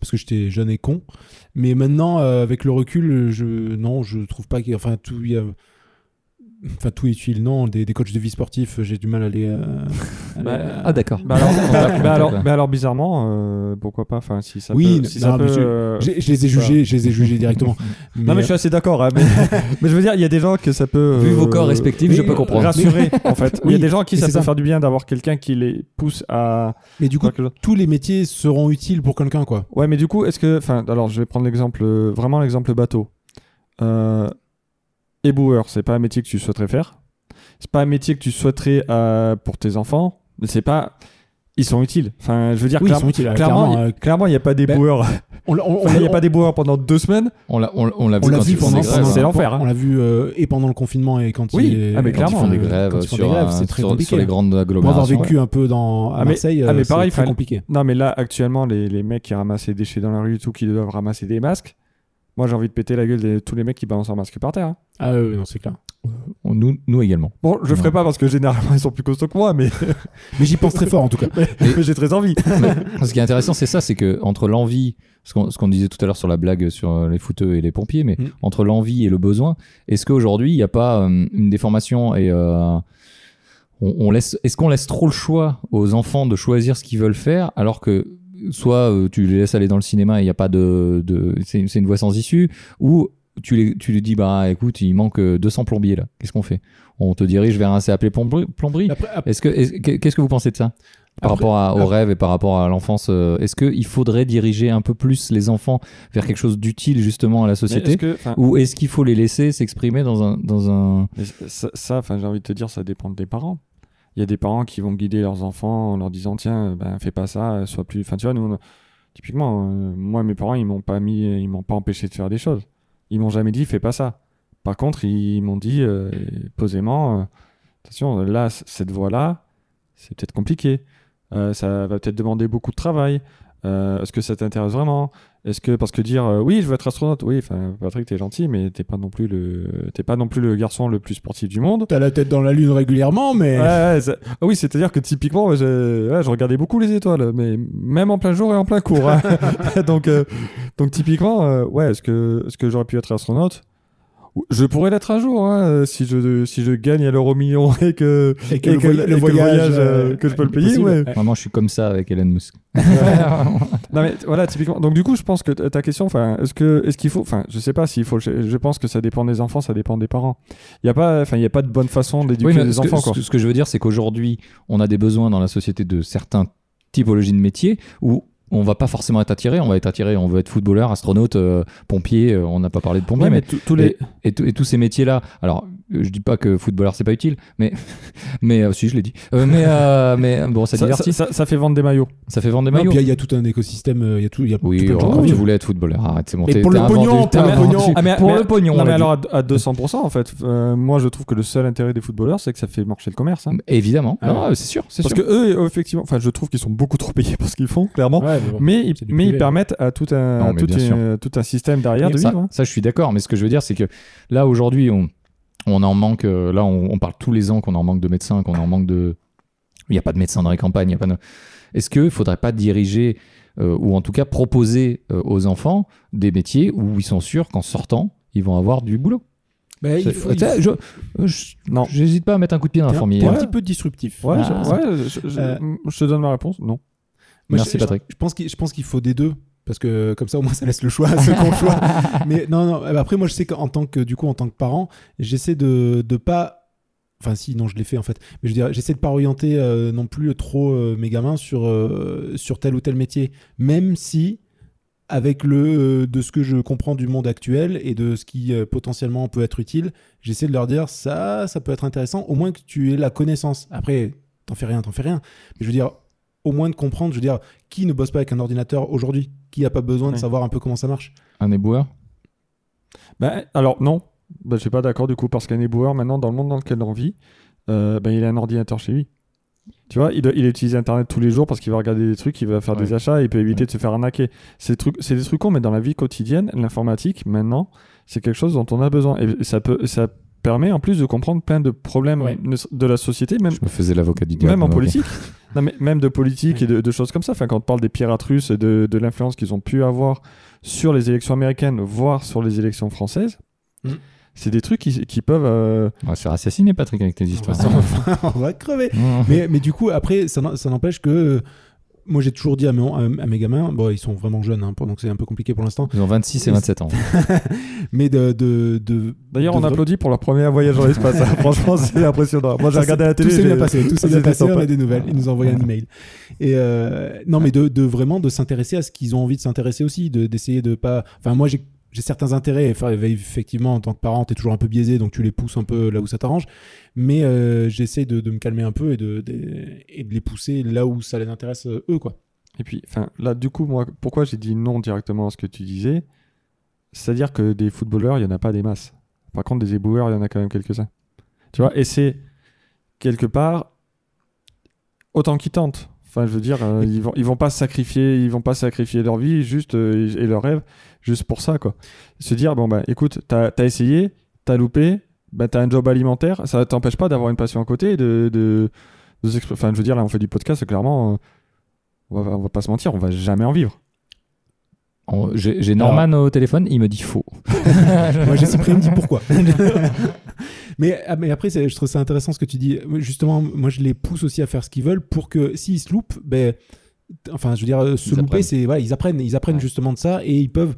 Speaker 3: parce que j'étais jeune et con. Mais maintenant, euh, avec le recul, euh, je non, je trouve pas qu'il y a- enfin tout il y a- enfin tout est utile. Non, des, des coachs de vie sportif, j'ai du mal à les. euh, à
Speaker 2: Bah,
Speaker 3: les, euh,
Speaker 1: Ah, d'accord.
Speaker 2: Bah alors,
Speaker 1: On
Speaker 2: bah-
Speaker 1: tape, on
Speaker 2: bah alors-
Speaker 3: [LAUGHS]
Speaker 1: tape.
Speaker 2: bah alors, bizarrement, euh, pourquoi pas Enfin, si ça
Speaker 3: Oui,
Speaker 2: peut, si
Speaker 3: non,
Speaker 2: ça
Speaker 3: mais
Speaker 2: peut,
Speaker 3: je-
Speaker 2: euh,
Speaker 3: j'ai- je les ai jugés, je les ai
Speaker 1: [LAUGHS]
Speaker 3: jugés directement. Mais, euh,
Speaker 2: Non mais je suis assez d'accord,
Speaker 3: [LAUGHS]
Speaker 2: hein, mais... mais je veux dire, il y a des gens que ça peut... euh,
Speaker 1: Vu vos corps respectifs, je
Speaker 3: oui,
Speaker 1: peux comprendre.
Speaker 2: Rassurer, en fait. Il y a
Speaker 3: Oui,
Speaker 2: des gens à qui
Speaker 3: mais
Speaker 2: ça peut
Speaker 3: c'est ça.
Speaker 2: faire du bien d'avoir quelqu'un qui les pousse à...
Speaker 3: mais du coup, tous les métiers seront utiles pour quelqu'un, quoi.
Speaker 2: Ouais, mais du coup, est-ce que... Enfin, alors, je vais prendre l'exemple, euh, vraiment l'exemple bateau. Euh, éboueur, c'est pas un métier que tu souhaiterais faire. C'est pas un métier que tu souhaiterais euh, pour tes enfants. C'est pas... Ils sont utiles. Enfin, je veux dire,
Speaker 3: Oui, ils
Speaker 2: clairement-
Speaker 3: sont utiles. euh,
Speaker 2: clairement,
Speaker 3: clairement, euh,
Speaker 2: clairement, il n'y a pas d'éboueurs.
Speaker 3: on l'a- on- on
Speaker 2: Enfin, [LAUGHS] Il n'y a
Speaker 3: l'a-
Speaker 2: pas d'éboueurs pendant deux semaines.
Speaker 1: On l'a on, on l'a
Speaker 3: on
Speaker 1: vu
Speaker 3: l'a
Speaker 1: quand
Speaker 3: vu
Speaker 1: ils font
Speaker 3: pendant,
Speaker 1: des grèves.
Speaker 3: pendant-
Speaker 2: c'est l'enfer, hein.
Speaker 3: On l'a vu euh, et pendant le confinement et quand
Speaker 2: Oui,
Speaker 3: il-
Speaker 2: ah, mais
Speaker 3: quand
Speaker 1: Quand ils
Speaker 2: clairement,
Speaker 1: font des
Speaker 2: euh,
Speaker 1: grèves
Speaker 3: quand ils font des
Speaker 1: sur,
Speaker 3: grèves,
Speaker 1: un-
Speaker 3: c'est très
Speaker 1: sur-
Speaker 3: compliqué.
Speaker 1: sur les grandes
Speaker 3: Pour avoir
Speaker 1: agglomérations.
Speaker 3: vécu un peu dans, à
Speaker 2: Ah, mais-
Speaker 3: Marseille,
Speaker 2: ah, mais
Speaker 3: euh, c'est
Speaker 2: pareil,
Speaker 3: très
Speaker 2: fallait-
Speaker 3: compliqué.
Speaker 2: Non, mais là, actuellement, les, les mecs qui ramassent les déchets dans la rue et tout, qui doivent ramasser des masques, moi j'ai envie de péter la gueule de tous les mecs qui balancent un masque par terre. hein.
Speaker 3: Ah oui, non, c'est clair.
Speaker 1: On- nous, nous également.
Speaker 2: Bon, je le ferai
Speaker 1: Ouais.
Speaker 2: pas parce que généralement ils sont plus costauds que moi, mais,
Speaker 3: Mais j'y pense très fort en
Speaker 2: [LAUGHS]
Speaker 3: tout cas.
Speaker 2: mais j'ai très envie.
Speaker 1: Mais [LAUGHS] ce qui est intéressant, c'est ça, c'est que entre l'envie, ce qu'on ce qu'on disait tout à l'heure sur la blague sur euh, les footeux et les pompiers, mais
Speaker 3: Mm.
Speaker 1: entre l'envie et le besoin, est-ce qu'aujourd'hui, il n'y a pas euh, une déformation et euh, on, on laisse, est-ce qu'on laisse trop le choix aux enfants de choisir ce qu'ils veulent faire alors que soit euh, tu les laisses aller dans le cinéma et il n'y a pas de, de c'est c'est une voie sans issue, ou tu les, tu les dis, bah écoute, il manque euh, 200 plombiers là, qu'est-ce qu'on fait On te dirige vers un CAP plomberie, plomberie
Speaker 3: Après, ap-
Speaker 1: est-ce que est-ce- qu'est- qu'est-ce que vous pensez de ça par
Speaker 3: Après-
Speaker 1: rapport à, aux
Speaker 3: après-
Speaker 1: rêves et par rapport à l'enfance euh, Est-ce qu'il faudrait diriger un peu plus les enfants vers quelque chose d'utile justement à la
Speaker 2: Mais
Speaker 1: société
Speaker 2: est-ce que, enfin,
Speaker 1: Ou est-ce qu'il faut les laisser s'exprimer dans un dans un
Speaker 2: Mais ça, ça, enfin, j'ai envie de te dire, ça dépend des parents. Il y a des parents qui vont guider leurs enfants en leur disant, tiens, euh, ben, fais pas ça, euh, sois plus. Enfin, tu vois, nous, on a- typiquement, euh, moi, mes parents, ils m'ont pas mis, ils m'ont pas empêché de faire des choses. Ils m'ont jamais dit, fais pas ça. Par contre, ils m'ont dit, euh, posément, euh, attention, là, c- cette voie-là, c'est peut-être compliqué. Euh, ça va peut-être demander beaucoup de travail. Euh, Est-ce que ça t'intéresse vraiment Est-ce que parce que dire euh, oui, je veux être astronaute, oui, enfin Patrick, t'es gentil, mais t'es pas non plus le t'es pas non plus le garçon le plus sportif du monde.
Speaker 3: t'as la tête dans la lune régulièrement, mais.
Speaker 2: Ouais, ouais, ça- ah oui, c'est-à-dire que typiquement, moi, je... ouais, je regardais beaucoup les étoiles, mais même en plein jour et en plein cours. hein. [LAUGHS] donc, euh, donc typiquement, euh, ouais, est-ce que, est-ce que j'aurais pu être astronaute Je pourrais l'être un jour, hein, euh, si je, si je gagne à l'euro million et que,
Speaker 3: [LAUGHS] Et que,
Speaker 2: et
Speaker 3: le, voy-
Speaker 2: et
Speaker 3: le
Speaker 2: que
Speaker 3: voyage,
Speaker 2: euh,
Speaker 3: euh,
Speaker 2: que je peux le
Speaker 3: est
Speaker 2: payer,
Speaker 3: possible.
Speaker 2: ouais.
Speaker 1: Vraiment, je suis comme ça avec Elon Musk.
Speaker 2: Non mais t- voilà typiquement. Donc du coup, je pense que t- ta question, enfin, est-ce que est-ce qu'il faut, enfin, je sais pas s'il faut. Je, je pense que ça dépend des enfants, ça dépend des parents. Il y a pas, enfin, il y a pas de bonne façon d'éduquer
Speaker 1: Oui, mais
Speaker 2: les
Speaker 1: ce que-
Speaker 2: enfants
Speaker 1: ce
Speaker 2: quoi.
Speaker 1: que- Ce, que je veux dire, c'est qu'aujourd'hui, on a des besoins dans la société de certains typologies de métiers où on va pas forcément être attiré. On va être attiré, on veut être footballeur, astronaute, euh, pompier. euh, on n'a pas parlé de pompier,
Speaker 2: Ouais,
Speaker 1: mais
Speaker 2: mais tous tous les
Speaker 1: et, tous- et tous ces métiers là alors euh, je dis pas que footballeur c'est pas utile mais [LAUGHS] mais euh, si je l'ai dit Euh, mais euh, mais bon ça,
Speaker 2: ça,
Speaker 1: divertit ça,
Speaker 2: ça- ça- ça fait vendre des maillots.
Speaker 1: fait vendre des
Speaker 3: Non,
Speaker 1: maillots
Speaker 3: puis il y a- il y a tout un écosystème, euh, il y a tout. il Y a,
Speaker 1: oui
Speaker 3: tu peux
Speaker 1: oh,
Speaker 3: plein de
Speaker 1: tu
Speaker 3: choses.
Speaker 1: voulais être footballeur arrête c'est bon
Speaker 3: Mais
Speaker 1: t'es-
Speaker 3: pour
Speaker 1: t'es
Speaker 3: le
Speaker 1: un
Speaker 3: pognon,
Speaker 1: vendu, t'es
Speaker 3: pour
Speaker 1: un
Speaker 3: le
Speaker 1: vendu.
Speaker 3: pognon.
Speaker 2: Ah, mais-
Speaker 1: pour
Speaker 2: mais-
Speaker 1: le pognon on
Speaker 2: Non mais
Speaker 1: l'a
Speaker 2: alors à, à 200% en fait. Euh, moi, je trouve que le seul intérêt des footballeurs, c'est que ça fait marcher le commerce. hein.
Speaker 1: dit. évidemment
Speaker 3: Ah ouais.
Speaker 1: Non, c'est sûr c'est
Speaker 2: Parce
Speaker 1: sûr
Speaker 2: que eux, effectivement, enfin, je trouve qu'ils sont beaucoup trop payés [LAUGHS] pour ce qu'ils font, clairement.
Speaker 3: Ouais, mais bon.
Speaker 2: Mais, ils,
Speaker 3: c'est du
Speaker 2: mais ils
Speaker 3: privé.
Speaker 2: permettent à tout un,
Speaker 1: Non,
Speaker 2: à
Speaker 1: mais
Speaker 2: tout,
Speaker 1: bien
Speaker 2: un-
Speaker 1: sûr.
Speaker 2: tout un système derrière de
Speaker 1: ça,
Speaker 2: vivre. hein.
Speaker 1: ça, je suis d'accord mais ce que je veux dire c'est que là aujourd'hui on on en manque euh, là on, on parle tous les ans qu'on en manque de médecins qu'on en manque de il n'y a pas de médecins dans les campagnes il y a pas de- est-ce que faudrait pas diriger euh, ou en tout cas proposer euh, aux enfants des métiers où ils sont sûrs qu'en sortant ils vont avoir du boulot
Speaker 3: Bah, il
Speaker 1: C'est-
Speaker 3: faut-
Speaker 1: euh,
Speaker 3: il
Speaker 1: t'sais,
Speaker 3: faut-
Speaker 1: je- euh, je-
Speaker 2: Non.
Speaker 1: J'hésite pas à mettre un hein. coup de pied dans la
Speaker 3: t'es un-
Speaker 1: fourmilière.
Speaker 3: t'es un
Speaker 2: Ouais.
Speaker 3: petit peu disruptif.
Speaker 2: Ouais,
Speaker 1: Ah.
Speaker 2: je, ouais, je- je-
Speaker 3: Euh,
Speaker 2: je te donne ma réponse. Non.
Speaker 3: Moi,
Speaker 1: Merci,
Speaker 3: je- je-
Speaker 1: Patrick.
Speaker 3: Je pense qu'il je pense qu'il faut des deux parce que comme ça au moins ça laisse le
Speaker 1: [LAUGHS]
Speaker 3: choix à ceux qui ont le choix. Mais non non, eh ben, après moi je sais qu'en tant que du coup en tant que parent, j'essaie de de pas enfin si non je l'ai fait en fait, mais je veux dire j'essaie de pas orienter euh, non plus trop euh, mes gamins sur euh, sur tel ou tel métier même si avec le euh, de ce que je comprends du monde actuel et de ce qui euh, potentiellement peut être utile, j'essaie de leur dire ça ça peut être intéressant au moins que tu aies la connaissance. Après t'en fais rien, t'en fais rien. Mais je veux dire au moins de comprendre, je veux dire, qui ne bosse pas avec un ordinateur aujourd'hui Qui n'a pas besoin
Speaker 2: Ouais.
Speaker 3: de savoir un peu comment ça marche
Speaker 1: Un éboueur
Speaker 2: Bah, alors non, bah, je suis pas d'accord du coup parce qu'un éboueur maintenant dans le monde dans lequel on vit, euh, bah, il a un ordinateur chez lui. Tu vois, il, doit- il utilise Internet tous les jours parce qu'il va regarder des trucs, il va faire des
Speaker 1: Ouais.
Speaker 2: achats, il peut éviter de se faire arnaquer. C'est des trucs, c'est des trucs cons, mais dans la vie quotidienne, l'informatique maintenant, c'est quelque chose dont on a besoin et ça peut, ça permet en plus de comprendre plein de problèmes
Speaker 3: Ouais.
Speaker 2: ne- de la société, même
Speaker 1: Je me faisais l'avocat du diable.
Speaker 2: même en
Speaker 1: ok.
Speaker 2: politique non, mais même de politique et de, de choses comme ça enfin quand on parle des pirates russes et de, de l'influence qu'ils ont pu avoir sur les élections américaines voire sur les élections françaises
Speaker 3: Mhm.
Speaker 2: c'est des trucs qui, qui peuvent euh,
Speaker 1: On va se faire assassiner, Patrick, avec tes histoires.
Speaker 3: [LAUGHS] On va crever.
Speaker 1: Mmh.
Speaker 3: mais, mais du coup, après, ça n'en- ça n'empêche que. euh, Moi, j'ai toujours dit à, mon- à- à mes gamins, bon, ils sont vraiment jeunes, hein, donc c'est un peu compliqué pour l'instant,
Speaker 1: [LAUGHS] Ils ont 26 et 27 ans.
Speaker 3: mais de. de, de
Speaker 2: d'ailleurs
Speaker 3: de
Speaker 2: on
Speaker 3: vra-
Speaker 2: applaudit pour leur premier voyage dans [LAUGHS] l'espace hein. franchement c'est impressionnant moi j'ai
Speaker 3: Ça,
Speaker 2: regardé
Speaker 3: c'est-
Speaker 2: la télé
Speaker 3: Tout s'est bien
Speaker 2: j'ai- [LAUGHS]
Speaker 3: passé, tout s'est
Speaker 2: ça,
Speaker 3: bien
Speaker 2: c'était
Speaker 3: passé, on
Speaker 2: sympa.
Speaker 3: a des nouvelles. Ils nous ont envoyé un email. Et euh, non, mais de, de vraiment de s'intéresser à ce qu'ils ont envie de s'intéresser aussi, de- d'essayer de, pas. Enfin, moi, j'ai j'ai certains intérêts. Enfin, bah, effectivement, en tant que parent, t'es toujours un peu biaisé, donc tu les pousses un peu là où ça t'arrange. Mais euh, j'essaie de, de me calmer un peu et de, de- et de les pousser là où ça les intéresse euh, eux, quoi.
Speaker 2: et puis enfin là du coup moi pourquoi j'ai dit non directement à ce que tu disais c'est à dire que des footballeurs il y en a pas des masses par contre des éboueurs il y en a quand même quelques uns tu vois et c'est quelque part autant qu'ils tentent enfin je veux dire euh, ils vont ils vont pas se sacrifier ils vont pas sacrifier leur vie juste euh, et leur rêve juste pour ça quoi se dire bon bah écoute t'as as essayé t'as loupé bah, t'as un job alimentaire, ça t'empêche pas d'avoir une passion à côté et de, de, de s'expr- Enfin, je veux dire, là, on fait du podcast, clairement, euh, on va, on va pas se mentir, on va jamais en vivre.
Speaker 1: On- J'ai j'ai Norman au téléphone, il me dit faux.
Speaker 3: [LAUGHS] Moi, j'ai Cyprien me dit pourquoi. mais, ah, mais après, c'est- je trouve ça intéressant ce que tu dis. Justement, moi, je les pousse aussi à faire ce qu'ils veulent pour que s'ils se loupent, ben, t- enfin, je veux dire, euh, se
Speaker 1: Ils
Speaker 3: louper,
Speaker 1: apprennent.
Speaker 3: c'est voilà, ils apprennent, ils apprennent
Speaker 1: Ouais.
Speaker 3: justement de ça et ils peuvent,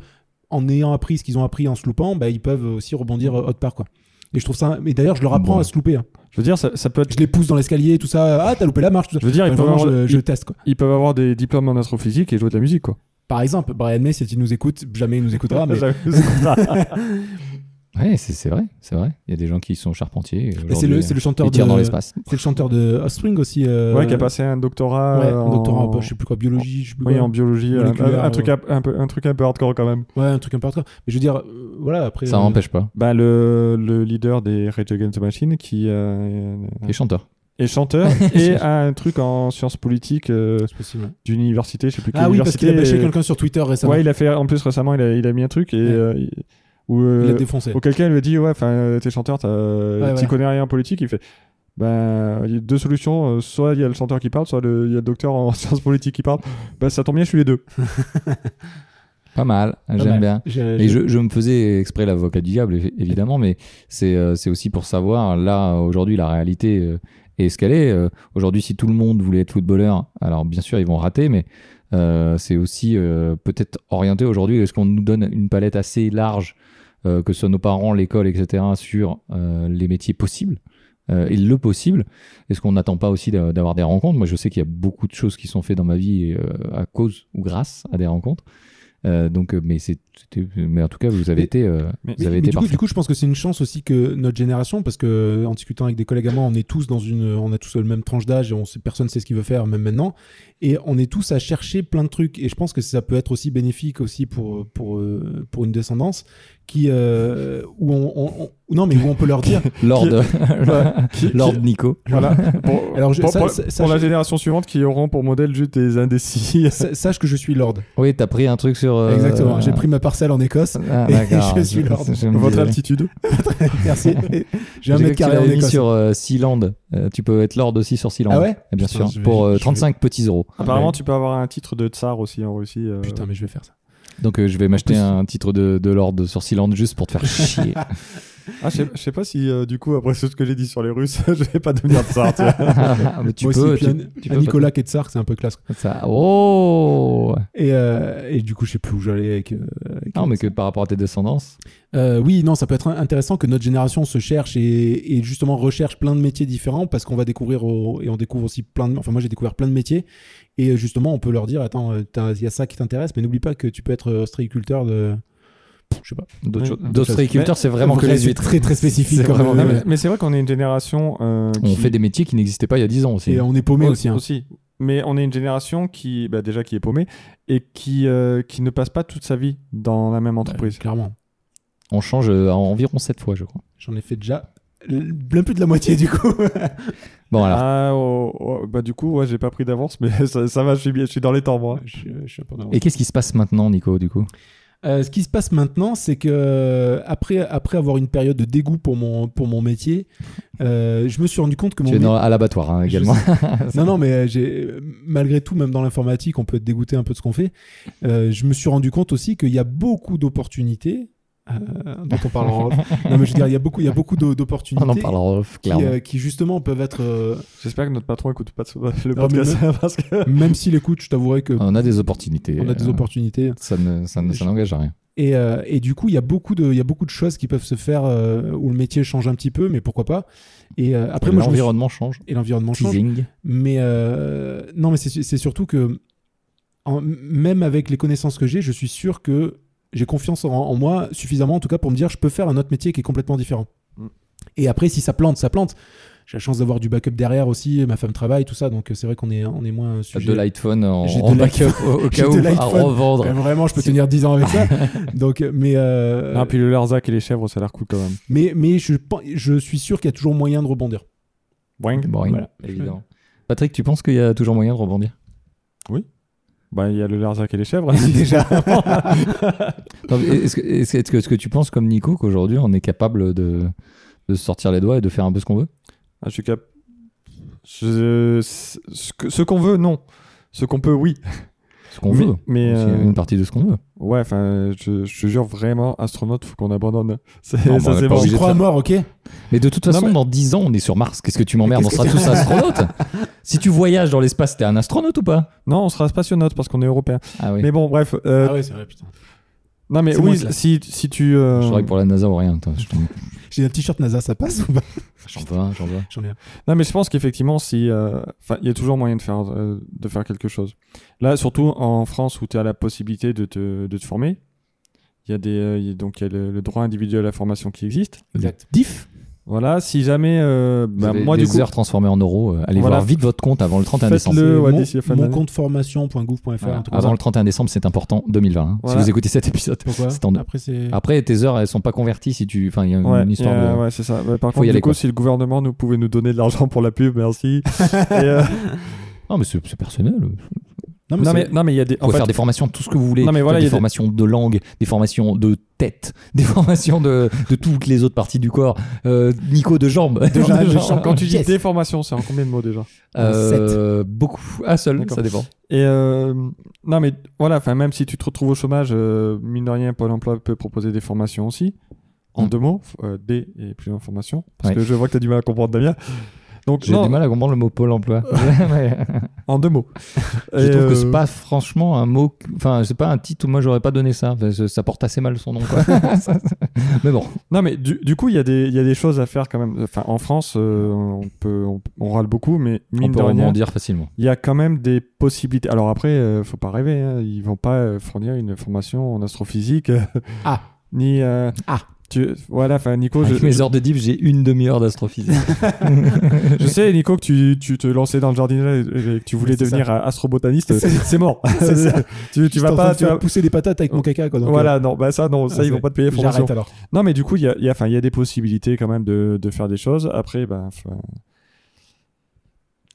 Speaker 3: en ayant appris ce qu'ils ont appris en se loupant, ben, ils peuvent aussi rebondir euh, autre part, quoi. Et je trouve ça. Mais d'ailleurs, je leur apprends
Speaker 1: Bon.
Speaker 3: à se louper. hein.
Speaker 2: Je veux dire, ça, ça peut être.
Speaker 3: Je les pousse dans l'escalier, tout ça. Ah, t'as loupé la marche. Tout ça.
Speaker 2: Je veux dire, ils
Speaker 3: Enfin,
Speaker 2: peuvent,
Speaker 3: vraiment,
Speaker 2: avoir,
Speaker 3: je, je
Speaker 2: ils-
Speaker 3: teste quoi.
Speaker 2: ils peuvent avoir des diplômes en astrophysique et jouer de la musique, quoi.
Speaker 3: Par exemple, Brian May, si tu nous écoutes, jamais il nous
Speaker 1: [LAUGHS]
Speaker 2: Ah,
Speaker 3: écoutera, mais
Speaker 1: [LAUGHS] Ouais, c'est c'est vrai, c'est vrai. Il y a des gens qui sont charpentiers.
Speaker 3: Et c'est le, c'est le chanteur
Speaker 1: Ils tirent dans
Speaker 3: de,
Speaker 1: l'espace.
Speaker 3: c'est le chanteur de Offspring aussi. euh,
Speaker 2: [LAUGHS] Ouais, qui a passé un doctorat,
Speaker 3: Ouais,
Speaker 2: euh,
Speaker 3: un
Speaker 2: en...
Speaker 3: doctorat, en... je sais plus quoi, biologie, je sais plus
Speaker 2: Oui,
Speaker 3: quoi.
Speaker 2: en biologie, euh, un,
Speaker 3: Moléculaire, euh,
Speaker 2: un- un truc
Speaker 3: ouais.
Speaker 2: un, un peu, un truc un peu hardcore quand même.
Speaker 3: Ouais, un truc un peu hardcore. Mais je veux dire, euh, voilà, après.
Speaker 1: Ça
Speaker 3: euh,
Speaker 1: n'empêche pas.
Speaker 2: Bah, le, le leader des Rage Against the Machine qui euh,
Speaker 1: Les chanteurs.
Speaker 2: est chanteur
Speaker 3: [LAUGHS]
Speaker 2: et a un truc en sciences politiques euh,
Speaker 3: c'est possible, ouais.
Speaker 2: d'une université, je sais plus quelle
Speaker 3: Ah oui, parce
Speaker 2: université.
Speaker 3: qu'il a bâché
Speaker 2: et-
Speaker 3: quelqu'un sur Twitter récemment.
Speaker 2: Ouais, il a fait en plus récemment, il a, il a mis un truc et
Speaker 3: Ouais.
Speaker 2: euh, il- où,
Speaker 3: il
Speaker 2: euh,
Speaker 3: l'a défoncé.
Speaker 2: où quelqu'un lui a dit ouais, enfin euh, t'es chanteur, t'as- t'y
Speaker 3: voilà.
Speaker 2: connais rien en politique, il fait. Ben, il y a deux solutions, euh, soit il y a le chanteur qui parle, soit le- il y a le docteur en [LAUGHS] sciences politiques qui parle. Bah, ça tombe bien, je suis les deux.
Speaker 1: Pas mal, hein,
Speaker 3: Pas
Speaker 1: j'aime
Speaker 3: mal.
Speaker 1: bien.
Speaker 3: Ah bah, J'ai-
Speaker 1: Et
Speaker 3: j'ai-
Speaker 1: je, je me faisais exprès l'avocat du diable, évi- évidemment, mais c'est euh, c'est aussi pour savoir, là, aujourd'hui, la réalité euh, est ce qu'elle est. Euh, aujourd'hui, si tout le monde voulait être footballeur, alors bien sûr, ils vont rater, mais euh, c'est aussi euh, peut-être orienté aujourd'hui. Est-ce qu'on nous donne une palette assez large, euh, que ce soit nos parents, l'école, etc., sur euh, les métiers possibles euh, et le possible, est-ce qu'on n'attend pas aussi d'a- d'avoir des rencontres Moi, je sais qu'il y a beaucoup de choses qui sont faites dans ma vie euh, à cause ou grâce à des rencontres. Euh, donc, euh, mais c'est- c'était, mais en tout cas, vous avez
Speaker 3: Mais-
Speaker 1: été, euh,
Speaker 2: mais-
Speaker 1: vous avez
Speaker 3: mais
Speaker 1: été
Speaker 3: du, coup,
Speaker 1: parfait.
Speaker 3: du coup, je pense que c'est une chance aussi que notre génération, parce que euh, en discutant avec des collègues à moi, on est tous dans une, on a tous le même tranche d'âge et on sait, personne sait ce qu'il veut faire, même maintenant. Et on est tous à chercher plein de trucs. Et je pense que ça peut être aussi bénéfique aussi pour pour euh, pour une descendance qui euh, où on, on- on- non mais où on peut
Speaker 1: [LAUGHS]
Speaker 3: leur dire.
Speaker 1: Lord,
Speaker 2: [LAUGHS]
Speaker 1: euh,
Speaker 3: [LAUGHS]
Speaker 2: Qui-
Speaker 1: Lord
Speaker 2: qui-
Speaker 1: Nico.
Speaker 2: [LAUGHS] Voilà. Pour,
Speaker 3: Alors, je-
Speaker 2: pour-
Speaker 3: ça-
Speaker 2: pour-
Speaker 3: ça- ça-
Speaker 2: pour la génération suivante qui auront pour modèle juste des indécis.
Speaker 1: [LAUGHS]
Speaker 3: sa- Sache que je suis Lord.
Speaker 1: Oui, t'as pris un truc sur. euh,
Speaker 3: Exactement. J'ai pris ma parcelle en Écosse.
Speaker 1: [LAUGHS] Ah,
Speaker 3: et
Speaker 1: d'accord.
Speaker 3: [LAUGHS] je suis Lord.
Speaker 1: je me
Speaker 2: Votre
Speaker 1: disais.
Speaker 2: altitude.
Speaker 3: Merci. [LAUGHS] J'ai
Speaker 1: J'ai
Speaker 3: un
Speaker 1: cru que
Speaker 3: mètre
Speaker 1: tu
Speaker 3: carré en
Speaker 1: l'avais mis
Speaker 3: Écosse.
Speaker 1: sur euh, Sealand. Euh, tu peux être Lord aussi sur Sealand.
Speaker 3: Ah ouais
Speaker 1: Eh Bien
Speaker 3: Putain, je
Speaker 1: sûr.
Speaker 3: vais-
Speaker 1: Pour euh,
Speaker 3: je vais-
Speaker 1: 35 petits euros.
Speaker 2: Apparemment,
Speaker 3: Ouais.
Speaker 2: tu peux avoir un titre de tsar aussi en Russie. euh.
Speaker 3: Putain, mais je vais faire ça.
Speaker 1: Donc, euh, je vais m'acheter
Speaker 3: plus-
Speaker 1: un titre de, de Lord sur Sealand juste pour te
Speaker 3: [LAUGHS]
Speaker 1: faire chier.
Speaker 2: Ah, je sais- je sais pas si euh, du coup, après tout ce que j'ai dit sur les Russes, [LAUGHS] je vais pas devenir
Speaker 1: [LAUGHS]
Speaker 2: tsar. tu vois.
Speaker 1: Ah, mais tu
Speaker 3: Moi
Speaker 1: peux.
Speaker 3: aussi,
Speaker 1: tu-
Speaker 3: puis un-
Speaker 1: tu
Speaker 3: un
Speaker 1: peux-
Speaker 3: Nicolas Quetzar, c'est un peu classe.
Speaker 1: Ça- Oh
Speaker 3: Et, euh, et du coup, je sais plus où j'allais avec. euh, avec-
Speaker 1: Non, mais que par rapport à tes descendances.
Speaker 3: Euh, oui, non, ça peut être intéressant que notre génération se cherche et, et justement recherche plein de métiers différents parce qu'on va découvrir au- et on découvre aussi plein de. Enfin, moi, j'ai découvert plein de métiers et euh, justement, on peut leur dire attends, euh, t'as- il y a ça qui t'intéresse, mais n'oublie pas que tu peux être euh, ostréiculteur de. Je sais pas.
Speaker 1: D'autres
Speaker 2: Oui,
Speaker 1: choses.
Speaker 2: d'autres
Speaker 1: D'ostréiculteur, c'est vraiment que
Speaker 3: Vrai,
Speaker 1: les
Speaker 3: c'est
Speaker 1: huîtres.
Speaker 3: Très très spécifique.
Speaker 1: C'est
Speaker 3: comme,
Speaker 1: vraiment-
Speaker 2: Non,
Speaker 3: euh,
Speaker 2: mais mais c'est vrai qu'on est une génération. euh,
Speaker 1: On
Speaker 2: qui-
Speaker 1: fait des métiers qui n'existaient pas il y a 10 ans aussi.
Speaker 3: et on est paumé
Speaker 2: Au-
Speaker 3: aussi. hein.
Speaker 2: Mais on est une génération qui, bah, déjà, qui est paumée et qui, euh, qui ne passe pas toute sa vie dans la même entreprise.
Speaker 3: Clairement.
Speaker 1: On change euh, environ 7 fois, je crois.
Speaker 3: J'en ai fait déjà l- bien plus de la moitié du coup.
Speaker 1: Bon, alors,
Speaker 2: Ah, oh, oh, bah, du coup, ouais, j'ai pas pris d'avance, mais [LAUGHS] ça, ça va, je suis, bien- je suis dans les temps, moi.
Speaker 3: [LAUGHS] je, je suis un peu dans-
Speaker 1: et qu'est-ce qui se passe maintenant, Nico, du coup
Speaker 3: Euh, ce qui se passe maintenant, c'est que euh, après, après avoir une période de dégoût pour mon, pour mon métier, euh, je me suis rendu compte que mon
Speaker 1: Tu es
Speaker 3: mé-
Speaker 1: dans, à l'abattoir hein,
Speaker 3: Je
Speaker 1: également.
Speaker 3: non non mais euh, j'ai malgré tout même dans l'informatique on peut être dégoûté un peu de ce qu'on fait. Euh, je me suis rendu compte aussi qu'il y a beaucoup d'opportunités euh, dont on parle en off. [LAUGHS] non mais je veux dire il y a beaucoup il y a beaucoup
Speaker 1: [LAUGHS]
Speaker 3: d'o-
Speaker 1: on en
Speaker 3: d'opportunités
Speaker 1: parlera en off,
Speaker 3: qui,
Speaker 1: clairement.
Speaker 3: euh, qui justement peuvent être euh,
Speaker 2: J'espère que notre patron écoute pas le
Speaker 3: Non, mais
Speaker 2: podcast [LAUGHS] parce que.
Speaker 3: même s'il écoute je t'avouerai que
Speaker 1: On a des opportunités.
Speaker 3: euh, on a des
Speaker 1: euh,
Speaker 3: opportunités
Speaker 1: Ça ne- ça ne- ça n'engage à rien.
Speaker 3: Et, euh, et du coup, il y, a beaucoup de- il y a beaucoup de choses qui peuvent se faire euh, où le métier change un petit peu, mais pourquoi pas. Et euh, après, moi, je me suis-
Speaker 1: L'environnement change.
Speaker 3: et l'environnement change.
Speaker 1: Teasing.
Speaker 3: Mais euh, non, mais c'est su- c'est surtout que en- même avec les connaissances que j'ai, je suis sûr que j'ai confiance en, en moi suffisamment, en tout cas, pour me dire je peux faire un autre métier qui est complètement différent.
Speaker 2: Mm.
Speaker 3: Et après, si ça plante, ça plante. J'ai la chance d'avoir du backup derrière aussi. Ma femme travaille, tout ça, donc euh, c'est vrai qu'on est on est moins sujet.
Speaker 1: De l'iPhone en,
Speaker 3: J'ai
Speaker 1: en
Speaker 3: de
Speaker 1: backup au, au cas
Speaker 3: J'ai de
Speaker 1: où à
Speaker 3: l'iPhone.
Speaker 1: revendre.
Speaker 3: Euh, Vraiment, je peux
Speaker 1: Si-
Speaker 3: tenir 10
Speaker 1: [LAUGHS]
Speaker 3: ans avec ça. Donc, euh, mais euh,
Speaker 2: Ah, puis le Larzac et les chèvres, ça a l'air cool quand même.
Speaker 3: Mais, mais je, pen- je suis sûr qu'il y a toujours moyen de rebondir.
Speaker 2: Boing.
Speaker 1: Bon,
Speaker 3: Voilà.
Speaker 1: évidemment. [LAUGHS] Patrick, tu penses qu'il y a toujours moyen de rebondir
Speaker 2: Bah, il y a le Larzac et les chèvres.
Speaker 3: [LAUGHS] Déjà.
Speaker 1: Non, mais Est-ce que, est-ce que- est-ce que- est-ce que tu penses, comme Nico, qu'aujourd'hui on est capable de, de se sortir les doigts et de faire un peu ce qu'on veut
Speaker 2: Ah, je suis cap. Je- Ce que- ce qu'on veut, non. Ce qu'on peut, oui.
Speaker 1: Ce qu'on
Speaker 2: mais,
Speaker 1: veut.
Speaker 2: mais,
Speaker 1: C'est
Speaker 2: euh,
Speaker 1: une partie de ce qu'on veut.
Speaker 2: ouais, enfin, je, je te jure vraiment, astronaute, faut qu'on abandonne. [LAUGHS] C'est-
Speaker 1: Non,
Speaker 2: ça,
Speaker 1: bah,
Speaker 2: c'est
Speaker 1: pas
Speaker 2: bon.
Speaker 1: obligé.
Speaker 3: Je
Speaker 1: de
Speaker 3: crois à
Speaker 1: faire-
Speaker 3: mort, ok
Speaker 1: Mais de toute
Speaker 2: Non,
Speaker 1: façon,
Speaker 2: mais-
Speaker 1: dans 10 ans, on est sur Mars. Qu'est-ce que tu m'emmerdes On
Speaker 3: Qu'est-ce
Speaker 1: sera tous astronautes. si tu voyages dans l'espace, t'es un astronaute ou pas
Speaker 2: Non, on sera spationaute parce qu'on est européen.
Speaker 1: Ah oui.
Speaker 2: Mais bon, bref. euh,
Speaker 3: ouais, c'est vrai, putain.
Speaker 2: Non, mais
Speaker 3: C'est moi,
Speaker 2: oui,
Speaker 3: cela.
Speaker 2: si, si tu. euh,
Speaker 1: Je travaille pour la NASA ou rien. toi. Je t'en-
Speaker 3: J'ai un t-shirt NASA, ça passe ou pas
Speaker 1: J'en veux un, j'en veux un.
Speaker 3: J'en ai un.
Speaker 2: Non, mais je pense qu'effectivement, si, euh, 'fin, il y a toujours moyen de faire, euh, de faire quelque chose. Là, surtout en France où tu as la possibilité de te, de te former, il y a, des, euh, il y a- donc, il y a le, le droit individuel à la formation qui existe.
Speaker 3: Exact.
Speaker 1: Diff
Speaker 2: Voilà, si jamais. euh,
Speaker 1: Vous
Speaker 2: bah,
Speaker 1: avez
Speaker 2: moi,
Speaker 1: des
Speaker 2: du coup.
Speaker 1: heures transformées en euros. euh, allez
Speaker 2: Voilà.
Speaker 1: voir vite votre compte avant le 31
Speaker 2: Faites-le.
Speaker 1: décembre.
Speaker 2: Le- ouais,
Speaker 3: mon,
Speaker 2: d'ici la fin de
Speaker 3: mon
Speaker 2: l'année.
Speaker 3: compte formation.gouv.fr.
Speaker 1: Voilà.
Speaker 3: un truc comme
Speaker 1: Avant
Speaker 3: ça.
Speaker 1: le 31 décembre, c'est important. 2020. hein,
Speaker 2: Voilà.
Speaker 1: Si vous écoutez cet épisode.
Speaker 3: Pourquoi
Speaker 1: c'est en-
Speaker 3: Après, c'est.
Speaker 1: Après, tes heures, elles sont pas converties si tu. Enfin, il y a une
Speaker 2: Ouais,
Speaker 1: histoire
Speaker 2: il y a-
Speaker 1: de.
Speaker 2: ouais, c'est ça. Ouais,
Speaker 1: Faut y
Speaker 2: par contre,
Speaker 1: aller,
Speaker 2: du coup,
Speaker 1: quoi.
Speaker 2: si le gouvernement nous pouvait nous donner de l'argent pour la
Speaker 1: [LAUGHS]
Speaker 2: pub, merci. Et, euh,
Speaker 1: Non, mais c'est c'est personnel. Vous
Speaker 2: non,
Speaker 3: c'est-
Speaker 2: mais non, mais il y a des. en
Speaker 1: pouvez
Speaker 2: fait,
Speaker 1: faire des formations, tout ce que vous voulez.
Speaker 2: Non, mais voilà, il y
Speaker 1: des
Speaker 2: a des-
Speaker 1: formations de langue, des formations de tête, [LAUGHS] des formations de, de toutes les autres parties du corps. Euh, Nico [LAUGHS] de jambes.
Speaker 2: déjà,
Speaker 1: Genre-
Speaker 2: je- quand tu dis
Speaker 3: Yes.
Speaker 2: des formations, c'est en combien de mots déjà
Speaker 1: Euh, beaucoup. Un seul,
Speaker 2: D'accord.
Speaker 1: ça dépend.
Speaker 2: Et euh, non, mais voilà, enfin, même si tu te retrouves au chômage, euh, mine de rien, Pôle emploi peut proposer des formations aussi. En
Speaker 1: Mm.
Speaker 2: deux mots, f- euh, des et plus information. Parce
Speaker 1: Ouais.
Speaker 2: que je vois que tu as du mal à comprendre Damien. Donc,
Speaker 1: J'ai
Speaker 2: non,
Speaker 1: du mal à comprendre le mot Pôle
Speaker 2: [LAUGHS]
Speaker 1: emploi. Ouais.
Speaker 2: en deux mots.
Speaker 1: [LAUGHS] Je
Speaker 2: Et,
Speaker 1: trouve que
Speaker 2: euh,
Speaker 1: c'est pas franchement un mot. que- Enfin, c'est pas un titre où moi j'aurais pas donné ça. Enfin, ça- ça porte assez mal son nom.
Speaker 2: [LAUGHS]
Speaker 1: quoi. [LAUGHS] Ça- mais bon,
Speaker 2: Non, mais du, du coup, il y, a des- il y a des choses à faire quand même. Enfin, en France, euh, on, peut, on, on râle beaucoup, mais
Speaker 1: on
Speaker 2: mine
Speaker 1: peut
Speaker 2: de rien,
Speaker 1: rebondir facilement.
Speaker 2: il y a quand même des possibilités. Alors après, euh, faut pas rêver, hein, ils vont pas euh, fournir une formation en astrophysique. euh,
Speaker 3: Ah.
Speaker 2: [LAUGHS] Ni. euh,
Speaker 3: Ah.
Speaker 2: tu- voilà, enfin, Nico,
Speaker 1: Avec
Speaker 2: je,
Speaker 1: mes heures de div, j'ai une demi-heure d'astrophysique.
Speaker 2: Je sais, Nico, que tu, tu te lançais dans le jardinage et que tu voulais
Speaker 3: Oui, c'est
Speaker 2: devenir euh, astrobotaniste.
Speaker 3: C'est-
Speaker 2: C'est mort.
Speaker 3: [LAUGHS] C'est ça.
Speaker 2: [LAUGHS] tu tu
Speaker 3: J'étais
Speaker 2: vas
Speaker 3: en train
Speaker 2: pas.
Speaker 3: de
Speaker 2: Tu
Speaker 3: faire
Speaker 2: vas-
Speaker 3: pousser des patates avec mon caca, quoi. donc,
Speaker 2: Voilà, non, bah ça, non, ça,
Speaker 3: Ah,
Speaker 2: ils vont
Speaker 3: c'est-
Speaker 2: pas te payer
Speaker 3: euh,
Speaker 2: formation.
Speaker 3: J'arrête alors.
Speaker 2: Non, mais du coup, il y a, il y a- enfin, il y a des possibilités quand même de, de faire des choses. Après, ben, enfin,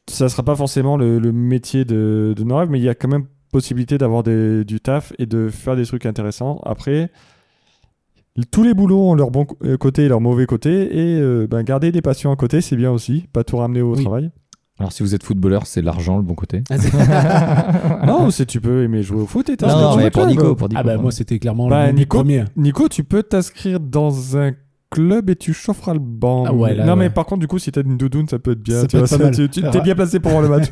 Speaker 2: ça sera pas forcément le, le métier de, de nos rêves, mais il y a quand même possibilité d'avoir des- du taf et de faire des trucs intéressants. Après, tous les boulots ont leur bon co- euh, côté et leur mauvais côté, et euh, ben, garder des passions à côté, c'est bien aussi. Pas tout ramener au
Speaker 3: Oui.
Speaker 2: travail.
Speaker 1: [LAUGHS] Alors, si vous êtes footballeur, c'est l'argent, le bon [LAUGHS] côté.
Speaker 3: [LAUGHS]
Speaker 2: Non, c'est tu peux aimer jouer au foot et
Speaker 1: Ah, Non,
Speaker 2: t'inscrire
Speaker 1: non,
Speaker 2: dans un
Speaker 1: mais pour
Speaker 2: club.
Speaker 1: Nico, pour Nico.
Speaker 3: Ah, bah, moi, c'était clairement
Speaker 2: Bah,
Speaker 3: le mon
Speaker 2: Nico-
Speaker 3: premier.
Speaker 2: Nico, tu peux t'inscrire dans un club et tu chaufferas le banc.
Speaker 3: Ah ouais, là,
Speaker 2: non, mais
Speaker 3: ouais.
Speaker 2: par contre, du coup, si t'as une doudoune, ça peut être bien.
Speaker 3: Ça
Speaker 2: tu
Speaker 3: peut
Speaker 2: vois,
Speaker 3: être pas mal.
Speaker 2: tu- [LAUGHS] tu-
Speaker 3: Ah
Speaker 2: T'es
Speaker 3: ouais.
Speaker 2: bien placé pour voir
Speaker 1: [LAUGHS]
Speaker 2: le match.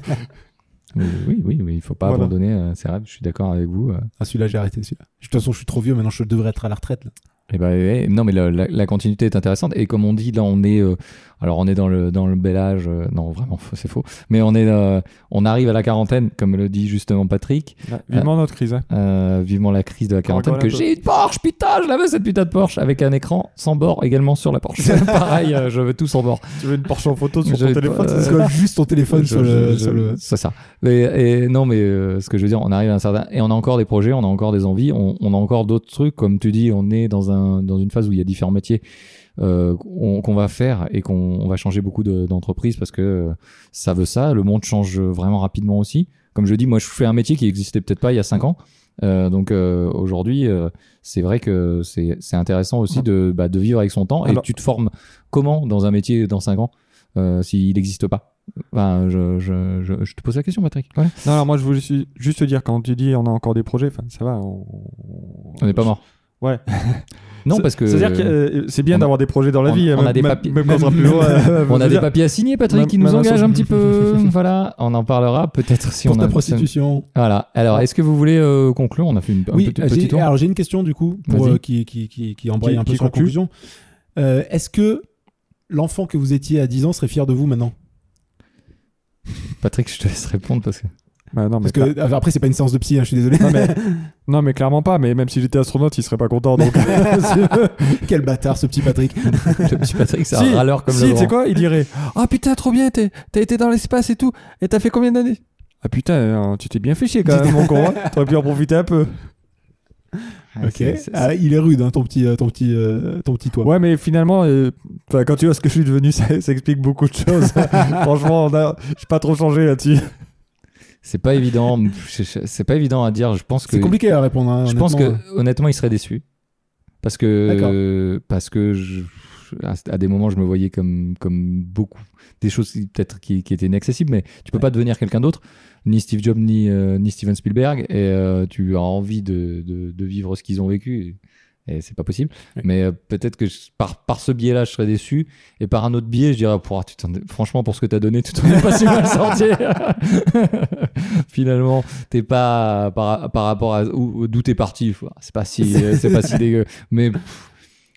Speaker 1: Oui, oui, oui, oui, il faut pas
Speaker 2: Voilà.
Speaker 1: abandonner euh, ses rêves, je suis d'accord avec vous. euh.
Speaker 3: Ah, celui-là, j'ai arrêté celui-là. De toute façon, je suis trop vieux, maintenant je devrais être à la retraite. Là.
Speaker 1: Eh ben, eh, non, mais la, la- la continuité est intéressante. Et comme on dit, là, on est, euh, alors on est dans le dans le bel âge. euh, non, vraiment, f- c'est faux. Mais on est, euh, on arrive à la quarantaine, comme le dit justement Patrick.
Speaker 2: vivement notre crise. hein.
Speaker 1: Euh, vivement la crise de la quarantaine.
Speaker 2: Encore
Speaker 1: Que
Speaker 2: la
Speaker 1: j'ai une Porsche, putain, je la veux cette putain de Porsche avec un écran sans bord également sur la [LAUGHS] Porsche. Pareil, euh, je veux tout sans bord.
Speaker 2: Tu veux une Porsche en photo sur
Speaker 1: Je-
Speaker 2: ton téléphone
Speaker 1: euh,
Speaker 2: c'est ça
Speaker 3: Colle juste
Speaker 1: [LAUGHS]
Speaker 3: ton téléphone
Speaker 1: Je-
Speaker 3: sur le.
Speaker 1: je-
Speaker 3: sur le-
Speaker 1: C'est ça. Mais, et, non, mais euh, ce que je veux dire, on arrive à un certain. Et on a encore des projets, on a encore des envies, on, on a encore d'autres trucs. Comme tu dis, on est dans, un, dans une phase où il y a différents métiers euh, qu'on qu'on va faire et qu'on on va changer beaucoup de- d'entreprises parce que euh, ça veut ça. Le monde change vraiment rapidement aussi. Comme je dis, moi, je fais un métier qui existait peut-être pas il y a 5 ans. Euh, donc euh, aujourd'hui, euh, c'est vrai que c'est c'est intéressant aussi de, bah, de vivre avec son temps. Et
Speaker 2: Alors-
Speaker 1: tu te formes comment dans un métier dans 5 ans euh, s'il n'existe pas ben, je, je, je, je te pose la question, Patrick.
Speaker 2: Non, alors moi, je voulais su- juste te dire, quand tu dis on a encore des projets, enfin, ça va. On
Speaker 1: On n'est pas mort.
Speaker 2: Ouais.
Speaker 1: [LAUGHS] Non,
Speaker 2: C'est-
Speaker 1: parce que.
Speaker 2: C'est-à-dire que euh, c'est bien
Speaker 1: on a-
Speaker 2: d'avoir des projets dans la
Speaker 1: on-
Speaker 2: vie. hein,
Speaker 1: on
Speaker 2: même-
Speaker 1: a des
Speaker 2: même-
Speaker 1: papiers-
Speaker 2: même quand on
Speaker 1: [LAUGHS]
Speaker 2: sera plus loin, euh,
Speaker 1: On
Speaker 2: je
Speaker 1: a
Speaker 2: veux
Speaker 1: des
Speaker 2: dire,
Speaker 1: papiers à signer, Patrick,
Speaker 2: Même-
Speaker 1: qui nous
Speaker 2: même
Speaker 1: engage
Speaker 2: instant.
Speaker 1: un petit
Speaker 2: [LAUGHS]
Speaker 1: peu. voilà, on en parlera peut-être si
Speaker 3: Pour
Speaker 1: on
Speaker 3: ta
Speaker 1: a.
Speaker 3: prostitution.
Speaker 1: Voilà. Alors, est-ce que vous voulez euh, conclure On a fait une, un
Speaker 3: oui,
Speaker 1: petit,
Speaker 3: j'ai-
Speaker 1: petit tour.
Speaker 3: alors j'ai une question du coup pour,
Speaker 1: Vas-y.
Speaker 3: euh, qui, qui, qui, qui embraye
Speaker 2: Qui-
Speaker 3: un peu
Speaker 2: qui
Speaker 3: sur la
Speaker 2: conclut.
Speaker 3: conclusion. Euh, Est-ce que l'enfant que vous étiez à 10 ans serait fier de vous maintenant
Speaker 1: Patrick, je te laisse répondre parce
Speaker 2: [LAUGHS]
Speaker 1: que.
Speaker 2: Bah, non, mais
Speaker 3: Parce que enfin, après, c'est pas une séance de psy, hein, je
Speaker 2: [LAUGHS]
Speaker 3: suis désolé. [LAUGHS]
Speaker 2: Non mais, non, mais clairement pas, mais même si j'étais astronaute, il serait
Speaker 1: [LAUGHS]
Speaker 2: pas content. Donc...
Speaker 3: Quel bâtard ce petit Patrick.
Speaker 1: Le petit Patrick, c'est
Speaker 2: Si,
Speaker 1: un râleur comme
Speaker 2: si,
Speaker 1: le
Speaker 2: tu sais
Speaker 1: grand.
Speaker 2: quoi Il dirait Ah putain, trop bien, t'es- t'as été dans l'espace et tout, et t'as fait combien d'années Ah putain, euh, tu t'es bien fait chier quand même, mon con. hein. T'aurais pu en profiter un peu.
Speaker 1: Ouais,
Speaker 3: Ok.
Speaker 1: c'est- c'est-
Speaker 3: Ah, il est rude, hein, ton petit, euh, ton petit, euh, ton petit toi.
Speaker 2: Ouais, mais finalement, euh, enfin, quand tu vois ce que je suis devenu, [LAUGHS] ça, ça explique beaucoup de choses. Franchement, on a- j'ai pas trop changé là-dessus.
Speaker 1: C'est pas évident. je- je- C'est pas évident à dire. Je pense que.
Speaker 3: C'est compliqué à répondre. hein,
Speaker 1: Je pense que
Speaker 3: honnêtement.
Speaker 1: honnêtement, il serait déçu parce que parce que je, je- à, à des moments, je me voyais comme, comme beaucoup des choses qui, peut-être qui, qui étaient inaccessibles, mais tu peux pas devenir quelqu'un d'autre, ni Steve Jobs, ni, euh, ni Steven Spielberg, et euh, tu as envie de, de, de vivre ce qu'ils ont vécu, et, et c'est pas possible.
Speaker 3: Ouais.
Speaker 1: Mais euh, peut-être que je- par, par ce biais-là, je serais déçu, et par un autre biais, je dirais, Pouah, tu t'en es- franchement, pour ce que t'as donné, tu t'en es pas si mal sorti. [LAUGHS] Finalement, t'es pas par, par rapport à où- d'où t'es parti, faut- c'est pas si, euh, c'est pas si dégueu, mais pff,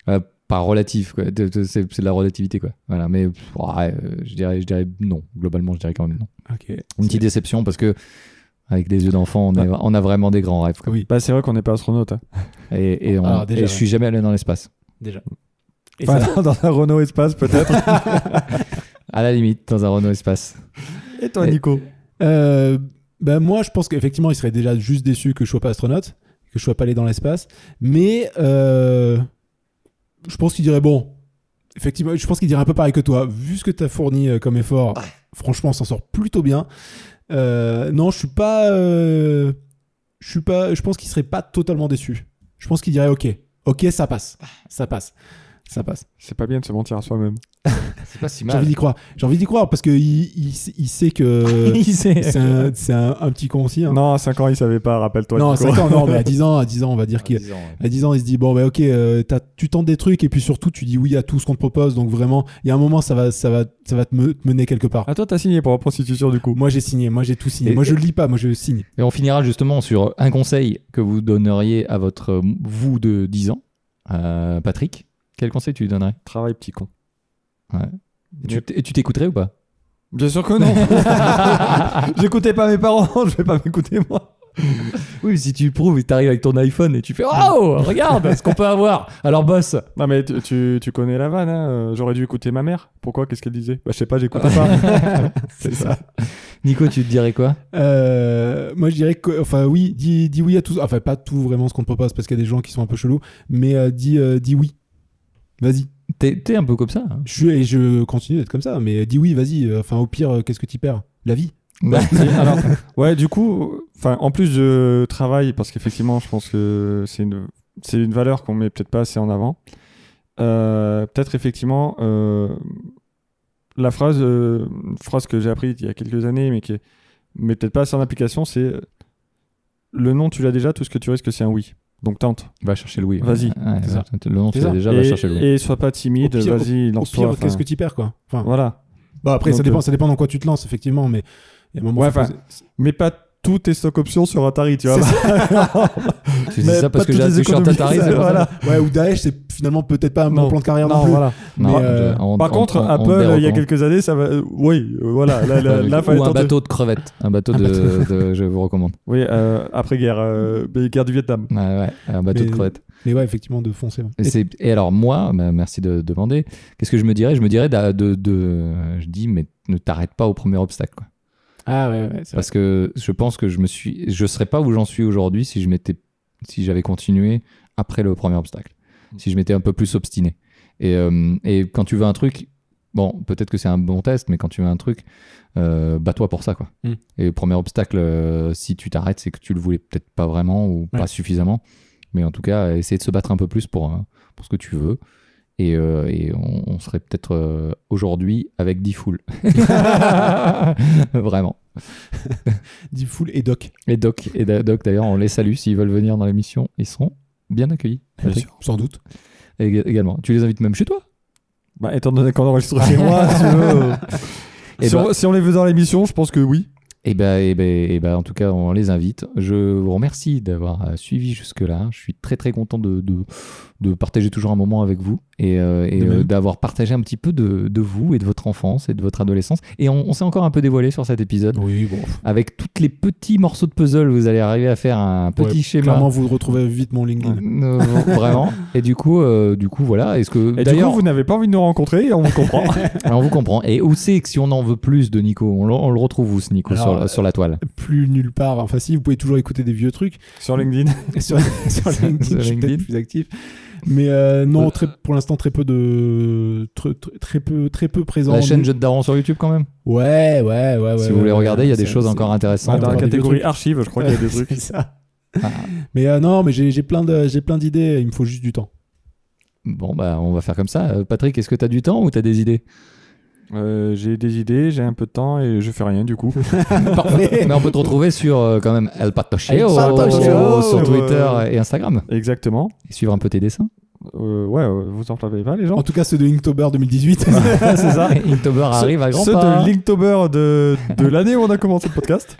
Speaker 1: euh, pas relatif, quoi. De- de- C'est c'est de la relativité, quoi. Voilà, mais pff, ouais, euh, je dirais, je dirais non. Globalement, je dirais quand même non.
Speaker 3: hein. Ok.
Speaker 1: Une petite déception parce que avec les yeux d'enfant, on, a- on a vraiment des grands rêves. quoi.
Speaker 3: Oui,
Speaker 2: Bah, c'est vrai qu'on n'est pas astronaute. hein.
Speaker 1: Et, et on-
Speaker 3: Alors, déjà,
Speaker 1: et je suis jamais allé dans l'espace.
Speaker 3: déjà. Et
Speaker 2: Enfin, [LAUGHS]
Speaker 3: ça-
Speaker 2: dans un Renault Espace, peut-être.
Speaker 1: À la limite, dans un Renault espace.
Speaker 2: Et toi,
Speaker 1: Et-
Speaker 2: Nico
Speaker 3: Euh, bah, moi, je pense qu'effectivement, il serait déjà juste déçu que je sois pas astronaute, que je sois pas allé dans l'espace. Mais euh, je pense qu'il dirait bon. Effectivement, je pense qu'il dirait un peu pareil que toi. Vu ce que tu as fourni euh, comme effort, franchement, on s'en sort plutôt bien. Euh, non, je suis pas. euh, je suis pas. Je pense qu'il serait pas totalement déçu. Je pense qu'il dirait ok, ok, ça passe, ça passe, ça passe.
Speaker 2: C'est pas bien de se mentir à soi-même.
Speaker 1: C'est pas si
Speaker 3: J'ai envie d'y croire. J'ai envie d'y croire parce que il, il- il sait que
Speaker 2: [LAUGHS]
Speaker 1: Il sait.
Speaker 3: c'est un, c'est un- un petit con aussi. hein.
Speaker 2: Euh, Non, à 5 ans, il savait pas, rappelle-toi.
Speaker 3: Non,
Speaker 2: Nico.
Speaker 3: 5 ans, non,
Speaker 2: [LAUGHS]
Speaker 3: mais à 10 ans, à 10 ans, on va dire
Speaker 1: Ah,
Speaker 3: qu'à
Speaker 1: dix ans, ouais.
Speaker 3: 10 ans, il se dit bon, bah ok, euh, t'as- tu tentes des trucs et puis surtout, tu dis oui à tout ce qu'on te propose. Donc vraiment, il y a un moment, ça va, ça va, ça va te, me- te mener quelque part.
Speaker 2: Ah, toi, t'as signé pour la prostitution, du coup.
Speaker 3: Moi, j'ai signé, moi, j'ai tout signé.
Speaker 1: Et-
Speaker 3: moi, je lis pas, moi, je signe.
Speaker 1: Et on finira justement sur un conseil que vous donneriez à votre euh, vous de 10 ans, Euh, Patrick. Quel conseil tu lui donnerais
Speaker 2: Travail, petit con.
Speaker 1: Et tu t- Et tu t'écouterais ou pas
Speaker 2: Bien sûr que non. [LAUGHS] J'écoutais pas mes parents, [LAUGHS] je vais pas m'écouter moi.
Speaker 1: Oui, mais si tu prouves et t'arrives avec ton iPhone et tu fais Oh, regarde ce qu'on peut avoir. Alors, boss.
Speaker 2: Non mais tu, tu, tu connais la vanne, hein, euh, j'aurais dû écouter ma mère. Pourquoi Qu'est-ce qu'elle disait Bah je sais pas, j'écoutais pas.
Speaker 1: C'est ça. Nico, tu te dirais quoi
Speaker 3: Euh, moi, je dirais que, enfin, oui, dis, dis oui à tout. Enfin, pas tout vraiment ce qu'on te propose parce qu'il y a des gens qui sont un peu chelous, mais euh, dis, euh, dis oui. Vas-y.
Speaker 1: T'es t'es un peu comme ça. hein.
Speaker 3: Je suis- et je continue d'être comme ça, mais dis oui, vas-y. euh, Enfin, au pire, euh, qu'est-ce que tu perds La vie.
Speaker 1: Bah,
Speaker 2: Alors, [LAUGHS] ouais, du coup, enfin en plus je travaille parce qu'effectivement, je pense que c'est une c'est une valeur qu'on met peut-être pas assez en avant. Euh, peut-être effectivement euh, la phrase euh, une phrase que j'ai apprise il y a quelques années mais qui est mais peut-être pas assez en application, c'est euh, le non, tu l'as déjà, tout ce que tu risques c'est un oui. Donc tente.
Speaker 1: va chercher Louis.
Speaker 2: Vas-y.
Speaker 1: Ouais,
Speaker 3: C'est ça.
Speaker 1: Le nom, tu
Speaker 3: C'est
Speaker 1: l'as
Speaker 3: ça.
Speaker 1: déjà, va
Speaker 2: et,
Speaker 1: chercher Louis.
Speaker 2: et sois pas timide,
Speaker 3: Au pire-
Speaker 2: vas-y,
Speaker 3: Au
Speaker 2: lance-toi.
Speaker 3: pire,
Speaker 2: enfin,
Speaker 3: qu'est-ce que tu perds, quoi Enfin,
Speaker 2: Voilà.
Speaker 3: Bah après, ça
Speaker 2: Donc,
Speaker 3: dépend,
Speaker 2: euh,
Speaker 3: ça dépend dans quoi tu te lances, effectivement, mais il y a un moment.
Speaker 2: Ouais,
Speaker 3: faut
Speaker 2: enfin,
Speaker 3: poser-
Speaker 2: mais pas tous tes stock options sur Atari, tu vois. Bah,
Speaker 1: bah, [LAUGHS] Tu
Speaker 3: [LAUGHS]
Speaker 1: dis
Speaker 2: mais
Speaker 1: ça parce
Speaker 2: pas
Speaker 1: que j'ai
Speaker 2: toutes les
Speaker 1: appris sur
Speaker 2: économies,
Speaker 1: Tatari,
Speaker 2: ça,
Speaker 1: c'est pour ça
Speaker 2: voilà.
Speaker 3: Ouais, ou Daesh, c'est finalement peut-être pas un bon
Speaker 2: Non.
Speaker 3: plan de carrière non,
Speaker 2: Non,
Speaker 3: plus.
Speaker 2: voilà.
Speaker 1: Non,
Speaker 3: Mais, euh,
Speaker 1: je- on-
Speaker 2: Par
Speaker 1: on-
Speaker 2: contre,
Speaker 1: on- on
Speaker 2: Apple,
Speaker 1: déroge,
Speaker 2: il y a
Speaker 1: hein.
Speaker 2: quelques années, ça va. euh, oui, euh, voilà. Là, là, là, fallait
Speaker 1: Ou un
Speaker 2: tenter.
Speaker 1: bateau de crevettes. Un bateau de. de- je vous
Speaker 2: [LAUGHS]
Speaker 1: recommande.
Speaker 2: Oui, euh, après-guerre, euh, mais guerre du Vietnam.
Speaker 1: Ouais, ouais, un bateau de
Speaker 3: Mais-
Speaker 1: crevettes.
Speaker 3: Mais ouais, effectivement, de foncer. ouais.
Speaker 1: Et, c'est- et alors moi, bah, merci de demander, qu'est-ce que je me dirais Je me dirais d'a- de, de- euh, je dis mais ne t'arrête pas au premier obstacle. quoi.
Speaker 3: Ah ouais, ouais, c'est vrai.
Speaker 1: Parce que je pense que je me suis, je serais pas où j'en suis aujourd'hui si je m'étais, si j'avais continué après le premier obstacle,
Speaker 3: Hmm.
Speaker 1: si je m'étais un peu plus obstiné. Et, euh, et quand tu veux un truc, bon, peut-être que c'est un bon test, mais quand tu veux un truc, euh, bats-toi pour ça quoi.
Speaker 3: Mm.
Speaker 1: Et le premier obstacle, euh, si tu t'arrêtes, c'est que tu le voulais peut-être pas vraiment ou
Speaker 3: Ouais.
Speaker 1: pas suffisamment. Mais en tout cas, essayer de se battre un peu plus pour, euh, pour ce que tu veux. Et, euh, et on, on serait peut-être euh, aujourd'hui avec 10
Speaker 3: [LAUGHS]
Speaker 1: foules. Vraiment.
Speaker 3: Deep Full et Doc.
Speaker 1: Et Doc, et da- Doc d'ailleurs, on les salue. S'ils veulent venir dans l'émission, ils seront bien accueillis. Patrick.
Speaker 3: Sans doute.
Speaker 1: Et ég- également. Tu les invites même chez toi
Speaker 2: Bah, étant donné qu'on enregistre chez moi, [LAUGHS] si, tu veux, euh,
Speaker 1: Eh
Speaker 2: si
Speaker 1: ben-
Speaker 2: on, si on les veut dans l'émission, je pense que oui.
Speaker 1: Eh ben, eh ben, eh ben, en tout cas, on les invite. Je vous remercie d'avoir euh, suivi jusque-là. Je suis très très content de, de, de partager toujours un moment avec vous et, euh, et,
Speaker 3: De même.
Speaker 1: euh, d'avoir partagé un petit peu de, de vous et de votre enfance et de votre adolescence. Et on, on s'est encore un peu dévoilé sur cet épisode.
Speaker 3: Oui, bon.
Speaker 1: Avec tous les petits morceaux de puzzle, vous allez arriver à faire un petit
Speaker 3: Ouais,
Speaker 1: schéma.
Speaker 3: Clairement, vous retrouvez vite mon LinkedIn.
Speaker 1: Euh, vraiment. Et du coup, euh, du coup, voilà. Est-ce que
Speaker 2: Et du
Speaker 1: d'ailleurs,
Speaker 2: coup, vous n'avez pas envie de nous rencontrer, on vous comprend.
Speaker 1: Alors, on vous comprend. Et où c'est que si on en veut plus de Nico, on, le- on le retrouve où ce Nico
Speaker 3: Alors,
Speaker 1: sur, la-
Speaker 3: euh,
Speaker 1: sur la toile
Speaker 3: Plus nulle part. Enfin, si, vous pouvez toujours écouter des vieux trucs. [LAUGHS]
Speaker 2: sur LinkedIn.
Speaker 3: sur,
Speaker 1: [LAUGHS] Sur
Speaker 3: sur LinkedIn, je suis peut-être
Speaker 1: LinkedIn.
Speaker 3: plus actif. Mais euh, non,
Speaker 1: Euh,
Speaker 3: très, pour l'instant, très peu de. Très, très- très peu, très peu présent.
Speaker 1: La chaîne Jeu de Daron sur YouTube quand même.
Speaker 3: Ouais, ouais, ouais. ouais,
Speaker 1: si
Speaker 3: Ah ouais,
Speaker 1: vous voulez
Speaker 3: ouais,
Speaker 1: regarder, il y a des
Speaker 3: c'est-
Speaker 1: choses
Speaker 3: c'est-
Speaker 1: encore
Speaker 2: Ah,
Speaker 1: intéressantes.
Speaker 2: dans la
Speaker 3: encore des
Speaker 2: catégorie
Speaker 3: trucs.
Speaker 2: archives, je crois qu'il y a
Speaker 3: [LAUGHS]
Speaker 2: des trucs.
Speaker 1: Ah.
Speaker 3: C'est ça. Mais euh, non, mais j'ai j'ai plein de j'ai plein d'idées. Il me faut juste du temps.
Speaker 1: Bon, bah, on va faire comme ça. Euh, Patrick, est-ce que t'as du temps ou t'as des
Speaker 3: [LAUGHS]
Speaker 1: idées
Speaker 2: Euh, j'ai des idées, j'ai un peu de temps et je fais rien du coup.
Speaker 1: Mais on peut te retrouver sur euh, quand même El Patocheo,
Speaker 3: El
Speaker 2: Patocheo,
Speaker 1: sur Twitter
Speaker 2: euh,
Speaker 1: et Instagram.
Speaker 2: Exactement.
Speaker 1: Et suivre un peu tes
Speaker 3: [LAUGHS]
Speaker 1: dessins.
Speaker 2: Euh, ouais, euh, vous enflammez pas les gens.
Speaker 3: En tout cas, ceux de Inktober 2018.
Speaker 1: C'est ça. [LAUGHS] Inktober arrive à grands
Speaker 2: Ceux
Speaker 1: pas.
Speaker 2: de Linktober de, de l'année où on a commencé le podcast.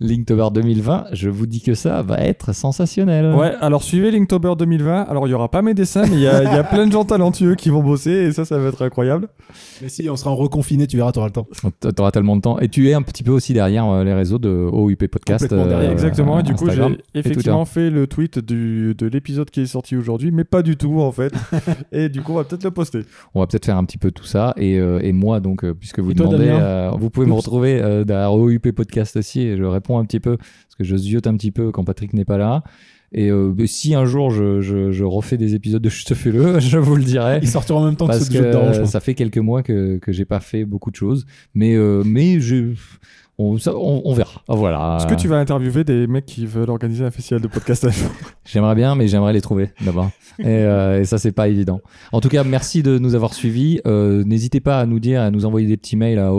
Speaker 1: Linktober 2020, je vous dis que ça va être sensationnel.
Speaker 2: Ouais, alors suivez Linktober 2020. Alors il y aura pas mes dessins, mais il y, a- il y a plein de gens talentueux qui vont bosser et ça, ça va être incroyable.
Speaker 3: [LAUGHS] Mais si, on sera en reconfiné, tu verras, t'auras le temps.
Speaker 1: T- T'auras tellement de temps. Et tu es un petit peu aussi derrière euh, les réseaux de OUP Podcast.
Speaker 3: Complètement derrière, Euh,
Speaker 2: Exactement, et du coup
Speaker 1: Instagram.
Speaker 2: j'ai effectivement fait le tweet du, de l'épisode qui est sorti aujourd'hui, mais pas du tout en
Speaker 1: [LAUGHS]
Speaker 2: fait. et du coup on va peut-être le poster.
Speaker 1: On va peut-être faire un petit peu tout ça. Et, euh, et moi, donc, euh, puisque vous
Speaker 3: Et toi,
Speaker 1: demandez,
Speaker 3: Damien
Speaker 1: euh, vous pouvez me
Speaker 3: Oups.
Speaker 1: retrouver euh, derrière OUP Podcast aussi. Et je réponds un petit peu, parce que je ziote un petit peu quand Patrick n'est pas là. Et euh, mais si un jour je, je- je refais des épisodes de Juste Fais-le, [LAUGHS] je vous le dirai.
Speaker 3: Ils sortiront en même temps que
Speaker 1: Parce
Speaker 3: ceux de Jeux
Speaker 1: que
Speaker 3: de Doran, je
Speaker 1: euh,
Speaker 3: pense.
Speaker 1: ça fait quelques mois que, que j'ai pas fait beaucoup de choses. Mais, euh, mais je, on, ça- on, on verra. Voilà.
Speaker 2: Est-ce que tu vas interviewer des mecs qui veulent organiser un festival de podcast
Speaker 1: [LAUGHS] J'aimerais bien, mais j'aimerais les trouver
Speaker 3: [LAUGHS]
Speaker 1: d'abord. et, euh, et ça, c'est pas évident. En tout cas, merci de nous avoir suivis. Euh, N'hésitez pas à nous dire, à nous envoyer des petits mails à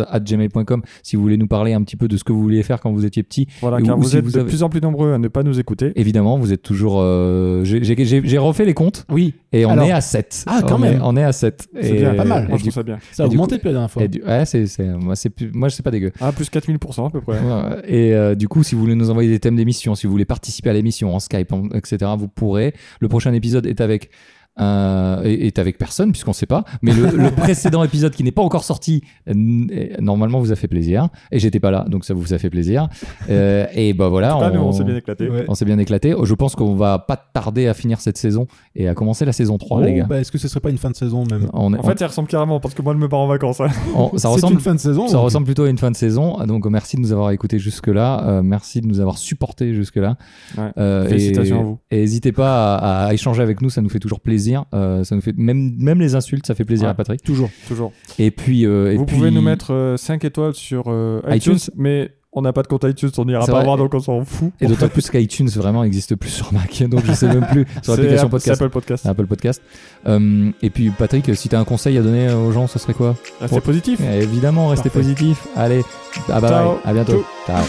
Speaker 1: oeppodcast@gmail.com si vous voulez nous parler un petit peu de ce que vous vouliez faire quand vous étiez petit.
Speaker 2: Voilà,
Speaker 1: Et
Speaker 2: car
Speaker 1: ou
Speaker 2: vous
Speaker 1: si
Speaker 2: êtes
Speaker 1: vous
Speaker 2: de
Speaker 1: avez-
Speaker 2: plus en plus nombreux à ne pas nous écouter.
Speaker 1: Évidemment, vous êtes toujours. euh, j'ai- J'ai j'ai- j'ai refait les comptes
Speaker 3: Oui,
Speaker 1: et on
Speaker 3: Alors-
Speaker 1: est à 7.
Speaker 3: Ah, quand
Speaker 1: on Est,
Speaker 3: même.
Speaker 1: on est à 7.
Speaker 2: C'est bien,
Speaker 3: pas mal.
Speaker 2: Moi,
Speaker 1: Et
Speaker 2: je
Speaker 1: du,
Speaker 2: trouve ça bien.
Speaker 3: ça a
Speaker 1: et du
Speaker 3: augmenté
Speaker 1: coup-
Speaker 3: depuis la dernière fois.
Speaker 1: et du- ouais, c'est- c'est- moi, c'est plus- moi, c'est pas dégueu.
Speaker 2: Ah, plus 4000% à peu près.
Speaker 1: Ouais, Et euh, du coup, si vous voulez nous envoyer des thèmes d'émission, si vous voulez participer à l'émission en Skype, en- etc., vous pourrez. Le prochain épisode est avec euh, est est avec personne puisqu'on sait pas. Mais le,
Speaker 2: [LAUGHS]
Speaker 1: le précédent épisode qui n'est pas encore sorti, euh, n- euh, normalement, vous a fait plaisir. Et j'étais pas là, donc ça vous a fait plaisir. Euh, et bah voilà,
Speaker 2: Ah, nous, on
Speaker 1: on,
Speaker 2: s'est bien éclaté.
Speaker 3: Ouais.
Speaker 1: on s'est bien éclaté. Oh, Je pense qu'on va pas tarder à finir cette saison et à commencer la saison 3,
Speaker 3: Oh,
Speaker 1: les gars.
Speaker 3: bah, Est-ce que ce serait pas une fin de saison même
Speaker 1: On est-
Speaker 2: bah, En fait, ça ressemble carrément parce que moi, je me pars en vacances. hein.
Speaker 1: on- on- ça
Speaker 3: C'est
Speaker 1: ressemble
Speaker 3: une fin de saison.
Speaker 1: Ça
Speaker 3: donc.
Speaker 1: ressemble plutôt à une fin de saison. Donc, euh, merci de nous avoir écoutés jusque-là. Euh, merci de nous avoir supportés jusque-là.
Speaker 2: Ouais.
Speaker 1: Euh,
Speaker 2: Félicitations
Speaker 1: et,
Speaker 2: à vous.
Speaker 1: Et n'hésitez pas à, à échanger avec nous. Ça nous fait toujours plaisir. Euh, ça nous fait même, même les insultes, ça fait plaisir
Speaker 2: Ouais.
Speaker 1: à Patrick.
Speaker 2: [LAUGHS] Toujours, toujours.
Speaker 1: Et puis, euh, et
Speaker 2: vous
Speaker 1: puis-
Speaker 2: pouvez nous mettre 5 étoiles sur euh, iTunes,
Speaker 1: iTunes.
Speaker 2: mais on n'a pas de compte iTunes, on n'ira
Speaker 1: C'est
Speaker 2: pas
Speaker 1: vrai.
Speaker 2: voir, donc on s'en fout.
Speaker 1: Et d'autant plus qu'iTunes vraiment n'existe plus sur Mac. [LAUGHS] Donc, je sais même plus sur
Speaker 2: [LAUGHS] C'est
Speaker 1: l'application
Speaker 2: App- c'est
Speaker 1: podcast. Ah,
Speaker 2: Apple Podcast.
Speaker 1: C'est Apple Podcast. Euh, et puis, Patrick, si tu as un conseil à donner aux gens, ce serait quoi
Speaker 2: Restez Ah, positif.
Speaker 1: Eh, Évidemment, restez
Speaker 3: Parfait.
Speaker 1: positif. Allez, ah bah
Speaker 2: Ciao.
Speaker 1: ouais, à bientôt. Ciao.